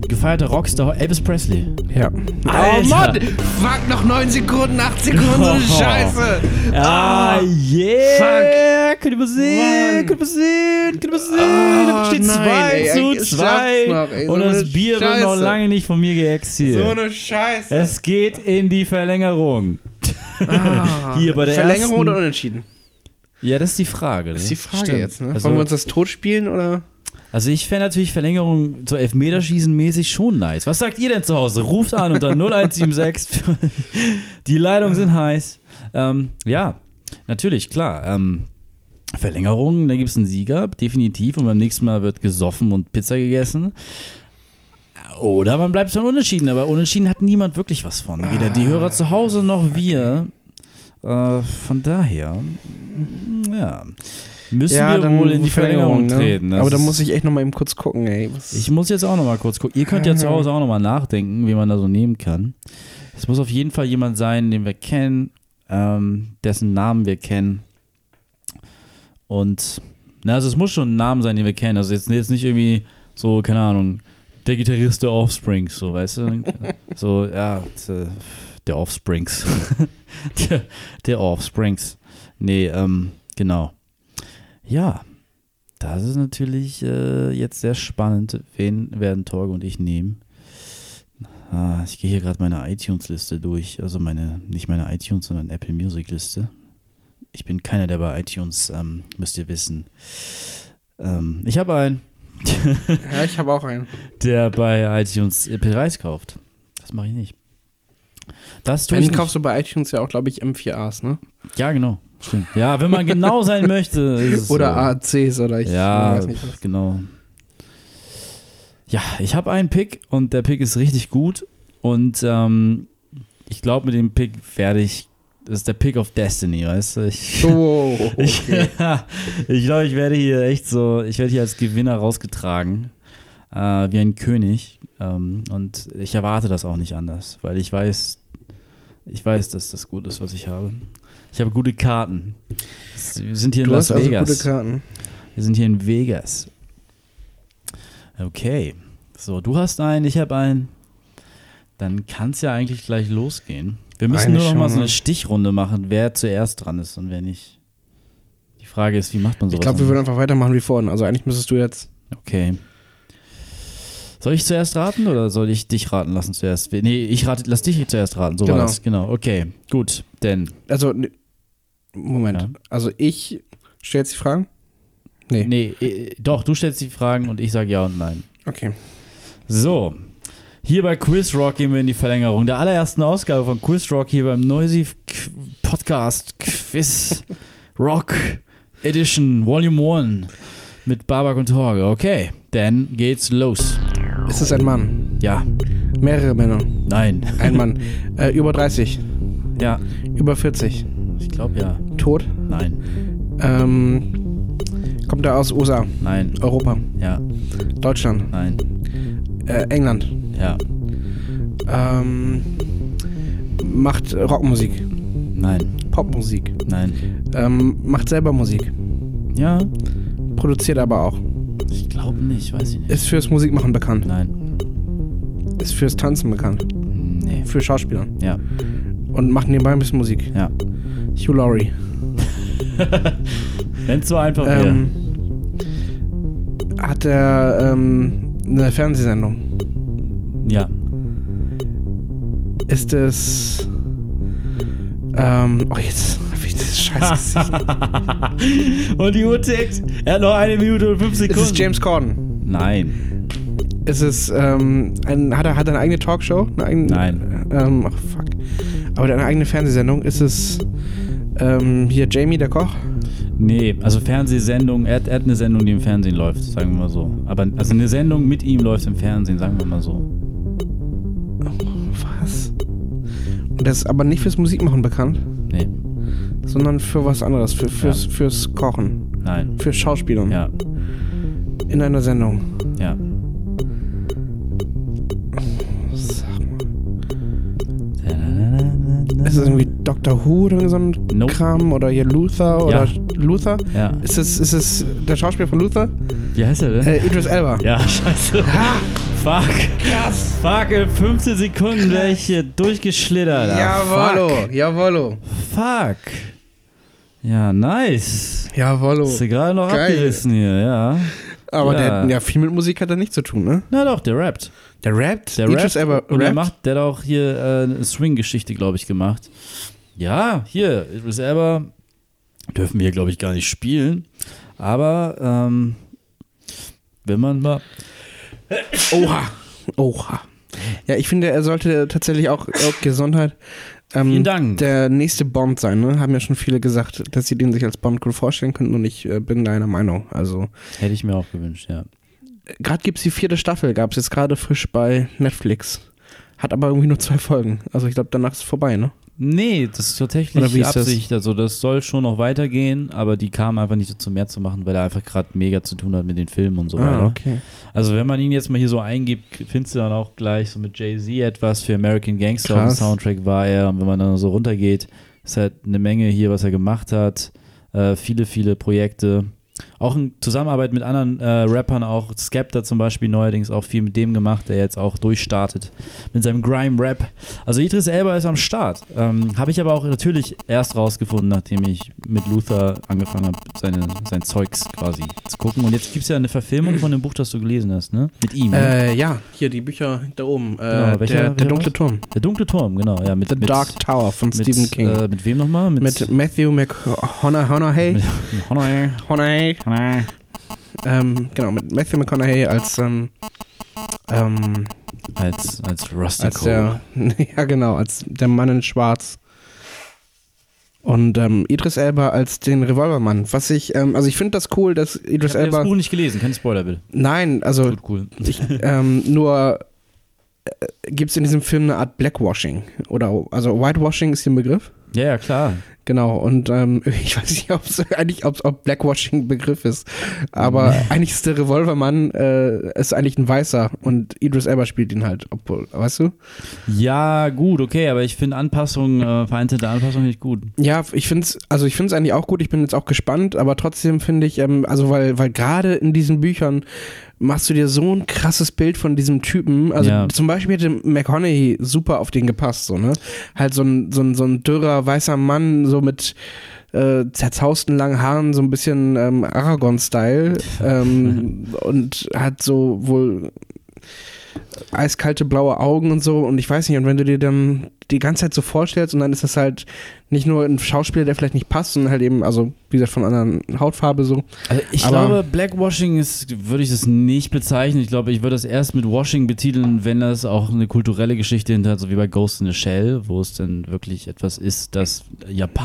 Speaker 2: Gefeierter Rockstar Elvis Presley.
Speaker 1: Ja.
Speaker 2: Alter.
Speaker 1: Oh Mann! Fuck, noch 9 Sekunden, 8 Sekunden, so eine
Speaker 2: Oh.
Speaker 1: Scheiße!
Speaker 2: Ah, yeah! Fuck! Könnt ihr mal sehen,
Speaker 1: Mann.
Speaker 2: könnt ihr mal sehen, könnt ihr mal sehen.
Speaker 1: Ah,
Speaker 2: da steht
Speaker 1: nein,
Speaker 2: 2
Speaker 1: ey,
Speaker 2: zu
Speaker 1: ich schaff's noch,
Speaker 2: 2.
Speaker 1: ey,
Speaker 2: und
Speaker 1: so
Speaker 2: das
Speaker 1: eine
Speaker 2: Bier wird noch
Speaker 1: Scheiße.
Speaker 2: lange nicht von mir
Speaker 1: So
Speaker 2: geäxt
Speaker 1: eine Scheiße!
Speaker 2: Es geht in die Verlängerung.
Speaker 1: Ah.
Speaker 2: Hier bei der
Speaker 1: Verlängerung
Speaker 2: ersten-
Speaker 1: oder unentschieden?
Speaker 2: Ja, das ist die Frage.
Speaker 1: Das ist die Frage jetzt, ne?
Speaker 2: Also,
Speaker 1: Wollen wir uns das tot spielen oder?
Speaker 2: also ich fände natürlich Verlängerung so Elfmeterschießen mäßig schon nice. Was sagt ihr denn zu Hause? Ruft an unter 0176. die Leitungen sind heiß. Ähm, ja, natürlich, klar. Ähm, Verlängerung, da gibt es einen Sieger, definitiv. Und beim nächsten Mal wird gesoffen und Pizza gegessen. Oder man bleibt beim Unentschieden. Aber Unentschieden hat niemand wirklich was von. Weder die Hörer zu Hause noch wir. Äh, von daher, mm, ja. Müssen wir wohl in die Verlängerung, treten. Das
Speaker 1: ne? Aber da
Speaker 2: ist-
Speaker 1: muss ich echt nochmal eben kurz gucken, ey. Was
Speaker 2: ich muss jetzt auch nochmal kurz gucken. Ihr könnt ja zu Hause auch nochmal nachdenken, wie man da so nehmen kann. Es muss auf jeden Fall jemand sein, den wir kennen, ähm, dessen Namen wir kennen. Und, na, also es muss schon ein Name sein, den wir kennen. Also jetzt, jetzt nicht irgendwie so, keine Ahnung, der Gitarrist der Offsprings, so, weißt du? so, ja, t- der Offsprings. der, der Offsprings. Nee, ähm, genau. Ja. Das ist natürlich äh, jetzt sehr spannend. Wen werden Torge und ich nehmen? Ah, ich gehe hier gerade meine iTunes-Liste durch. Also meine, nicht meine iTunes, sondern Apple Music-Liste. Ich bin keiner, der bei iTunes, ähm, müsst ihr wissen, Ähm, ich habe einen,
Speaker 1: Ja, ich habe auch einen.
Speaker 2: der bei iTunes äh, Preis kauft. Das mache ich nicht. Das tue ich
Speaker 1: Wenn
Speaker 2: nicht.
Speaker 1: kaufst du bei iTunes ja auch, glaube ich, M4As, ne?
Speaker 2: Ja, genau. Stimmt. Ja, wenn man genau sein möchte. Ist es
Speaker 1: Oder
Speaker 2: so.
Speaker 1: ACs oder ich
Speaker 2: ja,
Speaker 1: weiß nicht. was.
Speaker 2: genau. Ja, ich habe einen Pick und der Pick ist richtig gut und ähm, ich glaube, mit dem Pick werde ich. Das ist der Pick of Destiny, weißt du? Ich,
Speaker 1: Oh,
Speaker 2: ich,
Speaker 1: okay.
Speaker 2: ich glaube, ich werde hier echt so. Ich werde hier als Gewinner rausgetragen, äh, wie ein König. Ähm, und ich erwarte das auch nicht anders, weil ich weiß, ich weiß, dass das gut ist, was ich habe. Ich habe gute Karten. Wir sind hier in
Speaker 1: du
Speaker 2: Las
Speaker 1: hast also
Speaker 2: Vegas.
Speaker 1: gute Karten.
Speaker 2: Wir sind hier in Vegas. Okay. So, du hast einen, ich habe einen. Dann kann es ja eigentlich gleich losgehen. Wir müssen
Speaker 1: Eigentlich
Speaker 2: nur noch mal
Speaker 1: schon,
Speaker 2: so eine
Speaker 1: ne?
Speaker 2: Stichrunde machen, wer zuerst dran ist und wer nicht. Die Frage ist, wie macht man sowas?
Speaker 1: Ich glaube, wir
Speaker 2: am-
Speaker 1: würden einfach weitermachen wie vorhin. Also eigentlich müsstest du jetzt.
Speaker 2: okay. Soll ich zuerst raten oder soll ich dich raten lassen zuerst? Nee, ich rate, lass dich zuerst raten. So war
Speaker 1: Genau.
Speaker 2: das. Genau. Okay, gut. Denn.
Speaker 1: Also, ne- Moment.
Speaker 2: Ja.
Speaker 1: Also ich stelle jetzt die Fragen. Nee.
Speaker 2: Nee, eh, doch, du stellst die Fragen und ich sage ja und nein.
Speaker 1: Okay.
Speaker 2: So, hier bei Quiz Rock gehen wir in die Verlängerung der allerersten Ausgabe von Quiz Rock hier beim Noisy Qu- Podcast Quiz Rock Edition Volume 1 mit Babak und Torge. Okay, dann geht's los.
Speaker 1: Ist es ein Mann?
Speaker 2: Ja,
Speaker 1: Mehrere Männer.
Speaker 2: nein,
Speaker 1: Ein Mann. äh, über 30.
Speaker 2: ja,
Speaker 1: Über 40.
Speaker 2: ich glaube ja.
Speaker 1: Tot.
Speaker 2: Nein,
Speaker 1: Ähm, kommt er aus USA,
Speaker 2: nein,
Speaker 1: Europa,
Speaker 2: ja,
Speaker 1: Deutschland,
Speaker 2: nein,
Speaker 1: äh, England.
Speaker 2: ja,
Speaker 1: Ähm, macht Rockmusik,
Speaker 2: nein,
Speaker 1: Popmusik.
Speaker 2: nein,
Speaker 1: Ähm, macht selber Musik.
Speaker 2: ja,
Speaker 1: Produziert aber auch.
Speaker 2: ich glaube nicht, weiß ich nicht.
Speaker 1: Ist fürs Musikmachen bekannt.
Speaker 2: Nein,
Speaker 1: Ist fürs Tanzen bekannt.
Speaker 2: nee,
Speaker 1: Für Schauspielern.
Speaker 2: ja,
Speaker 1: Und macht nebenbei ein bisschen Musik.
Speaker 2: ja.
Speaker 1: Hugh Laurie.
Speaker 2: Wenn's so einfach wäre.
Speaker 1: Ähm, hat er ähm, eine Fernsehsendung?
Speaker 2: ja,
Speaker 1: Ist es. Ähm, oh, jetzt hab ich das scheiße.
Speaker 2: Und die Uhr tickt. Er hat noch eine Minute und fünf
Speaker 1: Ist
Speaker 2: Sekunden.
Speaker 1: es James Corden?
Speaker 2: Nein.
Speaker 1: Ist es, ähm, ein, hat er, hat er eine eigene Talkshow? Eine eigene,
Speaker 2: Nein.
Speaker 1: Ähm, ach, fuck. Aber der hat eine eigene Fernsehsendung. Ist es, ähm, hier Jamie, der Koch?
Speaker 2: Nee, also Fernsehsendung, er hat, er hat eine Sendung, die im Fernsehen läuft, sagen wir mal so. Aber also eine Sendung mit ihm läuft im Fernsehen, sagen wir mal so.
Speaker 1: Was? Und das ist aber nicht fürs Musikmachen bekannt,
Speaker 2: Nee,
Speaker 1: sondern für was anderes. Für, fürs, fürs Kochen.
Speaker 2: nein.
Speaker 1: Fürs Schauspielern.
Speaker 2: Ja,
Speaker 1: In einer Sendung.
Speaker 2: ja.
Speaker 1: Sag mal. Ist es irgendwie Doctor Who oder so ein
Speaker 2: Nope.
Speaker 1: Kram? Oder hier Luther? Oder Luther?
Speaker 2: Ja.
Speaker 1: Ist es, ist es der Schauspieler von Luther?
Speaker 2: Wie heißt er denn?
Speaker 1: Äh, Idris Elba.
Speaker 2: Ja, scheiße.
Speaker 1: Ha!
Speaker 2: Fuck.
Speaker 1: Krass!
Speaker 2: Fuck, in 15 Sekunden wäre ich hier durchgeschlittert. Ah,
Speaker 1: Jawollo, jawollo.
Speaker 2: Fuck. Fuck. Ja, nice.
Speaker 1: Jawollo.
Speaker 2: Hast du gerade noch
Speaker 1: Geil.
Speaker 2: abgerissen hier, ja.
Speaker 1: Aber
Speaker 2: Ja.
Speaker 1: der, ja, viel mit Musik hat er nicht zu tun, ne?
Speaker 2: Na doch, der rappt.
Speaker 1: Der rappt?
Speaker 2: Der
Speaker 1: Idris
Speaker 2: rappt.
Speaker 1: Elba
Speaker 2: und der
Speaker 1: rappt?
Speaker 2: macht, der hat auch hier äh, eine Swing-Geschichte, glaube ich, gemacht. Ja, hier, Idris Elba dürfen wir, glaube ich, gar nicht spielen. Aber ähm, wenn man mal.
Speaker 1: Oha. Oha. Ja, ich finde, er sollte tatsächlich auch äh, Gesundheit. Ähm,
Speaker 2: Vielen Dank.
Speaker 1: Der nächste Bond sein, ne? Haben ja schon viele gesagt, dass sie den sich als Bond gut vorstellen könnten und ich äh, bin deiner Meinung. Also,
Speaker 2: Hätte ich mir auch gewünscht, ja.
Speaker 1: gerade gibt's die vierte Staffel, gab's jetzt gerade frisch bei Netflix. Hat aber irgendwie nur zwei Folgen. Also, ich glaube, danach ist es vorbei, ne?
Speaker 2: Nee, das ist tatsächlich
Speaker 1: Oder wie
Speaker 2: die
Speaker 1: ist das?
Speaker 2: Absicht. Also, das soll schon noch weitergehen, aber die kamen einfach nicht dazu, mehr zu machen, weil er einfach gerade mega zu tun hat mit den Filmen und so
Speaker 1: Ah,
Speaker 2: weiter.
Speaker 1: okay.
Speaker 2: Also wenn man ihn jetzt mal hier so eingibt, findest du dann auch gleich so mit Jay-Z etwas für American Gangster auf dem
Speaker 1: Krass.
Speaker 2: Soundtrack war er. Und wenn man dann so runtergeht, ist halt eine Menge hier, was er gemacht hat. Äh, viele, viele Projekte. Auch in Zusammenarbeit mit anderen äh, Rappern, auch Skepta zum Beispiel neuerdings auch viel mit dem gemacht, der jetzt auch durchstartet mit seinem Grime-Rap. Also Idris Elba ist am Start. Ähm, habe ich aber auch natürlich erst rausgefunden, nachdem ich mit Luther angefangen habe, seine, sein Zeugs quasi zu gucken. Und jetzt gibt es ja eine Verfilmung von dem Buch, das du gelesen hast, ne? Mit ihm. ne?
Speaker 1: Äh, ja, hier die Bücher da oben. Äh,
Speaker 2: Genau, welcher-
Speaker 1: der,
Speaker 2: welcher
Speaker 1: der dunkle
Speaker 2: war's?
Speaker 1: Turm.
Speaker 2: Der dunkle Turm, genau. Ja, mit,
Speaker 1: The
Speaker 2: mit,
Speaker 1: Dark Tower von
Speaker 2: mit,
Speaker 1: Stephen King.
Speaker 2: Äh, mit wem nochmal?
Speaker 1: mit Matthew McConaughey.
Speaker 2: Honor.
Speaker 1: Honey. Ähm, genau, mit Matthew McConaughey als, ähm, ähm,
Speaker 2: Als, als Rusty
Speaker 1: als
Speaker 2: Cole.
Speaker 1: der, ja genau, als der Mann in Schwarz. Und ähm, Idris Elba als den Revolvermann. Was ich, ähm, also ich finde das cool, dass
Speaker 2: Ich
Speaker 1: Idris
Speaker 2: habe das
Speaker 1: Elba.
Speaker 2: Buch nicht gelesen, kein Spoiler bitte.
Speaker 1: Nein, also
Speaker 2: Gut, cool.
Speaker 1: ähm, nur äh, gibt es in diesem Film eine Art Blackwashing. Oder also Whitewashing ist hier ein Begriff.
Speaker 2: Ja, ja, klar.
Speaker 1: Genau, und ähm, ich weiß nicht, ob es eigentlich ob's, ob Blackwashing ein Begriff ist. Aber eigentlich ist der Revolvermann äh, ist eigentlich ein Weißer und Idris Elba spielt ihn halt, obwohl, weißt du?
Speaker 2: Ja, gut, okay, aber ich finde Anpassungen, äh, vereinzelte Anpassungen nicht gut.
Speaker 1: Ja, ich find's, also ich find's eigentlich auch gut, ich bin jetzt auch gespannt, aber trotzdem finde ich, ähm, also weil, weil gerade in diesen Büchern machst du dir so ein krasses Bild von diesem Typen. Also
Speaker 2: Ja.
Speaker 1: zum Beispiel hätte McConaughey super auf den gepasst, so, ne? Halt so ein, so ein, so ein dürrer, weißer Mann, so mit äh, zerzausten langen Haaren, so ein bisschen ähm, Aragon-Style ähm, und hat so wohl eiskalte blaue Augen und so und ich weiß nicht, und wenn du dir dann die ganze Zeit so vorstellst und dann ist das halt nicht nur ein Schauspieler, der vielleicht nicht passt, sondern halt eben, also wie gesagt, von einer anderen Hautfarbe so.
Speaker 2: Also ich
Speaker 1: Aber-
Speaker 2: glaube, Blackwashing ist, würde ich das nicht bezeichnen. Ich glaube, ich würde das erst mit Washing betiteln, wenn das auch eine kulturelle Geschichte hinter hat, so wie bei Ghost in the Shell, wo es dann wirklich etwas ist, das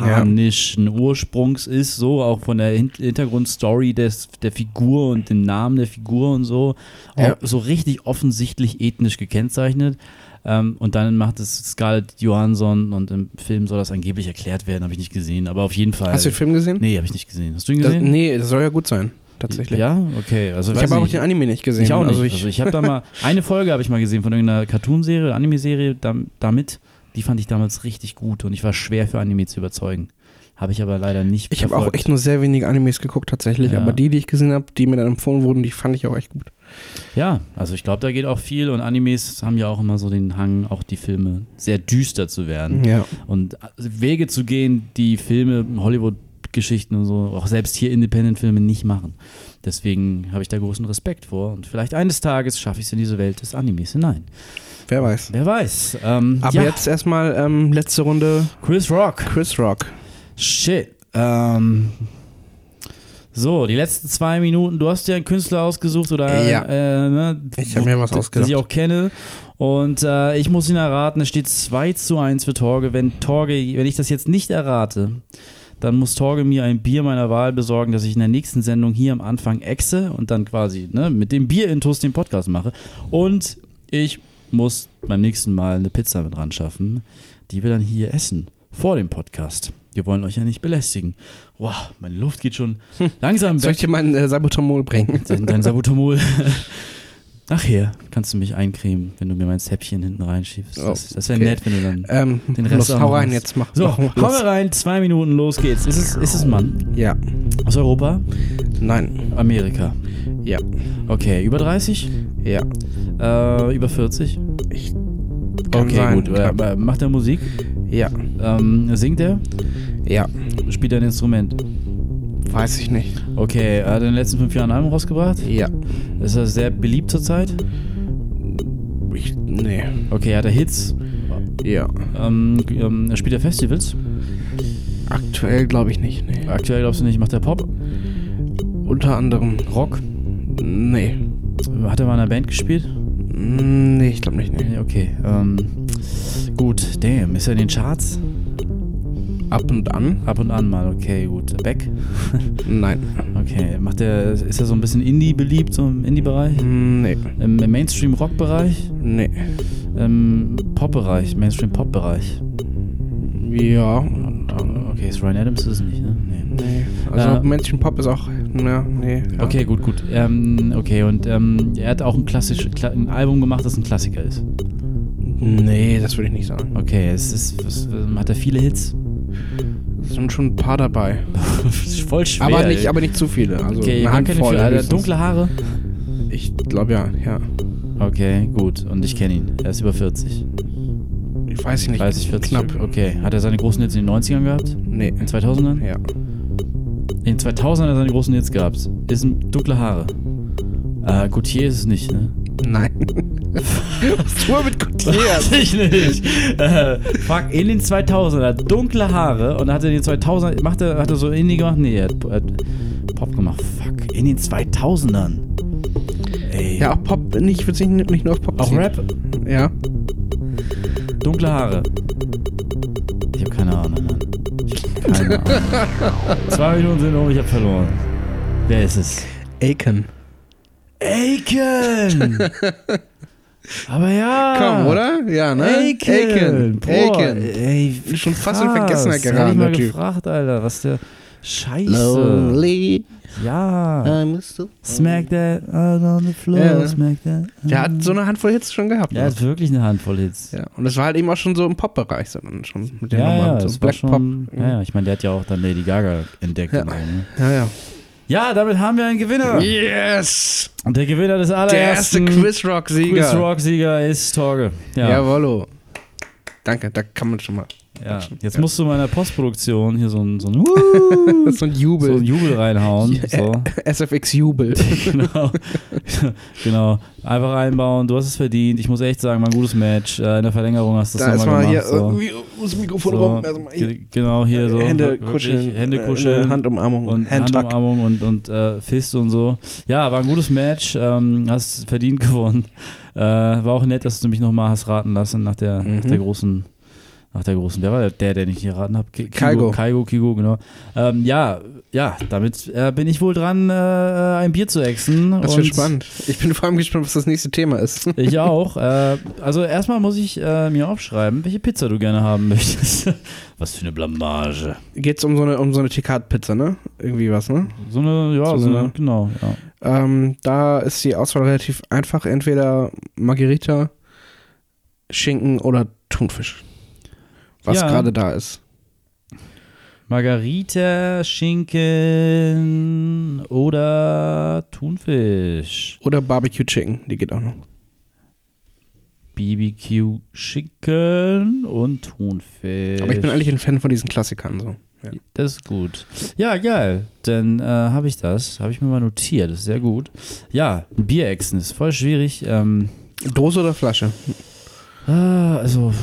Speaker 2: japanischen Ursprungs ist, so auch von der Hin Hintergrundstory des, der Figur und dem Namen der Figur und so.
Speaker 1: Ja.
Speaker 2: Auch so richtig offensichtlich ethnisch gekennzeichnet. Ähm, und dann macht es Scarlett Johansson und im Film soll das angeblich erklärt werden, habe ich nicht gesehen, aber auf jeden Fall.
Speaker 1: Hast du den Film gesehen?
Speaker 2: Äh, nee, habe ich nicht gesehen. Hast du ihn
Speaker 1: Das,
Speaker 2: gesehen?
Speaker 1: nee, das soll ja gut sein, tatsächlich.
Speaker 2: Ja, okay. Also
Speaker 1: ich
Speaker 2: weiß
Speaker 1: habe auch
Speaker 2: nicht.
Speaker 1: den Anime nicht gesehen.
Speaker 2: ich auch nicht.
Speaker 1: Also
Speaker 2: Also ich,
Speaker 1: ich,
Speaker 2: habe da mal eine Folge habe ich mal gesehen von irgendeiner Cartoonserie, Anime-Serie dam- damit. Die fand ich damals richtig gut und ich war schwer für Anime zu überzeugen. Habe ich aber leider nicht.
Speaker 1: ich habe auch
Speaker 2: verfolgt.
Speaker 1: echt nur sehr wenige Animes geguckt, tatsächlich.
Speaker 2: Ja.
Speaker 1: Aber die, die ich gesehen habe, die mir dann empfohlen wurden, die fand ich auch echt gut.
Speaker 2: Ja, also ich glaube, da geht auch viel und Animes haben ja auch immer so den Hang, auch die Filme sehr düster zu werden
Speaker 1: Ja.
Speaker 2: und also Wege zu gehen, die Filme, Hollywood-Geschichten und so, auch selbst hier Independent-Filme nicht machen. Deswegen habe ich da großen Respekt vor und vielleicht eines Tages schaffe ich es in diese Welt des Animes hinein.
Speaker 1: Wer weiß.
Speaker 2: Wer weiß. Ähm,
Speaker 1: Aber
Speaker 2: ja,
Speaker 1: jetzt erstmal ähm, letzte Runde
Speaker 2: Chris Rock.
Speaker 1: Chris Rock.
Speaker 2: Shit. Ähm, so, die letzten zwei Minuten. Du hast dir einen Künstler ausgesucht oder?
Speaker 1: Ja.
Speaker 2: Äh, ne,
Speaker 1: Ich habe mir was
Speaker 2: d-
Speaker 1: ausgedacht.
Speaker 2: Das ich auch kenne. Und äh, ich muss ihn erraten. Es steht 2 zu 1 für Torge. Wenn Torge, wenn ich das jetzt nicht errate, dann muss Torge mir ein Bier meiner Wahl besorgen, dass ich in der nächsten Sendung hier am Anfang exe und dann quasi ne, mit dem Bier-Intus den Podcast mache. Und ich muss beim nächsten Mal eine Pizza mit ran schaffen, die wir dann hier essen. Vor dem Podcast. Wir wollen euch ja nicht belästigen. Wow, meine Luft geht schon langsam
Speaker 1: Soll
Speaker 2: weg.
Speaker 1: ich dir meinen äh, Sabotamol bringen?
Speaker 2: Dein, dein Sabutamol. Nachher kannst du mich eincremen, wenn du mir mein Zäppchen hinten reinschiebst. Das, das wäre
Speaker 1: Oh, okay.
Speaker 2: nett, wenn du dann.
Speaker 1: Ähm,
Speaker 2: Den Rest
Speaker 1: los,
Speaker 2: auch
Speaker 1: hau
Speaker 2: noch.
Speaker 1: rein jetzt, mach
Speaker 2: So,
Speaker 1: mach- mach
Speaker 2: hau mal rein, zwei Minuten, los geht's. Ist es, ist es ein Mann
Speaker 1: Ja.
Speaker 2: aus Europa?
Speaker 1: Nein.
Speaker 2: Amerika.
Speaker 1: Ja.
Speaker 2: Okay, über 30?
Speaker 1: Ja.
Speaker 2: Äh, über 40?
Speaker 1: Ich- kann
Speaker 2: Okay,
Speaker 1: sein,
Speaker 2: gut. Äh,
Speaker 1: knapp.
Speaker 2: äh, macht er Musik?
Speaker 1: Ja.
Speaker 2: Ähm, singt er?
Speaker 1: Ja.
Speaker 2: Spielt er ein Instrument?
Speaker 1: Weiß ich nicht.
Speaker 2: Okay, er hat in den letzten fünf Jahren ein Album rausgebracht?
Speaker 1: Ja.
Speaker 2: Ist er sehr beliebt zurzeit?
Speaker 1: Ich, nee.
Speaker 2: Okay, hat er Hits?
Speaker 1: Ja.
Speaker 2: Ähm, ähm, spielt er Festivals?
Speaker 1: Aktuell glaube ich nicht. Nee.
Speaker 2: Aktuell glaubst du nicht, macht er Pop?
Speaker 1: Unter anderem.
Speaker 2: Rock?
Speaker 1: Nee.
Speaker 2: Hat er mal in einer Band gespielt?
Speaker 1: Nee, ich glaube nicht. Nee.
Speaker 2: Nee, Äh, okay. Ähm, gut, damn. Ist er in den Charts?
Speaker 1: Ab und an?
Speaker 2: Ab und an mal, okay, gut. Beck?
Speaker 1: Nein.
Speaker 2: Okay, macht er, ist er so ein bisschen Indie beliebt, so im Indie-Bereich?
Speaker 1: Nee.
Speaker 2: Im, im Mainstream-Rock-Bereich?
Speaker 1: Nee.
Speaker 2: Im Pop-Bereich, Mainstream-Pop-Bereich?
Speaker 1: Ja. und dann-
Speaker 2: Okay, ist Ryan Adams ist es nicht, ne? Nee.
Speaker 1: Nee. Also
Speaker 2: Äh,
Speaker 1: Männchen Pop ist auch. Na, nee. Ja.
Speaker 2: Okay, gut, gut. Ähm, okay, und ähm, er hat auch ein, klassisch, kla- ein Album gemacht, das ein Klassiker ist.
Speaker 1: Nee, das würde ich nicht sagen.
Speaker 2: Okay, es ist, was, hat er viele Hits?
Speaker 1: Es sind schon ein paar dabei.
Speaker 2: Ist Voll schwer.
Speaker 1: aber nicht,
Speaker 2: ey.
Speaker 1: aber nicht zu viele. Also
Speaker 2: okay,
Speaker 1: eine
Speaker 2: man kennt ihn
Speaker 1: Handvoll.
Speaker 2: für- hat er
Speaker 1: höchstens.
Speaker 2: dunkle Haare.
Speaker 1: Ich glaube ja, ja.
Speaker 2: Okay, gut. Und ich kenne ihn. Er ist über 40.
Speaker 1: Ich weiß nicht.
Speaker 2: 30, 40.
Speaker 1: Knapp.
Speaker 2: Okay. Hat er seine großen Hits in den 90ern gehabt?
Speaker 1: Nee.
Speaker 2: In 2000ern?
Speaker 1: Ja.
Speaker 2: In 2000 hat er seine großen Hits gehabt. Ist ein dunkle Haare. Äh, Gautier ist es nicht, ne?
Speaker 1: Nein. Was tun wir mit Gutierrez?
Speaker 2: ich nicht. Äh, fuck, in den 2000er. Dunkle Haare. Und hat er in den 2000 macht er, hat er so Indie gemacht? Nee, er hat, hat Pop gemacht. Fuck. In den 2000ern. Ey.
Speaker 1: Ja, auch Pop, nicht, witzig, nicht nur auf Pop.
Speaker 2: Auch
Speaker 1: beziehen.
Speaker 2: Rap?
Speaker 1: Ja.
Speaker 2: Dunkle Haare. Ich habe keine Ahnung, Mann. Ich hab keine Ahnung. Zwei Minuten sind um, ich habe verloren. Wer ist es?
Speaker 1: Aiken.
Speaker 2: Aiken! Aber ja.
Speaker 1: Komm, oder? Ja, ne?
Speaker 2: Aiken.
Speaker 1: Aiken.
Speaker 2: Boah,
Speaker 1: Aiken.
Speaker 2: Ey, wie
Speaker 1: Schon fast in
Speaker 2: krass.
Speaker 1: Vergessenheit
Speaker 2: Hätte
Speaker 1: geraten,
Speaker 2: Ich mal
Speaker 1: der Typ.
Speaker 2: gefragt, Alter, was der Scheiße.
Speaker 1: Lonely,
Speaker 2: Ja.
Speaker 1: I'm so
Speaker 2: Smack that out on the floor.
Speaker 1: Ja.
Speaker 2: Smack that.
Speaker 1: Der hat so eine Handvoll Hits schon gehabt.
Speaker 2: Ja,
Speaker 1: ne?
Speaker 2: ist wirklich eine Handvoll Hits.
Speaker 1: Ja, und das war halt eben auch schon so im Pop-Bereich, sondern schon mit der
Speaker 2: Ja,
Speaker 1: Nummer.
Speaker 2: ja,
Speaker 1: so
Speaker 2: das war schon, ja, ja, ich meine, der hat ja auch dann Lady Gaga entdeckt.
Speaker 1: Ja.
Speaker 2: und so, ne?
Speaker 1: ja, ja.
Speaker 2: ja damit haben wir einen Gewinner.
Speaker 1: Yes!
Speaker 2: Und der Gewinner des
Speaker 1: Der erste
Speaker 2: allerersten
Speaker 1: Quiz-Rock-Sieger.
Speaker 2: Quiz-Rock-Sieger ist Torge. Ja,
Speaker 1: Jawollo. Danke, da kann man schon mal.
Speaker 2: ja. Jetzt
Speaker 1: Ja.
Speaker 2: musst du mal in der Postproduktion hier so ein, so ein, Wuhu,
Speaker 1: Das ist so ein
Speaker 2: so
Speaker 1: Jubel.
Speaker 2: ein Jubel reinhauen.
Speaker 1: Ja.
Speaker 2: So.
Speaker 1: SFX-Jubel.
Speaker 2: genau. genau. Einfach einbauen. Du hast es verdient. Ich muss echt sagen, war ein gutes Match. Äh, In der Verlängerung hast du
Speaker 1: Da
Speaker 2: das
Speaker 1: ist
Speaker 2: nochmal
Speaker 1: mal
Speaker 2: gemacht.
Speaker 1: hier
Speaker 2: so.
Speaker 1: irgendwie ums Mikrofon
Speaker 2: So,
Speaker 1: rum. Also mal hier.
Speaker 2: ge- genau, hier so.
Speaker 1: Hände
Speaker 2: wirklich
Speaker 1: kuscheln.
Speaker 2: Hände
Speaker 1: äh,
Speaker 2: kuscheln.
Speaker 1: eine Handumarmung.
Speaker 2: und um
Speaker 1: Handschlag.
Speaker 2: Handumarmung und, und äh, Fist und so. Ja, war ein gutes Match, ähm, hast verdient gewonnen. Äh, war auch nett, dass du mich nochmal hast raten lassen nach der,
Speaker 1: Mhm.
Speaker 2: nach der großen, nach der großen, wer war der, den ich nicht geraten habe? Ki-
Speaker 1: Kaigo.
Speaker 2: Kaigo, Kigo, genau. Ähm, ja, ja, damit äh, bin ich wohl dran, äh, ein Bier zu exen.
Speaker 1: Das
Speaker 2: und
Speaker 1: wird spannend. Ich bin vor allem gespannt, was das nächste Thema ist.
Speaker 2: Ich auch. Äh, also erstmal muss ich äh, mir aufschreiben, welche Pizza du gerne haben möchtest. Was für eine Blamage.
Speaker 1: Geht's um so eine, um so eine Tikat-Pizza, ne? Irgendwie was, ne?
Speaker 2: So eine, ja,
Speaker 1: So
Speaker 2: so,
Speaker 1: eine-
Speaker 2: eine, genau, ja.
Speaker 1: Ähm, da ist die Auswahl relativ einfach. Entweder Margherita, Schinken oder Thunfisch. Was
Speaker 2: Ja.
Speaker 1: gerade da ist.
Speaker 2: Margarita, Schinken oder Thunfisch.
Speaker 1: Oder Barbecue Chicken, die geht auch noch.
Speaker 2: BBQ Schinken und Thunfisch.
Speaker 1: Aber ich bin eigentlich ein Fan von diesen Klassikern so.
Speaker 2: Das ist gut. Ja, geil. Dann äh, habe ich das. Habe ich mir mal notiert. Das ist sehr gut. Ja, ein Bierechsen ist voll schwierig. Ähm,
Speaker 1: Dose oder Flasche?
Speaker 2: ah, also,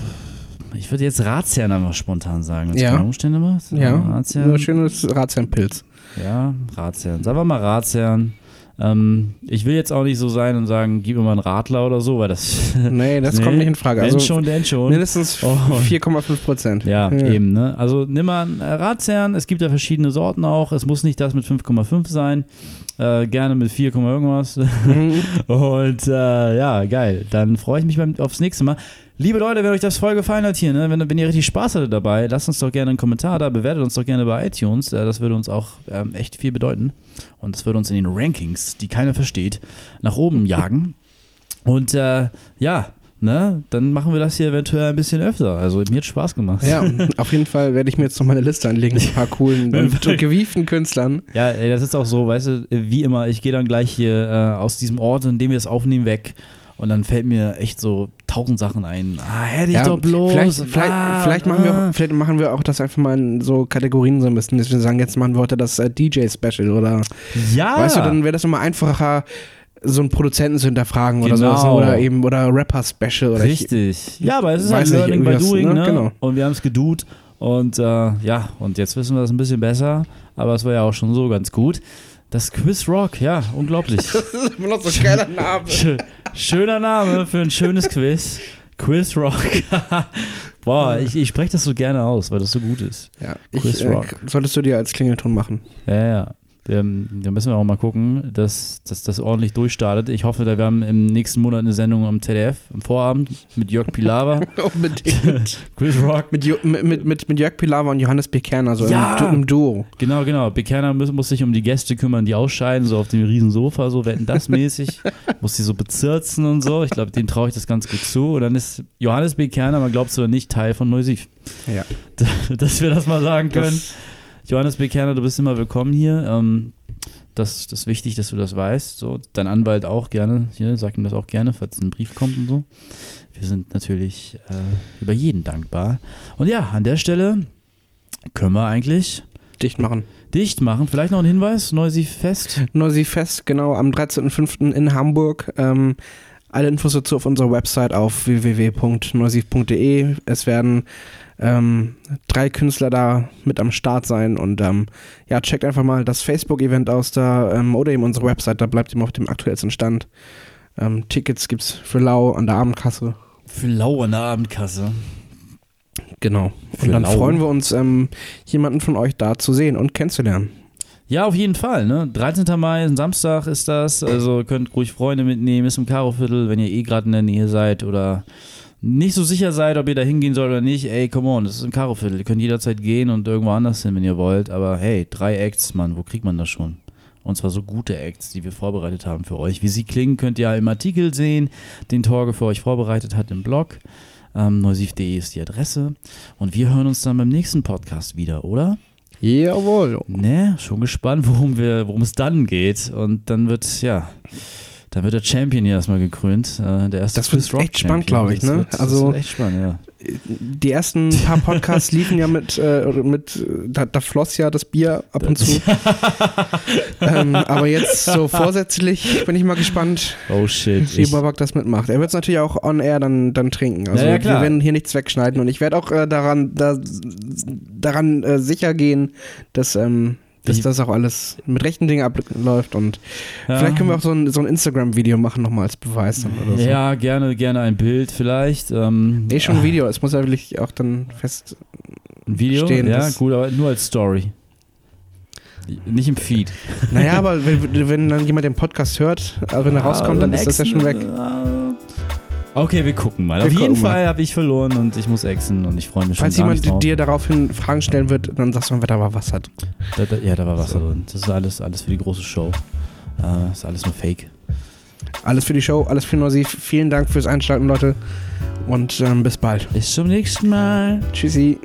Speaker 2: ich würde jetzt Ratsherrn einfach spontan sagen. Als
Speaker 1: Ja.
Speaker 2: keine Umstände mal.
Speaker 1: Ja.
Speaker 2: Ratsherrn.
Speaker 1: Ein schönes Ratsherrenpilz.
Speaker 2: Ja, Ratsherrn. Sagen wir mal Ratsherrn. Ähm, ich will jetzt auch nicht so sein und sagen, gib mir mal einen Radler oder so, weil das.
Speaker 1: Nee, das
Speaker 2: Nee,
Speaker 1: kommt nicht in Frage.
Speaker 2: wenn
Speaker 1: Also
Speaker 2: schon, denn schon.
Speaker 1: mindestens
Speaker 2: Oh.
Speaker 1: 4,5 Prozent.
Speaker 2: Ja, eben, ne? Also nimm mal einen äh, Ratsherrn. Es gibt ja verschiedene Sorten auch. Es muss nicht das mit 5,5 sein. Äh, gerne mit 4, Komma irgendwas.
Speaker 1: Mhm.
Speaker 2: Und äh, ja, geil. Dann freue ich mich beim, aufs nächste Mal. Liebe Leute, wenn euch das voll gefallen hat hier, ne? wenn, wenn ihr richtig Spaß hattet dabei, lasst uns doch gerne einen Kommentar da, bewertet uns doch gerne bei iTunes. Äh, das würde uns auch ähm, echt viel bedeuten. Und das würde uns in den Rankings, die keiner versteht, nach oben jagen. Und äh, ja, ne, dann machen wir das hier eventuell ein bisschen öfter. Also mir hat Spaß gemacht.
Speaker 1: Ja, auf jeden Fall werde ich mir jetzt noch mal eine Liste anlegen mit ein paar coolen und gewieften Künstlern.
Speaker 2: Ja, ey, das ist auch so, weißt du, wie immer, ich gehe dann gleich hier äh, aus diesem Ort, in dem wir es aufnehmen, weg. Und dann fällt mir echt so tausend Sachen ein. Ah, hätte ich doch bloß.
Speaker 1: Vielleicht,
Speaker 2: ah,
Speaker 1: vielleicht, vielleicht, machen wir
Speaker 2: ah.
Speaker 1: auch, vielleicht machen wir auch das einfach mal in so Kategorien so ein bisschen, dass wir sagen, jetzt machen wir heute das äh, DJ-Special oder
Speaker 2: Ja.
Speaker 1: weißt du, dann wäre das nochmal einfacher, so einen Produzenten zu hinterfragen oder
Speaker 2: Genau.
Speaker 1: sowas. ne? Oder eben oder Rapper-Special oder ich-
Speaker 2: Richtig. Ja, aber es ist halt
Speaker 1: Weiß nicht,
Speaker 2: Learning by
Speaker 1: irgendwas,
Speaker 2: Doing, ne?
Speaker 1: ne? Genau.
Speaker 2: Und wir haben es geduht. Und äh, ja, und jetzt wissen wir das ein bisschen besser. Aber es war ja auch schon so ganz gut. Das Quiz Rock, ja, unglaublich.
Speaker 1: Das ist immer noch so ein geiler Name.
Speaker 2: Schö- Schöner Name für ein schönes Quiz. Quiz Rock. Boah, ich, ich spreche das so gerne aus, weil das so gut ist.
Speaker 1: Ja,
Speaker 2: Chris
Speaker 1: ich, äh,
Speaker 2: Rock.
Speaker 1: solltest du dir als Klingelton machen.
Speaker 2: Ja, ja. Ähm, da müssen wir auch mal gucken, dass, dass das ordentlich durchstartet. Ich hoffe, da wir haben im nächsten Monat eine Sendung am TDF, am Vorabend, mit Jörg Pilawa,
Speaker 1: Unbedingt.
Speaker 2: Quiz Rock.
Speaker 1: mit, Jo- mit, mit, mit, mit Jörg Pilawa und Johannes Bekerner, so
Speaker 2: Ja!
Speaker 1: im, Du- im Duo.
Speaker 2: Genau, genau. Bekerner muss, muss sich um die Gäste kümmern, die ausscheiden, so auf dem riesen Sofa, so wetten das mäßig. muss sie so bezirzen und so. Ich glaube, dem traue ich das ganz gut zu. Und dann ist Johannes Bekerner, man glaubt es oder nicht, Teil von Neusiv.
Speaker 1: Ja.
Speaker 2: Dass wir das mal sagen können.
Speaker 1: Das,
Speaker 2: Johannes Bekerner, du bist immer willkommen hier. Ähm, das, das ist wichtig, dass du das weißt. So, dein Anwalt auch gerne. Hier, sag ihm das auch gerne, falls ein Brief kommt und so. Wir sind natürlich äh, über jeden dankbar. Und ja, an der Stelle können wir eigentlich
Speaker 1: dicht machen.
Speaker 2: dicht machen. Vielleicht noch ein Hinweis, Neusi Fest.
Speaker 1: Neusi Fest, genau, am 13.05. in Hamburg. Ähm, Alle Infos dazu auf unserer Website auf www.neusiv.de. Es werden ähm, drei Künstler da mit am Start sein und ähm, ja, checkt einfach mal das Facebook-Event aus da ähm, oder eben unsere Website, da bleibt ihr immer auf dem aktuellsten Stand. Ähm, Tickets gibt's für Lau an der Abendkasse.
Speaker 2: Für Lau an der Abendkasse.
Speaker 1: Genau.
Speaker 2: Für
Speaker 1: und dann
Speaker 2: Lau.
Speaker 1: freuen wir uns, ähm, jemanden von euch da zu sehen und kennenzulernen.
Speaker 2: Ja, auf jeden Fall. Ne? 13. Mai, ein Samstag ist das. Also könnt ruhig Freunde mitnehmen. Ist im Karoviertel, wenn ihr eh gerade in der Nähe seid oder nicht so sicher seid, ob ihr da hingehen sollt oder nicht. Ey, come on, das ist im Karoviertel. Ihr könnt jederzeit gehen und irgendwo anders hin, wenn ihr wollt. Aber hey, drei Acts, Mann, wo kriegt man das schon? Und zwar so gute Acts, die wir vorbereitet haben für euch. Wie sie klingen, könnt ihr im Artikel sehen, den Torge für euch vorbereitet hat im Blog. Ähm, neusiv.de ist die Adresse. Und wir hören uns dann beim nächsten Podcast wieder, oder?
Speaker 1: Jawohl.
Speaker 2: Ne, schon gespannt, worum, wir, worum es dann geht. Und dann wird, ja, dann wird der Champion hier erstmal gekrönt. Äh, der erste
Speaker 1: Das wird
Speaker 2: Chris Rock
Speaker 1: echt spannend,
Speaker 2: Champion.
Speaker 1: glaube ich,
Speaker 2: Das
Speaker 1: ne?
Speaker 2: Wird, also, das
Speaker 1: Also-
Speaker 2: wird echt spannend, ja.
Speaker 1: Die ersten paar Podcasts liefen ja mit, äh, mit da, da floss ja das Bier ab und zu. ähm, aber jetzt so vorsätzlich bin ich mal gespannt,
Speaker 2: Oh shit.
Speaker 1: wie
Speaker 2: Ich,
Speaker 1: Babak das mitmacht. Er wird es natürlich auch on air dann, dann trinken. Also
Speaker 2: Ja, ja, klar.
Speaker 1: wir werden hier nichts wegschneiden und ich werde auch äh, daran, da, daran äh, sicher gehen, dass, ähm, dass
Speaker 2: Wie-
Speaker 1: das auch alles mit rechten Dingen abläuft und
Speaker 2: ja.
Speaker 1: vielleicht können wir auch so ein, so ein Instagram-Video machen nochmal als Beweis dann oder so.
Speaker 2: Ja, gerne, gerne ein Bild vielleicht. Ähm,
Speaker 1: Nee, schon ein Video. Es muss ja wirklich auch dann fest.
Speaker 2: ein Video.
Speaker 1: stehen,
Speaker 2: ja,
Speaker 1: das-
Speaker 2: gut, aber nur als Story. Nicht im Feed.
Speaker 1: Naja, aber wenn, wenn dann jemand den Podcast hört, also
Speaker 2: Ah,
Speaker 1: wenn er rauskommt, dann ist das ja schon weg.
Speaker 2: Äh, Okay, wir gucken mal.
Speaker 1: Wir
Speaker 2: Auf jeden
Speaker 1: gucken mal.
Speaker 2: Fall habe ich verloren und ich muss exen und ich freue mich schon
Speaker 1: Falls
Speaker 2: gar nicht drauf.
Speaker 1: jemand dir daraufhin Fragen stellen wird, dann sagst du, wer da mal was hat.
Speaker 2: Da, da, ja, da war Wasser
Speaker 1: So.
Speaker 2: drin. Das ist alles, alles für die große Show. Äh, ist alles nur Fake.
Speaker 1: Alles für die Show, alles für Neusiv. Vielen Dank fürs Einschalten, Leute. Und ähm, bis bald.
Speaker 2: Bis zum nächsten Mal.
Speaker 1: Tschüssi.